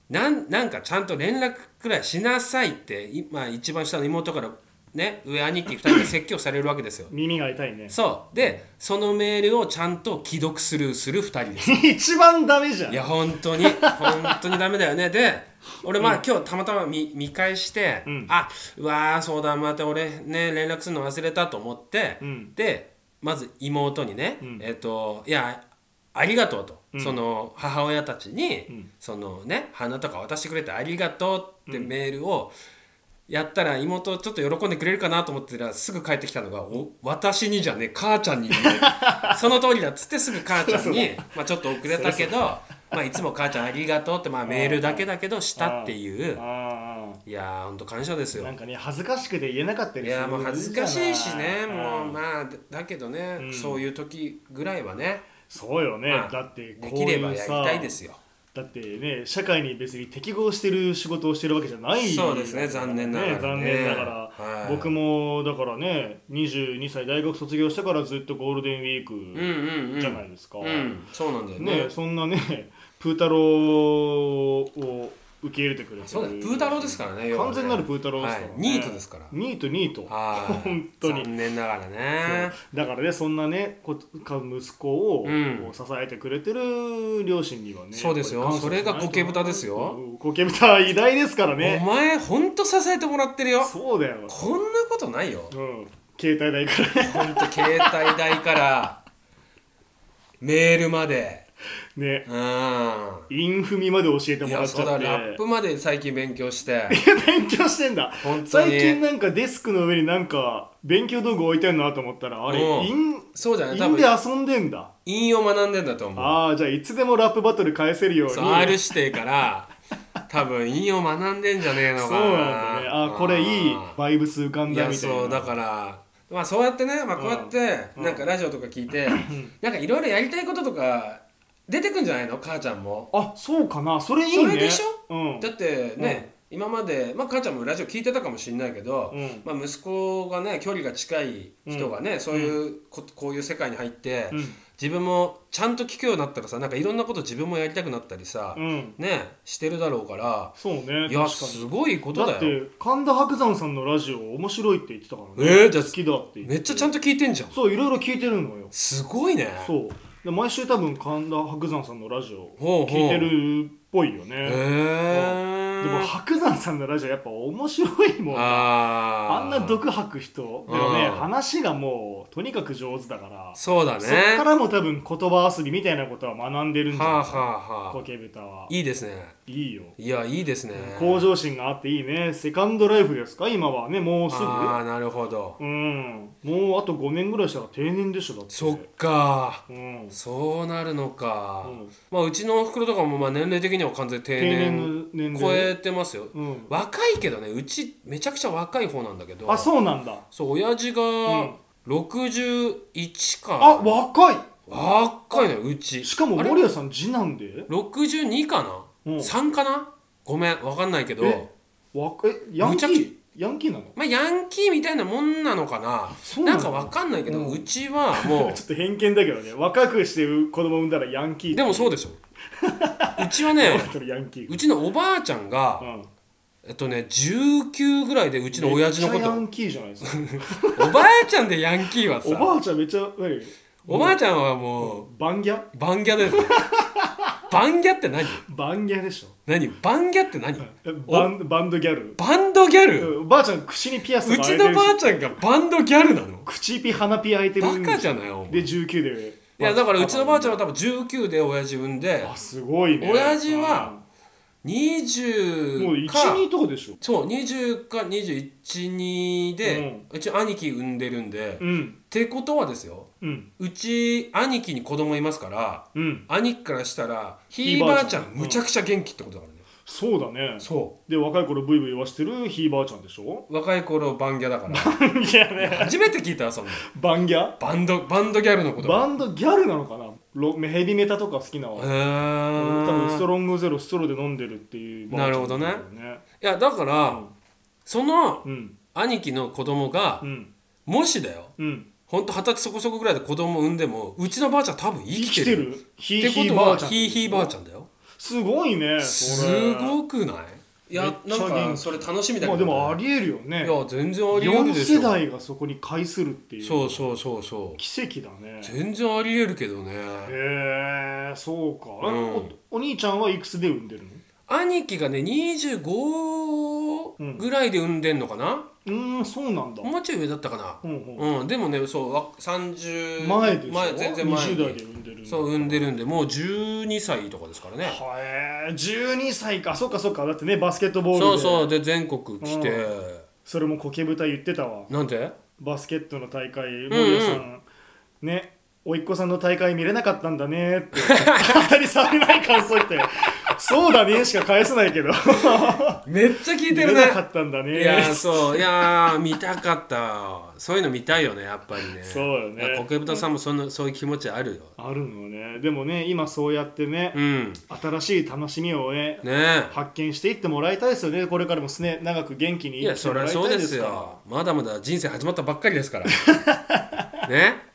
[SPEAKER 2] なんなんかちゃんと連絡くらいしなさいって今一番下の妹からね上兄貴2人で説教されるわけですよ
[SPEAKER 1] 耳が痛いね
[SPEAKER 2] そうでそのメールをちゃんと既読スルーする2人です。
[SPEAKER 1] 一番ダメじゃん
[SPEAKER 2] いや本当に本当にダメだよねで俺まあ、今日たまたま見見返して、
[SPEAKER 1] うん
[SPEAKER 2] あうわーそうだまた俺ね連絡するの忘れたと思って、
[SPEAKER 1] うん
[SPEAKER 2] でまず妹にね、
[SPEAKER 1] ん
[SPEAKER 2] えっ、といやありがとうと、
[SPEAKER 1] ん
[SPEAKER 2] その母親たちに、
[SPEAKER 1] ん
[SPEAKER 2] そのね花とか渡してくれてありがとうってメールをやったら妹ちょっと喜んでくれるかなと思ってたらすぐ帰ってきたのが「お私にじゃねえ母ちゃんに、ね」 その通りだっつってすぐ母ちゃんに、まあ、ちょっと遅れたけど、まあ、いつも母ちゃんありがとうって、まあ、メールだけだけどしたっていう
[SPEAKER 1] あ
[SPEAKER 2] いやーほんと感謝です
[SPEAKER 1] あな
[SPEAKER 2] よ
[SPEAKER 1] んかね恥ずかしくて言えなかったり
[SPEAKER 2] い
[SPEAKER 1] する
[SPEAKER 2] やーもう恥ずかしいし
[SPEAKER 1] じ
[SPEAKER 2] ね
[SPEAKER 1] ゃない
[SPEAKER 2] もうんまあだだけどね、そういう時ぐらいはね
[SPEAKER 1] そうよね
[SPEAKER 2] まあ
[SPEAKER 1] だってこ
[SPEAKER 2] で
[SPEAKER 1] う
[SPEAKER 2] きれば
[SPEAKER 1] いう
[SPEAKER 2] やり
[SPEAKER 1] さ
[SPEAKER 2] たいですよ
[SPEAKER 1] だってね社会に別に適合してる仕事をしてるわけじゃない
[SPEAKER 2] そうですね残念ながらね
[SPEAKER 1] 残念ながら
[SPEAKER 2] はい
[SPEAKER 1] 僕もだからね22歳大学卒業してからずっとゴールデンウィ
[SPEAKER 2] うん
[SPEAKER 1] ー
[SPEAKER 2] うんう
[SPEAKER 1] ク
[SPEAKER 2] ん
[SPEAKER 1] じゃないですか、
[SPEAKER 2] うんそうなんだよね
[SPEAKER 1] ねそんなねプータローを受け入れてくれてる
[SPEAKER 2] そうだよプータローですからね要はね
[SPEAKER 1] 完全なるプータローですから、ね
[SPEAKER 2] はいニートですから
[SPEAKER 1] ニートニート
[SPEAKER 2] はい
[SPEAKER 1] 本当に
[SPEAKER 2] 残念ながらね
[SPEAKER 1] だからねそんなねこか息子を、
[SPEAKER 2] うん
[SPEAKER 1] こう支えてくれてる両親にはね
[SPEAKER 2] そうですよ
[SPEAKER 1] やっぱり感謝
[SPEAKER 2] それが
[SPEAKER 1] しないと
[SPEAKER 2] コケブタですよ
[SPEAKER 1] うんコケブタは偉大ですから
[SPEAKER 2] お
[SPEAKER 1] ね
[SPEAKER 2] 前ほんと支えてもらってるよ
[SPEAKER 1] そうだよ、
[SPEAKER 2] こんなことないよ
[SPEAKER 1] うん、携帯代から
[SPEAKER 2] ほんと携帯代からメールまで
[SPEAKER 1] ね
[SPEAKER 2] うん
[SPEAKER 1] インフミまで教えても
[SPEAKER 2] い
[SPEAKER 1] ら
[SPEAKER 2] や
[SPEAKER 1] っち
[SPEAKER 2] そう
[SPEAKER 1] ゃ
[SPEAKER 2] だ
[SPEAKER 1] って
[SPEAKER 2] ラップまで最近勉強して
[SPEAKER 1] 勉強してんだ
[SPEAKER 2] 本当に
[SPEAKER 1] 最近なんかデスクの上になんか勉強道具置いてんなと思ったらあれ
[SPEAKER 2] うん
[SPEAKER 1] イン
[SPEAKER 2] そうじゃない多
[SPEAKER 1] イン
[SPEAKER 2] 分
[SPEAKER 1] で遊んでんだ
[SPEAKER 2] 韻を学んでんだと思う
[SPEAKER 1] ああじゃあいつでもラップバトル返せるように
[SPEAKER 2] そう R 指定から多分韻を学んでんじゃねえの
[SPEAKER 1] そ
[SPEAKER 2] か
[SPEAKER 1] うな
[SPEAKER 2] な
[SPEAKER 1] んだねああこれいいバイブス浮かん
[SPEAKER 2] い
[SPEAKER 1] だ
[SPEAKER 2] や
[SPEAKER 1] みたいな
[SPEAKER 2] そうだからまあそうやってね、まあ、こうやってなんかラジオとか聞 いてなんかいろいろやりたいこととか出てくんじゃないの母ちゃんも
[SPEAKER 1] あそうかなそれいいね
[SPEAKER 2] それでし
[SPEAKER 1] う
[SPEAKER 2] ょ
[SPEAKER 1] ん
[SPEAKER 2] だってね、今まで、まあ、母ちゃんもラジオ聞いてたかもしれないけど、
[SPEAKER 1] うん
[SPEAKER 2] まあ、息子がね距離が近い人がね、そういうここういう世界に入って、
[SPEAKER 1] うん
[SPEAKER 2] 自分もちゃんと聞くようになったらさなんかいろんなこと自分もやりたくなったりさ、
[SPEAKER 1] うん
[SPEAKER 2] ねしてるだろうから
[SPEAKER 1] そうね
[SPEAKER 2] い
[SPEAKER 1] 確か
[SPEAKER 2] や
[SPEAKER 1] に
[SPEAKER 2] すごいこと
[SPEAKER 1] だっ
[SPEAKER 2] だよ
[SPEAKER 1] て神田伯山さんのラジオ面白いって言ってたから
[SPEAKER 2] え
[SPEAKER 1] ね
[SPEAKER 2] ーじゃあ
[SPEAKER 1] 好きだって言って
[SPEAKER 2] めっちゃちゃんと聞いてんじゃん
[SPEAKER 1] そういろいろ聞いてるのよ
[SPEAKER 2] すごいね
[SPEAKER 1] そうで毎週多分神田伯山さんのラジオ
[SPEAKER 2] ほうほう
[SPEAKER 1] 聞いてるっぽいよ
[SPEAKER 2] へ
[SPEAKER 1] ね
[SPEAKER 2] え
[SPEAKER 1] でも白山さんのラジオやっぱ面白いもんあ
[SPEAKER 2] あー
[SPEAKER 1] んな毒吐く人でもね
[SPEAKER 2] うん
[SPEAKER 1] 話がもうとにかく上手だから
[SPEAKER 2] そうだね
[SPEAKER 1] そっからも多分言葉遊びみたいなことは学んでるんじゃ
[SPEAKER 2] はあ
[SPEAKER 1] な
[SPEAKER 2] はいあ
[SPEAKER 1] コ
[SPEAKER 2] はあ
[SPEAKER 1] ケブタはい
[SPEAKER 2] いですね
[SPEAKER 1] いいよ
[SPEAKER 2] いやいいですね
[SPEAKER 1] 向上心があっていいねセカンドライフですか今はねもうすぐ
[SPEAKER 2] ああなるほど
[SPEAKER 1] うんもうあと5年ぐらいしたら定年でしょだって
[SPEAKER 2] そっか
[SPEAKER 1] うん
[SPEAKER 2] そうなるのか、
[SPEAKER 1] うん
[SPEAKER 2] まあうちのおふくろとかもまあ年齢的には完全に定
[SPEAKER 1] 定年の
[SPEAKER 2] 年
[SPEAKER 1] 年
[SPEAKER 2] 超
[SPEAKER 1] 齢
[SPEAKER 2] えてますよ、
[SPEAKER 1] うん
[SPEAKER 2] 若いけどねうちめちゃくちゃ若い方なんだけど
[SPEAKER 1] あそうなんだ
[SPEAKER 2] そう親父
[SPEAKER 1] ん
[SPEAKER 2] が61か、
[SPEAKER 1] あ若い
[SPEAKER 2] 若いねうち
[SPEAKER 1] しかも
[SPEAKER 2] あれ
[SPEAKER 1] 守屋さん次男で
[SPEAKER 2] 62かな、
[SPEAKER 1] うん
[SPEAKER 2] 3かなごめん分かんないけど
[SPEAKER 1] え若えヤンキ
[SPEAKER 2] むちゃ
[SPEAKER 1] ーヤンキーなの
[SPEAKER 2] まあヤンキーみたいなもんなのかな
[SPEAKER 1] そうな
[SPEAKER 2] なんん
[SPEAKER 1] だ
[SPEAKER 2] か分かんないけど、
[SPEAKER 1] う
[SPEAKER 2] うんちはも
[SPEAKER 1] ちょっと偏見だけどね若くして子供産んだらヤンキ ー
[SPEAKER 2] うでもそうでしょうちはね
[SPEAKER 1] それヤンキー
[SPEAKER 2] うちのおばあちゃんが
[SPEAKER 1] うん
[SPEAKER 2] えっとね19ぐらいでうちの親父のこ
[SPEAKER 1] めっちゃヤ
[SPEAKER 2] と
[SPEAKER 1] ンキーじゃない ですか
[SPEAKER 2] おばあちゃんでヤンキーは
[SPEAKER 1] お
[SPEAKER 2] さ
[SPEAKER 1] ばあちゃんめっちゃ何
[SPEAKER 2] おばあちゃんはも
[SPEAKER 1] バンギャ
[SPEAKER 2] うバンギャだよバンギャって何
[SPEAKER 1] バンギャでしょ
[SPEAKER 2] 何バンギャって何
[SPEAKER 1] えバンバンドギャル
[SPEAKER 2] バンドギャル
[SPEAKER 1] うんばあちゃん口にピアス
[SPEAKER 2] う
[SPEAKER 1] 開
[SPEAKER 2] ち
[SPEAKER 1] いて
[SPEAKER 2] の
[SPEAKER 1] るし
[SPEAKER 2] ばあちゃんがバンドギャルなの
[SPEAKER 1] 口ピ鼻ピ開いてるん
[SPEAKER 2] バカじゃないお前
[SPEAKER 1] で19で
[SPEAKER 2] いやだからうちのばあちゃんは多分19で親父産んで
[SPEAKER 1] あすごいね
[SPEAKER 2] 親父は20か
[SPEAKER 1] もう12とかでしょ
[SPEAKER 2] そう20か212で、うち兄貴産んでるんで、っ
[SPEAKER 1] うん
[SPEAKER 2] てことはですよ
[SPEAKER 1] うん
[SPEAKER 2] うち兄貴に子供いますから
[SPEAKER 1] うん
[SPEAKER 2] 兄貴からしたら
[SPEAKER 1] ひ
[SPEAKER 2] ひ
[SPEAKER 1] い
[SPEAKER 2] い
[SPEAKER 1] ば
[SPEAKER 2] ば
[SPEAKER 1] あ
[SPEAKER 2] あ
[SPEAKER 1] ち
[SPEAKER 2] ち
[SPEAKER 1] ゃ
[SPEAKER 2] ゃ
[SPEAKER 1] ん
[SPEAKER 2] んむちゃくちゃ元気ってことだからね、
[SPEAKER 1] そうだね
[SPEAKER 2] そ
[SPEAKER 1] で若い頃ブイブイ言わしてるひいばあちゃんでしょ
[SPEAKER 2] う若い頃バンギャだ から
[SPEAKER 1] いやね
[SPEAKER 2] 初めて聞いたわそんな
[SPEAKER 1] バンギャ
[SPEAKER 2] バンドバンドギャルのこと
[SPEAKER 1] バンドギャルなのかなロヘビメタとか好きな
[SPEAKER 2] へ
[SPEAKER 1] わ多分ス
[SPEAKER 2] ー
[SPEAKER 1] トロングゼロストローで飲んでるっていうばあちゃん
[SPEAKER 2] なるほどね
[SPEAKER 1] だよね
[SPEAKER 2] いやだから、その
[SPEAKER 1] うん
[SPEAKER 2] 兄貴の子供が
[SPEAKER 1] う、ん
[SPEAKER 2] もしだよ
[SPEAKER 1] うん
[SPEAKER 2] ほんと二十歳そこそこぐらいで子供産んでもうちのばあちゃん多分生
[SPEAKER 1] 生
[SPEAKER 2] き
[SPEAKER 1] き
[SPEAKER 2] て
[SPEAKER 1] て
[SPEAKER 2] る
[SPEAKER 1] るひい
[SPEAKER 2] って
[SPEAKER 1] ひい
[SPEAKER 2] こと
[SPEAKER 1] ばあ
[SPEAKER 2] は
[SPEAKER 1] ちゃん
[SPEAKER 2] ひいひいばあちゃんだよ
[SPEAKER 1] すごいね
[SPEAKER 2] すごくないい
[SPEAKER 1] め
[SPEAKER 2] や
[SPEAKER 1] っち
[SPEAKER 2] な
[SPEAKER 1] ゃ
[SPEAKER 2] ん
[SPEAKER 1] 元
[SPEAKER 2] か
[SPEAKER 1] 気
[SPEAKER 2] それ楽しみだけど、
[SPEAKER 1] まあでもありえるよね
[SPEAKER 2] いや全然ありえる
[SPEAKER 1] 4
[SPEAKER 2] でしょ
[SPEAKER 1] 世代がそこに会するっていう
[SPEAKER 2] そうそうそうそう
[SPEAKER 1] 奇跡だね
[SPEAKER 2] 全然ありえるけどね
[SPEAKER 1] へえそうか、
[SPEAKER 2] うん
[SPEAKER 1] おお兄ちゃんはいくつで産んでるの
[SPEAKER 2] 兄貴がね
[SPEAKER 1] うん
[SPEAKER 2] 25ぐらいで産んでんのかな、
[SPEAKER 1] うーんそうなんだ、
[SPEAKER 2] もうちょい上だったかな
[SPEAKER 1] うんうん
[SPEAKER 2] うん、でもねそうわ30
[SPEAKER 1] 前でしょ
[SPEAKER 2] 全然前
[SPEAKER 1] 20代で
[SPEAKER 2] に
[SPEAKER 1] 産んでる
[SPEAKER 2] そう産んでるんでもう12歳とかですからね
[SPEAKER 1] はえ12歳かそうかそうかだってねバスケットボールで
[SPEAKER 2] そうそうで全国来て、
[SPEAKER 1] それもコケ豚言ってたわ
[SPEAKER 2] なんで
[SPEAKER 1] バスケットの大会
[SPEAKER 2] ん
[SPEAKER 1] 森谷さん、ねおいっ子さんの大会見れなかったんだねって当たり障りない感想言ってすそうだねしか返せないけど
[SPEAKER 2] めっちゃ聞いて
[SPEAKER 1] 出
[SPEAKER 2] る
[SPEAKER 1] なか
[SPEAKER 2] ね
[SPEAKER 1] ったんだね
[SPEAKER 2] いやーそういやー見たかったそういうの見たいよねやっぱりね
[SPEAKER 1] そうよね
[SPEAKER 2] いやコケブタさんもそんなそういう気持ちあるよ
[SPEAKER 1] あるのねでもね今そうやってね、
[SPEAKER 2] うん
[SPEAKER 1] 新しい楽しみをね
[SPEAKER 2] ね
[SPEAKER 1] 発見していってもらいたいですよねこれからもすね長く元気に
[SPEAKER 2] えい
[SPEAKER 1] 生
[SPEAKER 2] や
[SPEAKER 1] きて
[SPEAKER 2] そ
[SPEAKER 1] も
[SPEAKER 2] り
[SPEAKER 1] ら
[SPEAKER 2] ゃ
[SPEAKER 1] いた
[SPEAKER 2] そう
[SPEAKER 1] い
[SPEAKER 2] で
[SPEAKER 1] ですすから
[SPEAKER 2] よまだまだ人生始まったばっかりですから ね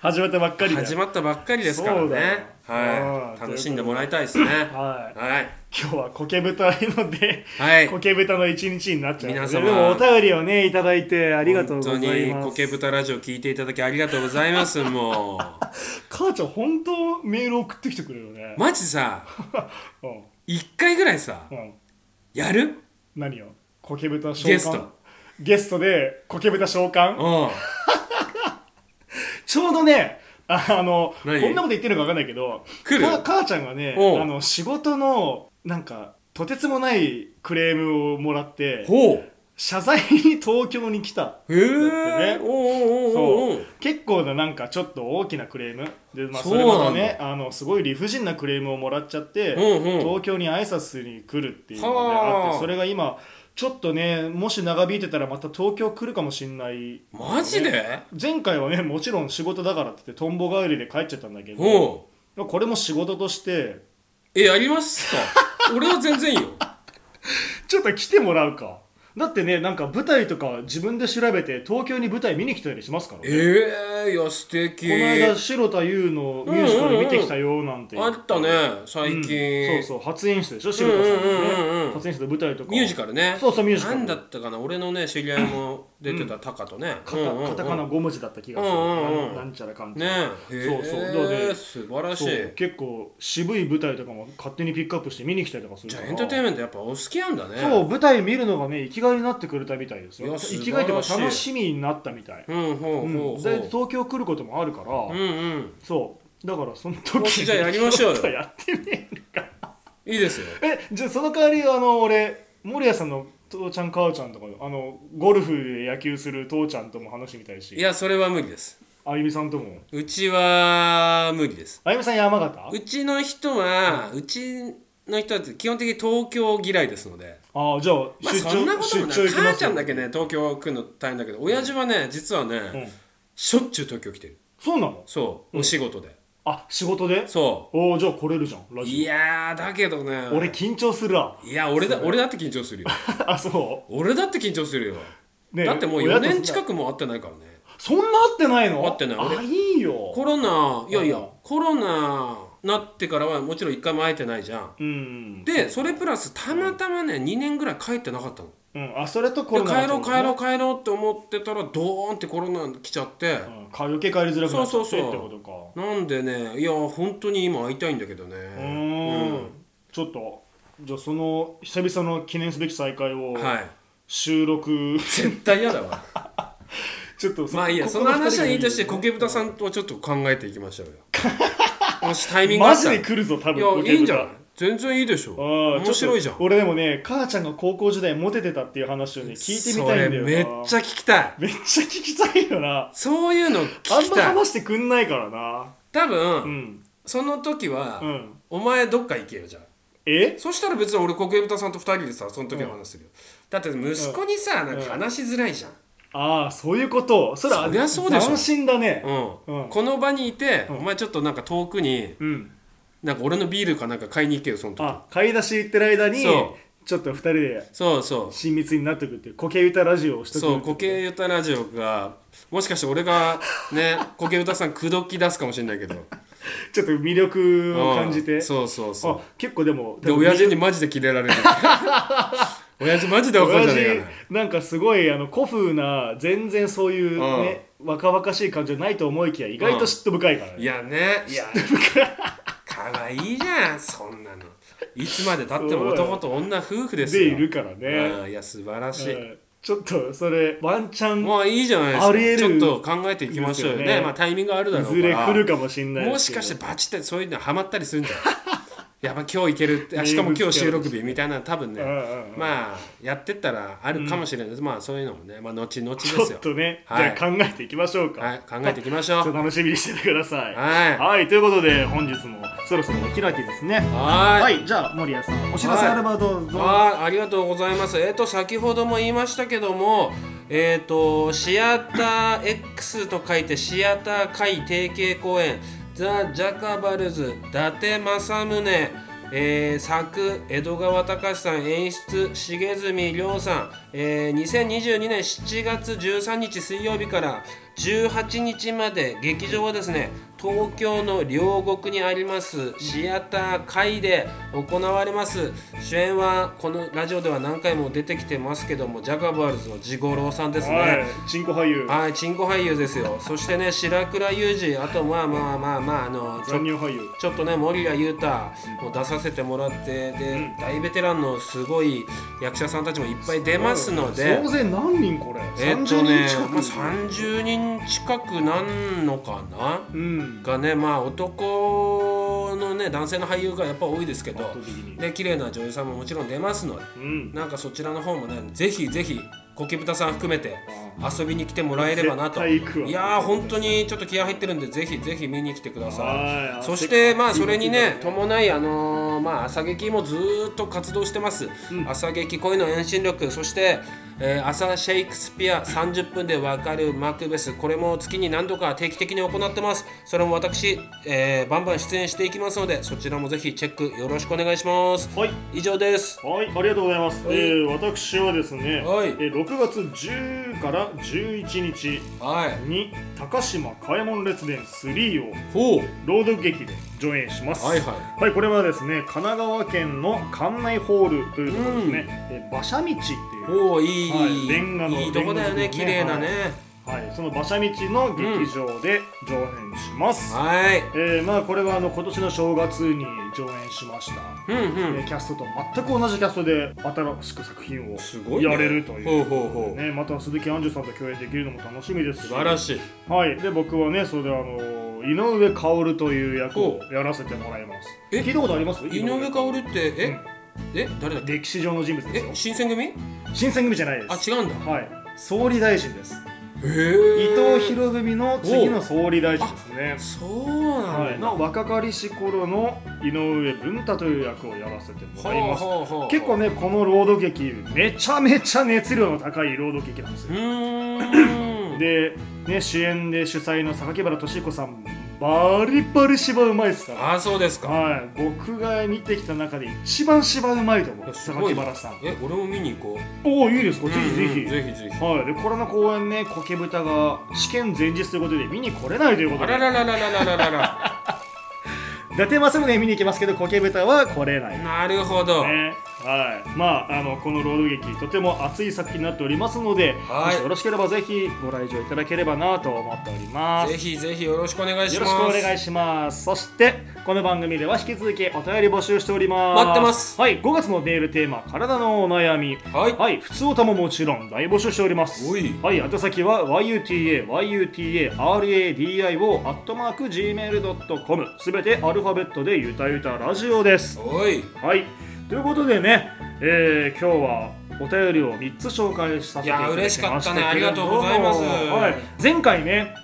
[SPEAKER 1] 始まったばっかりで
[SPEAKER 2] 始まったばっかりですから
[SPEAKER 1] そうだよ
[SPEAKER 2] ね
[SPEAKER 1] あ
[SPEAKER 2] は
[SPEAKER 1] ー
[SPEAKER 2] い楽しんでもらいたいですね
[SPEAKER 1] はい
[SPEAKER 2] はい
[SPEAKER 1] 今日は苔豚ので
[SPEAKER 2] はい
[SPEAKER 1] 苔豚の一日になっちゃう
[SPEAKER 2] 皆様
[SPEAKER 1] でもお便りをねいただいてありがとう
[SPEAKER 2] 本
[SPEAKER 1] ござ
[SPEAKER 2] 当
[SPEAKER 1] います
[SPEAKER 2] にコケブタラジオ聞いていただきありがとうございますもう
[SPEAKER 1] 母ちゃん本当メール送ってきてくれるよね、
[SPEAKER 2] マジさ
[SPEAKER 1] うん
[SPEAKER 2] 一回ぐらいさ
[SPEAKER 1] うん、
[SPEAKER 2] やる
[SPEAKER 1] 何よ苔豚召喚
[SPEAKER 2] ゲスト
[SPEAKER 1] ゲストで苔豚召喚
[SPEAKER 2] うん
[SPEAKER 1] ちょうどね、ああの、こん
[SPEAKER 2] 何
[SPEAKER 1] なこと言ってるのか分かんないけど、
[SPEAKER 2] 来る
[SPEAKER 1] か母ちゃんがね、
[SPEAKER 2] おう
[SPEAKER 1] あの、仕事の、なんか、とてつもないクレームをもらって、
[SPEAKER 2] ほう
[SPEAKER 1] 謝罪に東京に来た。
[SPEAKER 2] へえ
[SPEAKER 1] だってね
[SPEAKER 2] おうおうおうお
[SPEAKER 1] そうう結構ななんかちょっと大きなクレームで、まあ、
[SPEAKER 2] そ
[SPEAKER 1] そうれ
[SPEAKER 2] なんだ
[SPEAKER 1] またねあのすごい理不尽なクレームをもらっちゃって、
[SPEAKER 2] うんうん
[SPEAKER 1] 東京に挨拶に来るっていうのであっ
[SPEAKER 2] は
[SPEAKER 1] て
[SPEAKER 2] あ
[SPEAKER 1] それが今ちょっとねもし長引いてたらまた東京来るかもしんない
[SPEAKER 2] マジで
[SPEAKER 1] 前回はねもちろん仕事だからって言ってとんぼ帰りで帰っちゃったんだけど、
[SPEAKER 2] おう
[SPEAKER 1] まあこれも仕事として
[SPEAKER 2] えやります か俺は全然いいよ
[SPEAKER 1] ちょっと来てもらうかだってねなんか舞台とか自分で調べて東京に舞台見に来たりしますからね
[SPEAKER 2] ええいや素敵
[SPEAKER 1] この間白田優のミュージカル見てきたよなんて、
[SPEAKER 2] あったね
[SPEAKER 1] う
[SPEAKER 2] 最近、
[SPEAKER 1] んそうそう初演出でしょ白田さんのね、
[SPEAKER 2] うんうんうんうん
[SPEAKER 1] 初演出で舞台とか
[SPEAKER 2] ミュージカルね
[SPEAKER 1] そうそうミュージカル
[SPEAKER 2] なんだったかな俺のね知り合いも出てたタカとね、
[SPEAKER 1] カ
[SPEAKER 2] うん
[SPEAKER 1] タ
[SPEAKER 2] うんうん
[SPEAKER 1] カタカナ5文字だった気がする、
[SPEAKER 2] うんうんう
[SPEAKER 1] な
[SPEAKER 2] ん
[SPEAKER 1] んなんちゃらかんちゃら
[SPEAKER 2] ねえ
[SPEAKER 1] そうそう
[SPEAKER 2] へえ
[SPEAKER 1] だからね
[SPEAKER 2] 素晴らし
[SPEAKER 1] そ
[SPEAKER 2] いう
[SPEAKER 1] 結構渋い舞台とかも勝手にピックアップして見に来たりとかする
[SPEAKER 2] じゃ
[SPEAKER 1] か
[SPEAKER 2] あ
[SPEAKER 1] ら
[SPEAKER 2] エンターテインメントやっぱお好きなんだね
[SPEAKER 1] そう舞台見るのがね生きがいになってくれたみたいです
[SPEAKER 2] い
[SPEAKER 1] よ
[SPEAKER 2] や素
[SPEAKER 1] 生
[SPEAKER 2] 晴らしい
[SPEAKER 1] きがいというか楽しみになったみたい、
[SPEAKER 2] うんほう
[SPEAKER 1] うん
[SPEAKER 2] ほうほう、
[SPEAKER 1] で東京来ることもあるから、
[SPEAKER 2] うんうん
[SPEAKER 1] そうだからその
[SPEAKER 2] よ
[SPEAKER 1] 時
[SPEAKER 2] しじゃあやりましょうよ
[SPEAKER 1] ちっとやってみるか
[SPEAKER 2] いいですよ
[SPEAKER 1] えじゃあその代わりあの俺守屋さんの父ちゃん母ちゃんとかあのゴルフで野球する父ちゃんとも話してみたいし
[SPEAKER 2] いやそれは無理です
[SPEAKER 1] あゆみさんとも
[SPEAKER 2] うちは無理です
[SPEAKER 1] あゆみさん山形
[SPEAKER 2] うちの人は、うちの人は基本的に東京嫌いですので、
[SPEAKER 1] あじゃあ
[SPEAKER 2] まあ、
[SPEAKER 1] 出
[SPEAKER 2] そんな
[SPEAKER 1] 張
[SPEAKER 2] こと
[SPEAKER 1] 出
[SPEAKER 2] もない
[SPEAKER 1] 張行きま
[SPEAKER 2] 母
[SPEAKER 1] す
[SPEAKER 2] ちゃんだけね東京来るの大変だけど親父はね実はね、
[SPEAKER 1] うん
[SPEAKER 2] しょっちゅう東京来てる
[SPEAKER 1] そうなの
[SPEAKER 2] そう、お仕事で
[SPEAKER 1] あ仕事で
[SPEAKER 2] そ
[SPEAKER 1] おーじゃあ来れるじゃんラ
[SPEAKER 2] う
[SPEAKER 1] ジ
[SPEAKER 2] いやーだけどね
[SPEAKER 1] オ俺緊張するわ
[SPEAKER 2] いや俺だ俺だって緊張するよ
[SPEAKER 1] あそ
[SPEAKER 2] 俺だって緊張するよ、
[SPEAKER 1] うね
[SPEAKER 2] だってもう
[SPEAKER 1] 親と
[SPEAKER 2] 4年近くも会ってないからね
[SPEAKER 1] そんな会ってないの
[SPEAKER 2] 会ってない俺
[SPEAKER 1] あいいよ
[SPEAKER 2] コロナいやいや
[SPEAKER 1] うん
[SPEAKER 2] コロナなってからはもちろん1回も会えてないじゃん
[SPEAKER 1] うん
[SPEAKER 2] でそれプラスたまたまね2年ぐらい帰ってなかったの
[SPEAKER 1] うんあそれとコ
[SPEAKER 2] で
[SPEAKER 1] ロナ
[SPEAKER 2] 帰ろう帰ろ
[SPEAKER 1] う
[SPEAKER 2] う帰ろうって思ってたらドーンってコロナ来ちゃって、
[SPEAKER 1] 余計帰りづらくなっちゃ
[SPEAKER 2] そう
[SPEAKER 1] っ
[SPEAKER 2] そう
[SPEAKER 1] て
[SPEAKER 2] そう
[SPEAKER 1] ってことか
[SPEAKER 2] なんでねいや本当に今会いたいんだけどね
[SPEAKER 1] うーんちょっとじゃあその久々の記念すべき再会を
[SPEAKER 2] はい
[SPEAKER 1] 収録
[SPEAKER 2] 絶対嫌だわ
[SPEAKER 1] ちょっと
[SPEAKER 2] まあいいや
[SPEAKER 1] こ
[SPEAKER 2] そ
[SPEAKER 1] こ
[SPEAKER 2] の
[SPEAKER 1] 二人
[SPEAKER 2] 話はいいとして
[SPEAKER 1] が
[SPEAKER 2] コ
[SPEAKER 1] ね
[SPEAKER 2] ケブタさんとちょっと考えていきましょう よもしタイミングあ
[SPEAKER 1] マ
[SPEAKER 2] った
[SPEAKER 1] ジ
[SPEAKER 2] ら
[SPEAKER 1] で来るぞ多
[SPEAKER 2] い
[SPEAKER 1] 分
[SPEAKER 2] やいいんじゃない
[SPEAKER 1] ん
[SPEAKER 2] 全然いいでしょ面白いじゃん
[SPEAKER 1] 俺でもね母ちゃんが高校時代モテてたっていう話をね聞いてみたいんだよ
[SPEAKER 2] そ
[SPEAKER 1] な
[SPEAKER 2] れめっちゃ聞きたい
[SPEAKER 1] めっちゃ聞きたいよな
[SPEAKER 2] そういうの聞
[SPEAKER 1] あん
[SPEAKER 2] き
[SPEAKER 1] ま
[SPEAKER 2] たい
[SPEAKER 1] 話してくんないからな
[SPEAKER 2] 多分、
[SPEAKER 1] うん
[SPEAKER 2] その時は、
[SPEAKER 1] うん
[SPEAKER 2] お前どっか行けよじゃあ
[SPEAKER 1] え
[SPEAKER 2] そしたら別に俺コケブタさんと二人でさその時の話するよ、だって息子にさ、なんか話しづらいじゃん、
[SPEAKER 1] ああそういうことそれは
[SPEAKER 2] そりゃそうでしょ
[SPEAKER 1] 斬新だね
[SPEAKER 2] うん
[SPEAKER 1] うん
[SPEAKER 2] この場にいて、
[SPEAKER 1] うん
[SPEAKER 2] お前ちょっとなんか遠くに
[SPEAKER 1] うん
[SPEAKER 2] なんか俺のビールかなんか買いに行けよその時
[SPEAKER 1] あ買い出し行ってる間に
[SPEAKER 2] そ
[SPEAKER 1] ちょっと二人で
[SPEAKER 2] そうそう
[SPEAKER 1] 親密になってくっていう苔歌ラジオをしとく
[SPEAKER 2] そうコケユタラジオがもしかして俺が ねコケユタさん口説き出すかもしれないけど
[SPEAKER 1] ちょっと魅力を感じ
[SPEAKER 2] う
[SPEAKER 1] て
[SPEAKER 2] んそうそうそう
[SPEAKER 1] あ結構でも
[SPEAKER 2] で親父にマジでキレ られる親父マジで怒る
[SPEAKER 1] 親
[SPEAKER 2] じゃねえ
[SPEAKER 1] 父
[SPEAKER 2] かな
[SPEAKER 1] なんかすごいあの古風な全然そういうね若々しい感じないと思いきや意外と嫉妬深いから
[SPEAKER 2] い
[SPEAKER 1] ね
[SPEAKER 2] やね いや可愛いじゃんそんなのいつまでたっても男と女夫婦です
[SPEAKER 1] で
[SPEAKER 2] よ
[SPEAKER 1] いるからね
[SPEAKER 2] うんいや素晴らしい、
[SPEAKER 1] うんちょっとそれワンチャン
[SPEAKER 2] もういいじゃない
[SPEAKER 1] ありえ
[SPEAKER 2] ですか
[SPEAKER 1] る
[SPEAKER 2] ちょっと考えていきましょうよ
[SPEAKER 1] で
[SPEAKER 2] ね
[SPEAKER 1] すよね
[SPEAKER 2] まあタイミングあるだ
[SPEAKER 1] い
[SPEAKER 2] ろう
[SPEAKER 1] ず
[SPEAKER 2] か
[SPEAKER 1] れ
[SPEAKER 2] ら
[SPEAKER 1] 来るかもしれない
[SPEAKER 2] も
[SPEAKER 1] です
[SPEAKER 2] し
[SPEAKER 1] けど
[SPEAKER 2] かしてバチってそういうのハマったりするんじゃないやばい今日行けるってあしかも今日収録日みたいな多分ね、
[SPEAKER 1] うんうんうん
[SPEAKER 2] まあやってったらあるかもしれないです、まあそういうのもね、まあ、後々です
[SPEAKER 1] ちょっ
[SPEAKER 2] よ
[SPEAKER 1] とね、
[SPEAKER 2] はい
[SPEAKER 1] じゃあ考えていきましょうか、
[SPEAKER 2] はい、考えていきましょ
[SPEAKER 1] ちょっ
[SPEAKER 2] う
[SPEAKER 1] と楽しみにしててください
[SPEAKER 2] はい
[SPEAKER 1] ということで本日もそろそろお開きですね
[SPEAKER 2] はい
[SPEAKER 1] はいじゃあ守屋さんお知らせ
[SPEAKER 2] はい
[SPEAKER 1] アルバどうぞ
[SPEAKER 2] あーありがとうございます。えっ、と先ほども言いましたけども、えっ、とシアター X と書いてシアター会提携公演ザ・ジャカバルズ伊達政宗、えー作江戸川隆さん演出重住亮さん、えー2022年7月13日水曜日から18日まで劇場はですね東京の両国にありますシアター会で行われます主演はこのラジオでは何回も出てきてますけどもジャガバールズの地五郎さんですね、
[SPEAKER 1] はいチンコ俳優
[SPEAKER 2] はい、チンコ俳優ですよ。そしてね、白倉裕二、あとまあまあまあまあ、あの、ち
[SPEAKER 1] 残
[SPEAKER 2] ょ
[SPEAKER 1] 留俳優
[SPEAKER 2] ちょっとね、森谷裕太も出させてもらって、で、大ベテランのすごい役者さんたちもいっぱい出ますので、
[SPEAKER 1] 総勢何人これ
[SPEAKER 2] え
[SPEAKER 1] 30
[SPEAKER 2] っ
[SPEAKER 1] 人近
[SPEAKER 2] と
[SPEAKER 1] く、
[SPEAKER 2] ね、まあ、30人近くなんのかな
[SPEAKER 1] うん
[SPEAKER 2] がね、まあ男のね、男性の俳優がやっぱ多いですけど
[SPEAKER 1] 圧倒、的に
[SPEAKER 2] ね、綺麗な女優さんももちろん出ますので、
[SPEAKER 1] うん
[SPEAKER 2] なんかそちらの方もね、ぜひぜひ、コキブタさん含めて遊びに来てもらえればな
[SPEAKER 1] 絶
[SPEAKER 2] と。
[SPEAKER 1] 対行くわ
[SPEAKER 2] いやー、本当にちょっと気合入ってるんで、ぜひぜひ見に来てくだ
[SPEAKER 1] は
[SPEAKER 2] さ
[SPEAKER 1] い
[SPEAKER 2] い。そして、
[SPEAKER 1] 汗
[SPEAKER 2] まあ、それに
[SPEAKER 1] か
[SPEAKER 2] ね、
[SPEAKER 1] き
[SPEAKER 2] 伴い、あのーまあ、朝劇もずーっと活動してます。朝劇、恋の遠心力、そして、えー朝シェイクスピア30分でわかるマクベスこれも月に何度か定期的に行ってますそれも私、えーバンバン出演していきますのでそちらもぜひチェックよろしくお願いします
[SPEAKER 1] はい
[SPEAKER 2] 以上です
[SPEAKER 1] はい、ありがとうございます。
[SPEAKER 2] はい
[SPEAKER 1] えー私はですね、
[SPEAKER 2] はい
[SPEAKER 1] えー6月10から11日
[SPEAKER 2] はい
[SPEAKER 1] に高島嘉右衛門列伝3を
[SPEAKER 2] ほう
[SPEAKER 1] 朗読劇で上演します。
[SPEAKER 2] はいは
[SPEAKER 1] はい、これはですね、神奈川県の館内ホールというところですね、えー馬車道っていう、
[SPEAKER 2] おおいい、
[SPEAKER 1] はいレンガの
[SPEAKER 2] いいとこだ
[SPEAKER 1] レ
[SPEAKER 2] よ
[SPEAKER 1] ンガ造りね
[SPEAKER 2] ね綺麗なね
[SPEAKER 1] はい、その馬車道の劇場で上演します。
[SPEAKER 2] はい
[SPEAKER 1] えーまあこれはあの今年の正月に上演しました、
[SPEAKER 2] うんう
[SPEAKER 1] え
[SPEAKER 2] ん
[SPEAKER 1] ーキャストと全く同じキャストで新しく作品を
[SPEAKER 2] すごい、ね、
[SPEAKER 1] やれるという、
[SPEAKER 2] ほうほうほう、
[SPEAKER 1] ね、また鈴木杏樹さんと共演できるのも楽しみですし
[SPEAKER 2] 素晴らしい
[SPEAKER 1] はい、で僕はねそれであの井上薫という役をやらせてもらいます
[SPEAKER 2] え
[SPEAKER 1] 聞いたことあります
[SPEAKER 2] 井上
[SPEAKER 1] 薫
[SPEAKER 2] 薫ってえ、え誰だっけ
[SPEAKER 1] 歴史上の人物です
[SPEAKER 2] え
[SPEAKER 1] よ
[SPEAKER 2] 新選組
[SPEAKER 1] 新選組じゃないで
[SPEAKER 2] あ
[SPEAKER 1] す
[SPEAKER 2] 違うんだ
[SPEAKER 1] はい総理大臣です
[SPEAKER 2] へ
[SPEAKER 1] 伊
[SPEAKER 2] え
[SPEAKER 1] 藤博文の次の総理大臣ですね
[SPEAKER 2] そうな
[SPEAKER 1] はい、
[SPEAKER 2] んだ、は
[SPEAKER 1] の若かりし頃の井上文太という役をやらせても
[SPEAKER 2] あ
[SPEAKER 1] らいます
[SPEAKER 2] はあはあ
[SPEAKER 1] 結構ねこの朗読劇めちゃめちゃ熱量の高い朗読劇なんですよ
[SPEAKER 2] うーん
[SPEAKER 1] で、ね、主演で主催の榊原俊彦さんバリバリ芝うまいですから、
[SPEAKER 2] あそうですか
[SPEAKER 1] はい、僕が見てきた中で一番芝うまいと思
[SPEAKER 2] いうやすご
[SPEAKER 1] 榊
[SPEAKER 2] い
[SPEAKER 1] 原さん
[SPEAKER 2] え俺も見に行こ
[SPEAKER 1] おおいいですか
[SPEAKER 2] う
[SPEAKER 1] ぜひぜ
[SPEAKER 2] うんうん
[SPEAKER 1] ひ、
[SPEAKER 2] ぜひぜひ
[SPEAKER 1] はい、でこれの公演ねコケブタが試験前日ということで見に来れないということ
[SPEAKER 2] あ
[SPEAKER 1] で
[SPEAKER 2] ららららららららら
[SPEAKER 1] 伊達政宗見に行きますけどコケブタは来れない
[SPEAKER 2] なるほど、
[SPEAKER 1] ねはい、まああのこの朗読劇とても熱い作品になっておりますので、
[SPEAKER 2] はい
[SPEAKER 1] もしよろしければぜひご来場いただければなと思っております
[SPEAKER 2] ぜひぜひよろしくお願いし
[SPEAKER 1] よ
[SPEAKER 2] ま
[SPEAKER 1] ろ
[SPEAKER 2] す
[SPEAKER 1] しくお願いしますそしてこの番組では引き続きお便り募集しております
[SPEAKER 2] 待ってます
[SPEAKER 1] はい5月のメールテーマ体のお悩み
[SPEAKER 2] はい
[SPEAKER 1] はい普通歌ももちろん大募集しております
[SPEAKER 2] おい
[SPEAKER 1] はい宛先は yutayutaradio.gmail.com すべてアルファベットでゆたゆたラジオです
[SPEAKER 2] おい
[SPEAKER 1] はいということでね、えー今日はお便りを3つ紹介させていただきましたけれども
[SPEAKER 2] いや嬉しかったねありがとうございます
[SPEAKER 1] はい、前回ね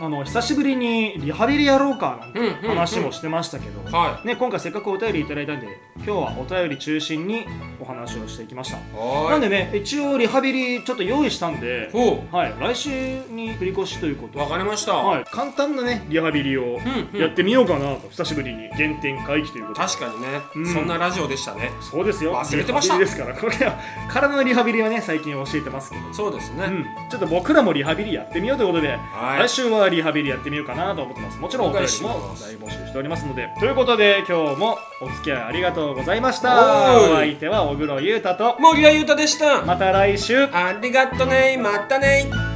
[SPEAKER 1] あの久しぶりにリハビリやろうかなんて
[SPEAKER 2] うんうんうん
[SPEAKER 1] 話もしてましたけど、
[SPEAKER 2] は
[SPEAKER 1] ね、今回せっかくお便りいただいたんで今日はお便り中心にお話をしていきました、
[SPEAKER 2] は
[SPEAKER 1] なん
[SPEAKER 2] い
[SPEAKER 1] でね一応リハビリちょっと用意したんで、
[SPEAKER 2] ほ
[SPEAKER 1] はい、来週に繰り越しということ
[SPEAKER 2] う
[SPEAKER 1] で
[SPEAKER 2] わかりました、
[SPEAKER 1] はい、簡単なねリハビリを
[SPEAKER 2] うんうん
[SPEAKER 1] やってみようかなと、久しぶりに原点回帰ということで
[SPEAKER 2] 確かにね、
[SPEAKER 1] うん
[SPEAKER 2] そんなラジオでしたね
[SPEAKER 1] そうですよ
[SPEAKER 2] 忘れてました
[SPEAKER 1] リハビリですからこれは体のリハビリはね最近教えてますけど、
[SPEAKER 2] そうですね、
[SPEAKER 1] うん、ちょっと僕らもリハビリやってみようということで、
[SPEAKER 2] はい
[SPEAKER 1] 来週はリハビリやってみようかなと思ってますもちろんお便りも
[SPEAKER 2] お願いします
[SPEAKER 1] 大募集しておりますのでということで今日もお付き合いありがとうございまし
[SPEAKER 2] お
[SPEAKER 1] た
[SPEAKER 2] ーい
[SPEAKER 1] お相手は小黒裕太と
[SPEAKER 2] 森谷裕太でした
[SPEAKER 1] また来週
[SPEAKER 2] ありがとねまたね